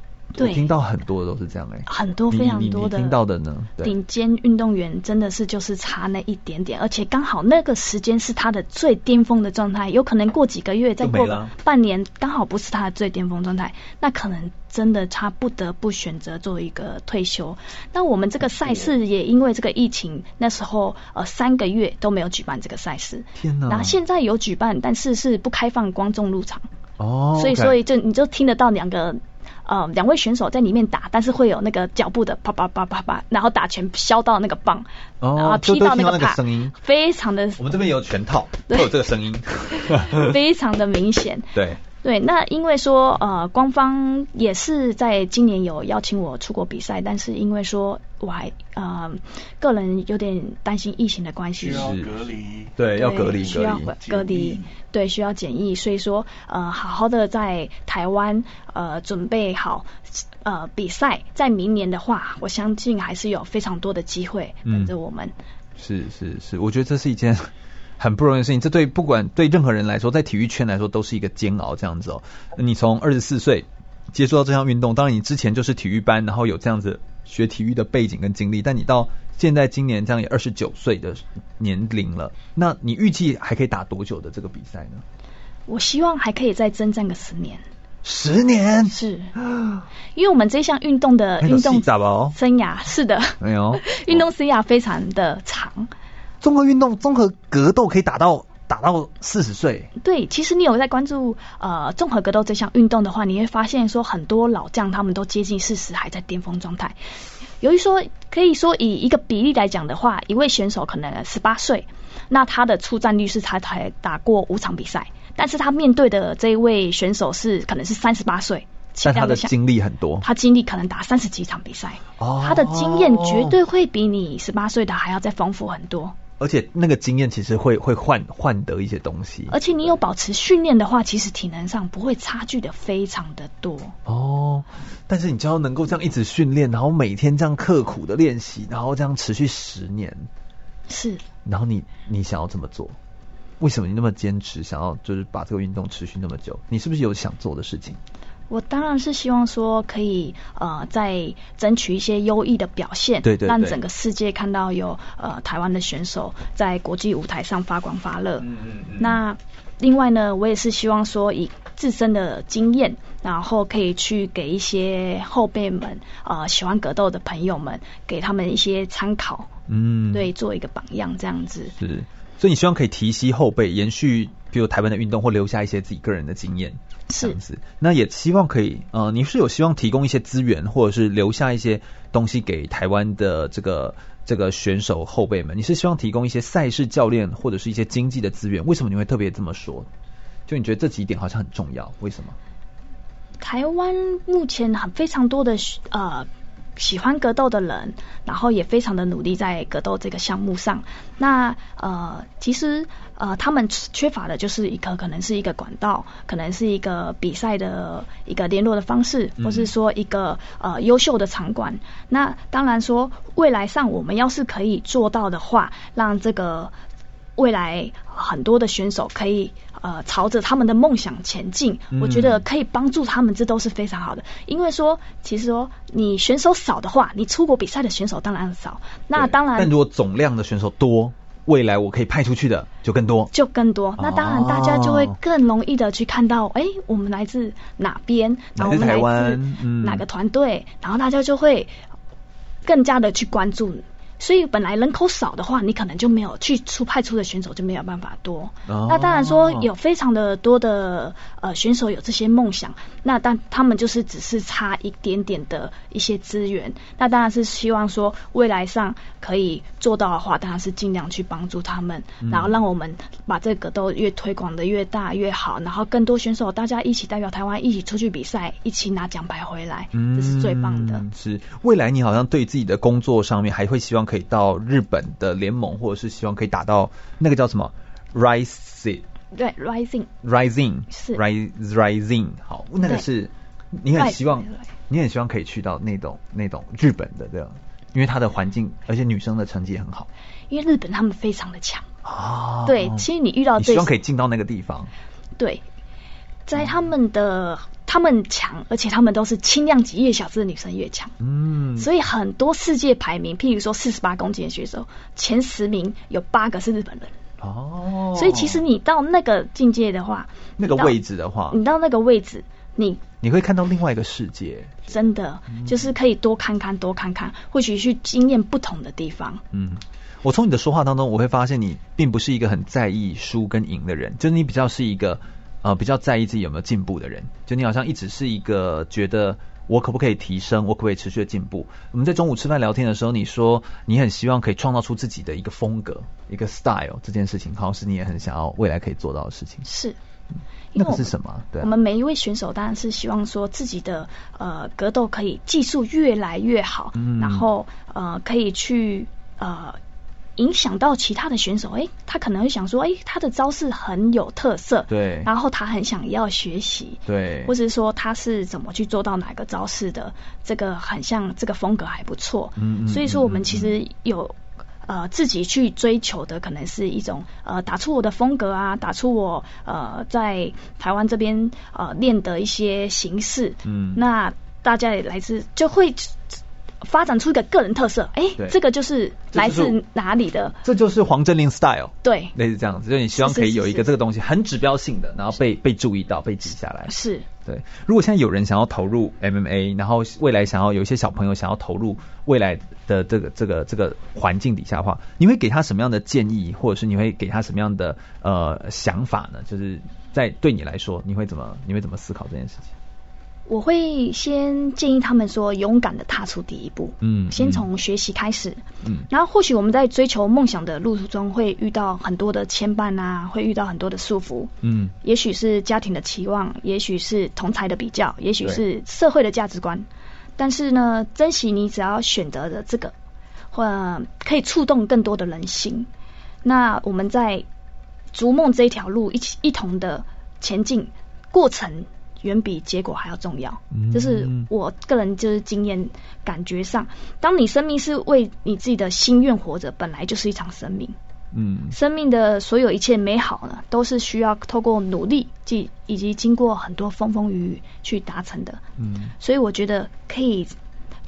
Speaker 2: 对
Speaker 1: 我听到很多都是这样哎、
Speaker 2: 很多
Speaker 1: 你
Speaker 2: 非常
Speaker 1: 你
Speaker 2: 多
Speaker 1: 你
Speaker 2: 的
Speaker 1: 听到的呢，对。
Speaker 2: 顶尖运动员真的是就是差那一点点，而且刚好那个时间是他的最巅峰的状态，有可能过几个月，再
Speaker 1: 就没
Speaker 2: 过
Speaker 1: 了
Speaker 2: 半年，刚好不是他的最巅峰状态，那可能真的他不得不选择做一个退休。那我们这个赛
Speaker 1: 嗯
Speaker 2: 事也因为这个疫情，那时候呃三个月都没有举办这个赛事，
Speaker 1: 天哪！
Speaker 2: 然后现在有举办，但是是不开放观众入场。
Speaker 1: 哦，
Speaker 2: 所以
Speaker 1: OK
Speaker 2: 所以就你就听得到两个呃两位选手在里面打，但是会有那个脚步的啪啪啪啪啪，然后打拳削到那个棒，
Speaker 1: 哦
Speaker 2: 然后
Speaker 1: 就
Speaker 2: 踢
Speaker 1: 都
Speaker 2: 啊到
Speaker 1: 听到
Speaker 2: 个
Speaker 1: 那个
Speaker 2: 啪，
Speaker 1: 声音
Speaker 2: 非常 的
Speaker 1: 我们这边也有全套，会
Speaker 2: 对
Speaker 1: 有这个 声音。
Speaker 2: 非常的明显。
Speaker 1: 对，
Speaker 2: 对，那因为说呃，官方也是在今年有邀请我出国比赛，但是因为说我还呃个人有点担心疫情的关系，
Speaker 3: 需要隔离。
Speaker 1: 对，要隔离
Speaker 2: 需
Speaker 1: 隔
Speaker 2: 要
Speaker 1: 离。
Speaker 2: 隔隔离，对，需要检疫，所以说呃，好好的在台湾呃准备好呃比赛，在明年的话，我相信还是有非常多的机会
Speaker 1: 嗯
Speaker 2: 等着我们。
Speaker 1: 是是是，我觉得这是一件 很不容易的事情，这对不管对任何人来说，在体育圈来说都是一个煎熬。这样子哦，你从二十四岁接触到这项运动，当然你之前就是体育班，然后有这样子学体育的背景跟经历，但你到现在今年这样也二十九岁的年龄了，那你预计还可以打多久的这个比赛呢？
Speaker 2: 我希望还可以再征战个十年，
Speaker 1: 十年。
Speaker 2: 是，因为我们这项运动的
Speaker 1: 那有
Speaker 2: 运动
Speaker 1: 戏打吧哦
Speaker 2: 生涯是的，
Speaker 1: 哎呦
Speaker 2: 运动生涯非常的长。
Speaker 1: 综合运动、综合格斗可以打到打到四十岁，
Speaker 2: 对，其实你有在关注呃综合格斗这项运动的话，你会发现说很多老将他们都接近四十还在巅峰状态。由于说可以说以一个比例来讲的话，一位选手可能十八岁，那他的出战率是他才打过五场比赛，但是他面对的这一位选手是可能是三十八岁，
Speaker 1: 但他的
Speaker 2: 项
Speaker 1: 经历很多。
Speaker 2: 他经历可能打三十几场比赛，
Speaker 1: 哦
Speaker 2: 他的经验绝对会比你十八岁的还要再丰富很多。
Speaker 1: 而且那个经验其实会会换换得一些东西。
Speaker 2: 而且你有保持训练的话，其实体能上不会差距的非常的多。
Speaker 1: 哦，但是你就要能够这样一直训练，然后每天这样刻苦的练习，然后这样持续十年，
Speaker 2: 是，
Speaker 1: 然后你你想要这么做，为什么你那么坚持想要就是把这个运动持续那么久？你是不是有想做的事情？
Speaker 2: 我当然是希望说可以呃，再争取一些优异的表现，
Speaker 1: 对对对
Speaker 2: 让整个世界看到有呃台湾的选手在国际舞台上发光发热。嗯嗯嗯。那另外呢，我也是希望说以自身的经验，然后可以去给一些后辈们呃喜欢格斗的朋友们，给他们一些参考，
Speaker 1: 嗯，
Speaker 2: 对，做一个榜样这样子。
Speaker 1: 是，所以你希望可以提携后辈，延续比如台湾的运动，或留下一些自己个人的经验，
Speaker 2: 是
Speaker 1: 这样子。那也希望可以，呃，你是有希望提供一些资源，或者是留下一些东西给台湾的这个这个选手后辈们？你是希望提供一些赛事教练或者是一些经济的资源？为什么你会特别这么说？就你觉得这几点好像很重要，为什么？
Speaker 2: 台湾目前很非常多的呃喜欢格斗的人，然后也非常的努力在格斗这个项目上。那呃，其实呃，他们缺乏的就是一个可能是一个管道，可能是一个比赛的一个联络的方式，或是说一个呃优秀的场馆。那当然说，未来上我们要是可以做到的话，让这个未来很多的选手可以呃朝着他们的梦想前进，我觉得可以帮助他们，这都是非常好的。因为说，其实说你选手少的话，你出国比赛的选手当然少，那
Speaker 1: 对
Speaker 2: 当
Speaker 1: 但
Speaker 2: 然
Speaker 1: 如果总量的选手多，未来我可以派出去的就更多。
Speaker 2: 就更多。那当然大家就会更容易的去看到，哎、我们来自哪边，然后我们
Speaker 1: 来自台湾
Speaker 2: 来自
Speaker 1: 嗯
Speaker 2: 哪个团队，然后大家就会更加的去关注你。所以本来人口少的话，你可能就没有去出派出的选手就没有办法多。
Speaker 1: 哦
Speaker 2: 那当然说有非常的多的呃选手有这些梦想，那但他们就是只是差一点点的一些资源。那当然是希望说未来上可以做到的话，当然是尽量去帮助他们，
Speaker 1: 嗯
Speaker 2: 然后让我们把这个都越推广的越大越好，然后更多选手大家一起代表台湾一起出去比赛，一起拿奖牌回来，这是最棒的。
Speaker 1: 嗯是未来你好像对自己的工作上面还会希望可以到日本的联盟，或者是希望可以打到那个叫什么 Rise
Speaker 2: 对，Rising
Speaker 1: Rising
Speaker 2: 是
Speaker 1: Rise Rising 好，那个
Speaker 2: 对
Speaker 1: 是你很
Speaker 2: Rise，
Speaker 1: 希望
Speaker 2: 对对
Speaker 1: 你很希望可以去到那种那种日本的这样，因为它的环境，而且女生的成绩也很好
Speaker 2: 因为日本他们非常的强。
Speaker 1: 啊。
Speaker 2: 对，其实你遇到
Speaker 1: 你希
Speaker 2: 这
Speaker 1: 望可以进到那个地方，
Speaker 2: 对，在他们的他们强，而且他们都是轻量级越小只的女生越强。
Speaker 1: 嗯，
Speaker 2: 所以很多世界排名，譬如说四十八公斤的选手，前十名有八个是日本人。
Speaker 1: 哦，
Speaker 2: 所以其实你到那个境界的话，
Speaker 1: 那个
Speaker 2: 你到
Speaker 1: 位置的话，
Speaker 2: 你到那个位置，你
Speaker 1: 你会看到另外一个世界。
Speaker 2: 真的
Speaker 1: 嗯
Speaker 2: 就是可以多看看，多看看，或许去经验不同的地方。
Speaker 1: 嗯，我从你的说话当中，我会发现你并不是一个很在意输跟赢的人，就是你比较是一个呃比较在意自己有没有进步的人，就你好像一直是一个觉得。我可不可以提升？我可不可以持续的进步？我们在中午吃饭聊天的时候，你说你很希望可以创造出自己的一个风格、一个 style，这件事情好像是你也很想要未来可以做到的事情。
Speaker 2: 是，因
Speaker 1: 那
Speaker 2: 为我
Speaker 1: 个是
Speaker 2: 们
Speaker 1: 什么？对啊、
Speaker 2: 我们每一位选手当然是希望说自己的呃格斗可以技术越来越好，
Speaker 1: 嗯
Speaker 2: 然后呃可以去呃影响到其他的选手，诶，他可能会想说，诶，他的招式很有特色，
Speaker 1: 对
Speaker 2: 然后他很想要学习，
Speaker 1: 对
Speaker 2: 或是说他是怎么去做到哪个招式的，这个很像这个风格还不错，
Speaker 1: 嗯嗯
Speaker 2: 所以说我们其
Speaker 1: 嗯嗯
Speaker 2: 实有。呃，自己去追求的可能是一种呃，打出我的风格啊，打出我呃在台湾这边呃练的一些形式。
Speaker 1: 嗯
Speaker 2: 那大家也来自就会发展出一个个人特色，哎
Speaker 1: 对，
Speaker 2: 这个就是
Speaker 1: 这
Speaker 2: 来
Speaker 1: 就是
Speaker 2: 自哪里的？
Speaker 1: 这就是黄真玲 style，
Speaker 2: 对，
Speaker 1: 类似这样子，就是你希望可以有一
Speaker 2: 是
Speaker 1: 个
Speaker 2: 是是
Speaker 1: 这个东西很指标性的，然后被被注意到、被记下来。
Speaker 2: 是
Speaker 1: 对，如果现在有人想要投入 MMA，然后未来想要有一些小朋友想要投入未来的这个这个这个环境底下的话，你会给他什么样的建议，或者是你会给他什么样的呃想法呢？就是在对你来说，你会怎么你会怎么思考这件事情？
Speaker 2: 我会先建议他们说，勇敢的踏出第一步，
Speaker 1: 嗯
Speaker 2: 先
Speaker 1: 嗯
Speaker 2: 从学习开始，
Speaker 1: 嗯
Speaker 2: 然后或许我们在追求梦想的路途中会遇到很多的牵绊啊，会遇到很多的束缚，
Speaker 1: 嗯
Speaker 2: 也许是家庭的期望，也许是同才的比较，也许
Speaker 1: 对
Speaker 2: 是社会的价值观。但是呢，珍惜你只要选择的这个，或、可以触动更多的人心。那我们在逐梦这一条路一起一同的前进，过程远比结果还要重要。
Speaker 1: 嗯
Speaker 2: 这是我个人就是经验感觉上，当你生命是为你自己的心愿活着，本来就是一场生命。
Speaker 1: 嗯
Speaker 2: 生命的所有一切美好呢，都是需要透过努力，及以及经过很多风风雨雨去达成的。
Speaker 1: 嗯，
Speaker 2: 所以我觉得可以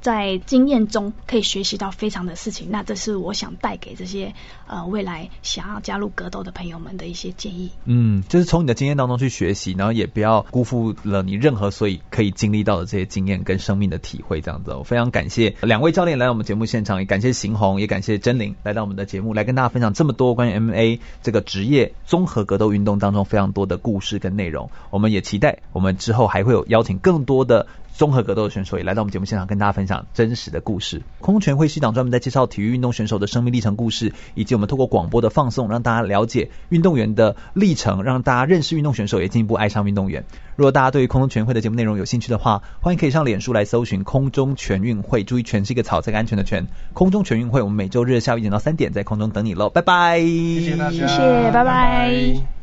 Speaker 2: 在经验中可以学习到非常的事情。那这是我想带给这些呃未来想要加入格斗的朋友们的一些建议。
Speaker 1: 嗯，就是从你的经验当中去学习，然后也不要辜负了你任何所以可以经历到的这些经验跟生命的体会，这样子哦。我非常感谢两位教练来到我们节目现场，也感谢邢红，也感谢真玲来到我们的节目，来跟大家分享这么多关于 MMA 这个职业综合格斗运动当中非常多的故事跟内容。我们也期待我们之后还会有邀请更多的综合格斗的选手也来到我们节目现场，跟大家分享真实的故事。空拳会是一档专门在介绍体育运动选手的生命历程故事，以及我们透过广播的放送，让大家了解运动员的历程，让大家认识运动选手，也进一步爱上运动员。如果大家对于空中全运会的节目内容有兴趣的话，欢迎可以上脸书来搜寻“空中全运会”，注意“全”是一个草，这个安全的“全”。空中全运会，我们每周日下午一点到三点在空中等你喽，拜拜。谢
Speaker 3: 谢谢大家，
Speaker 2: 谢谢拜拜
Speaker 3: 拜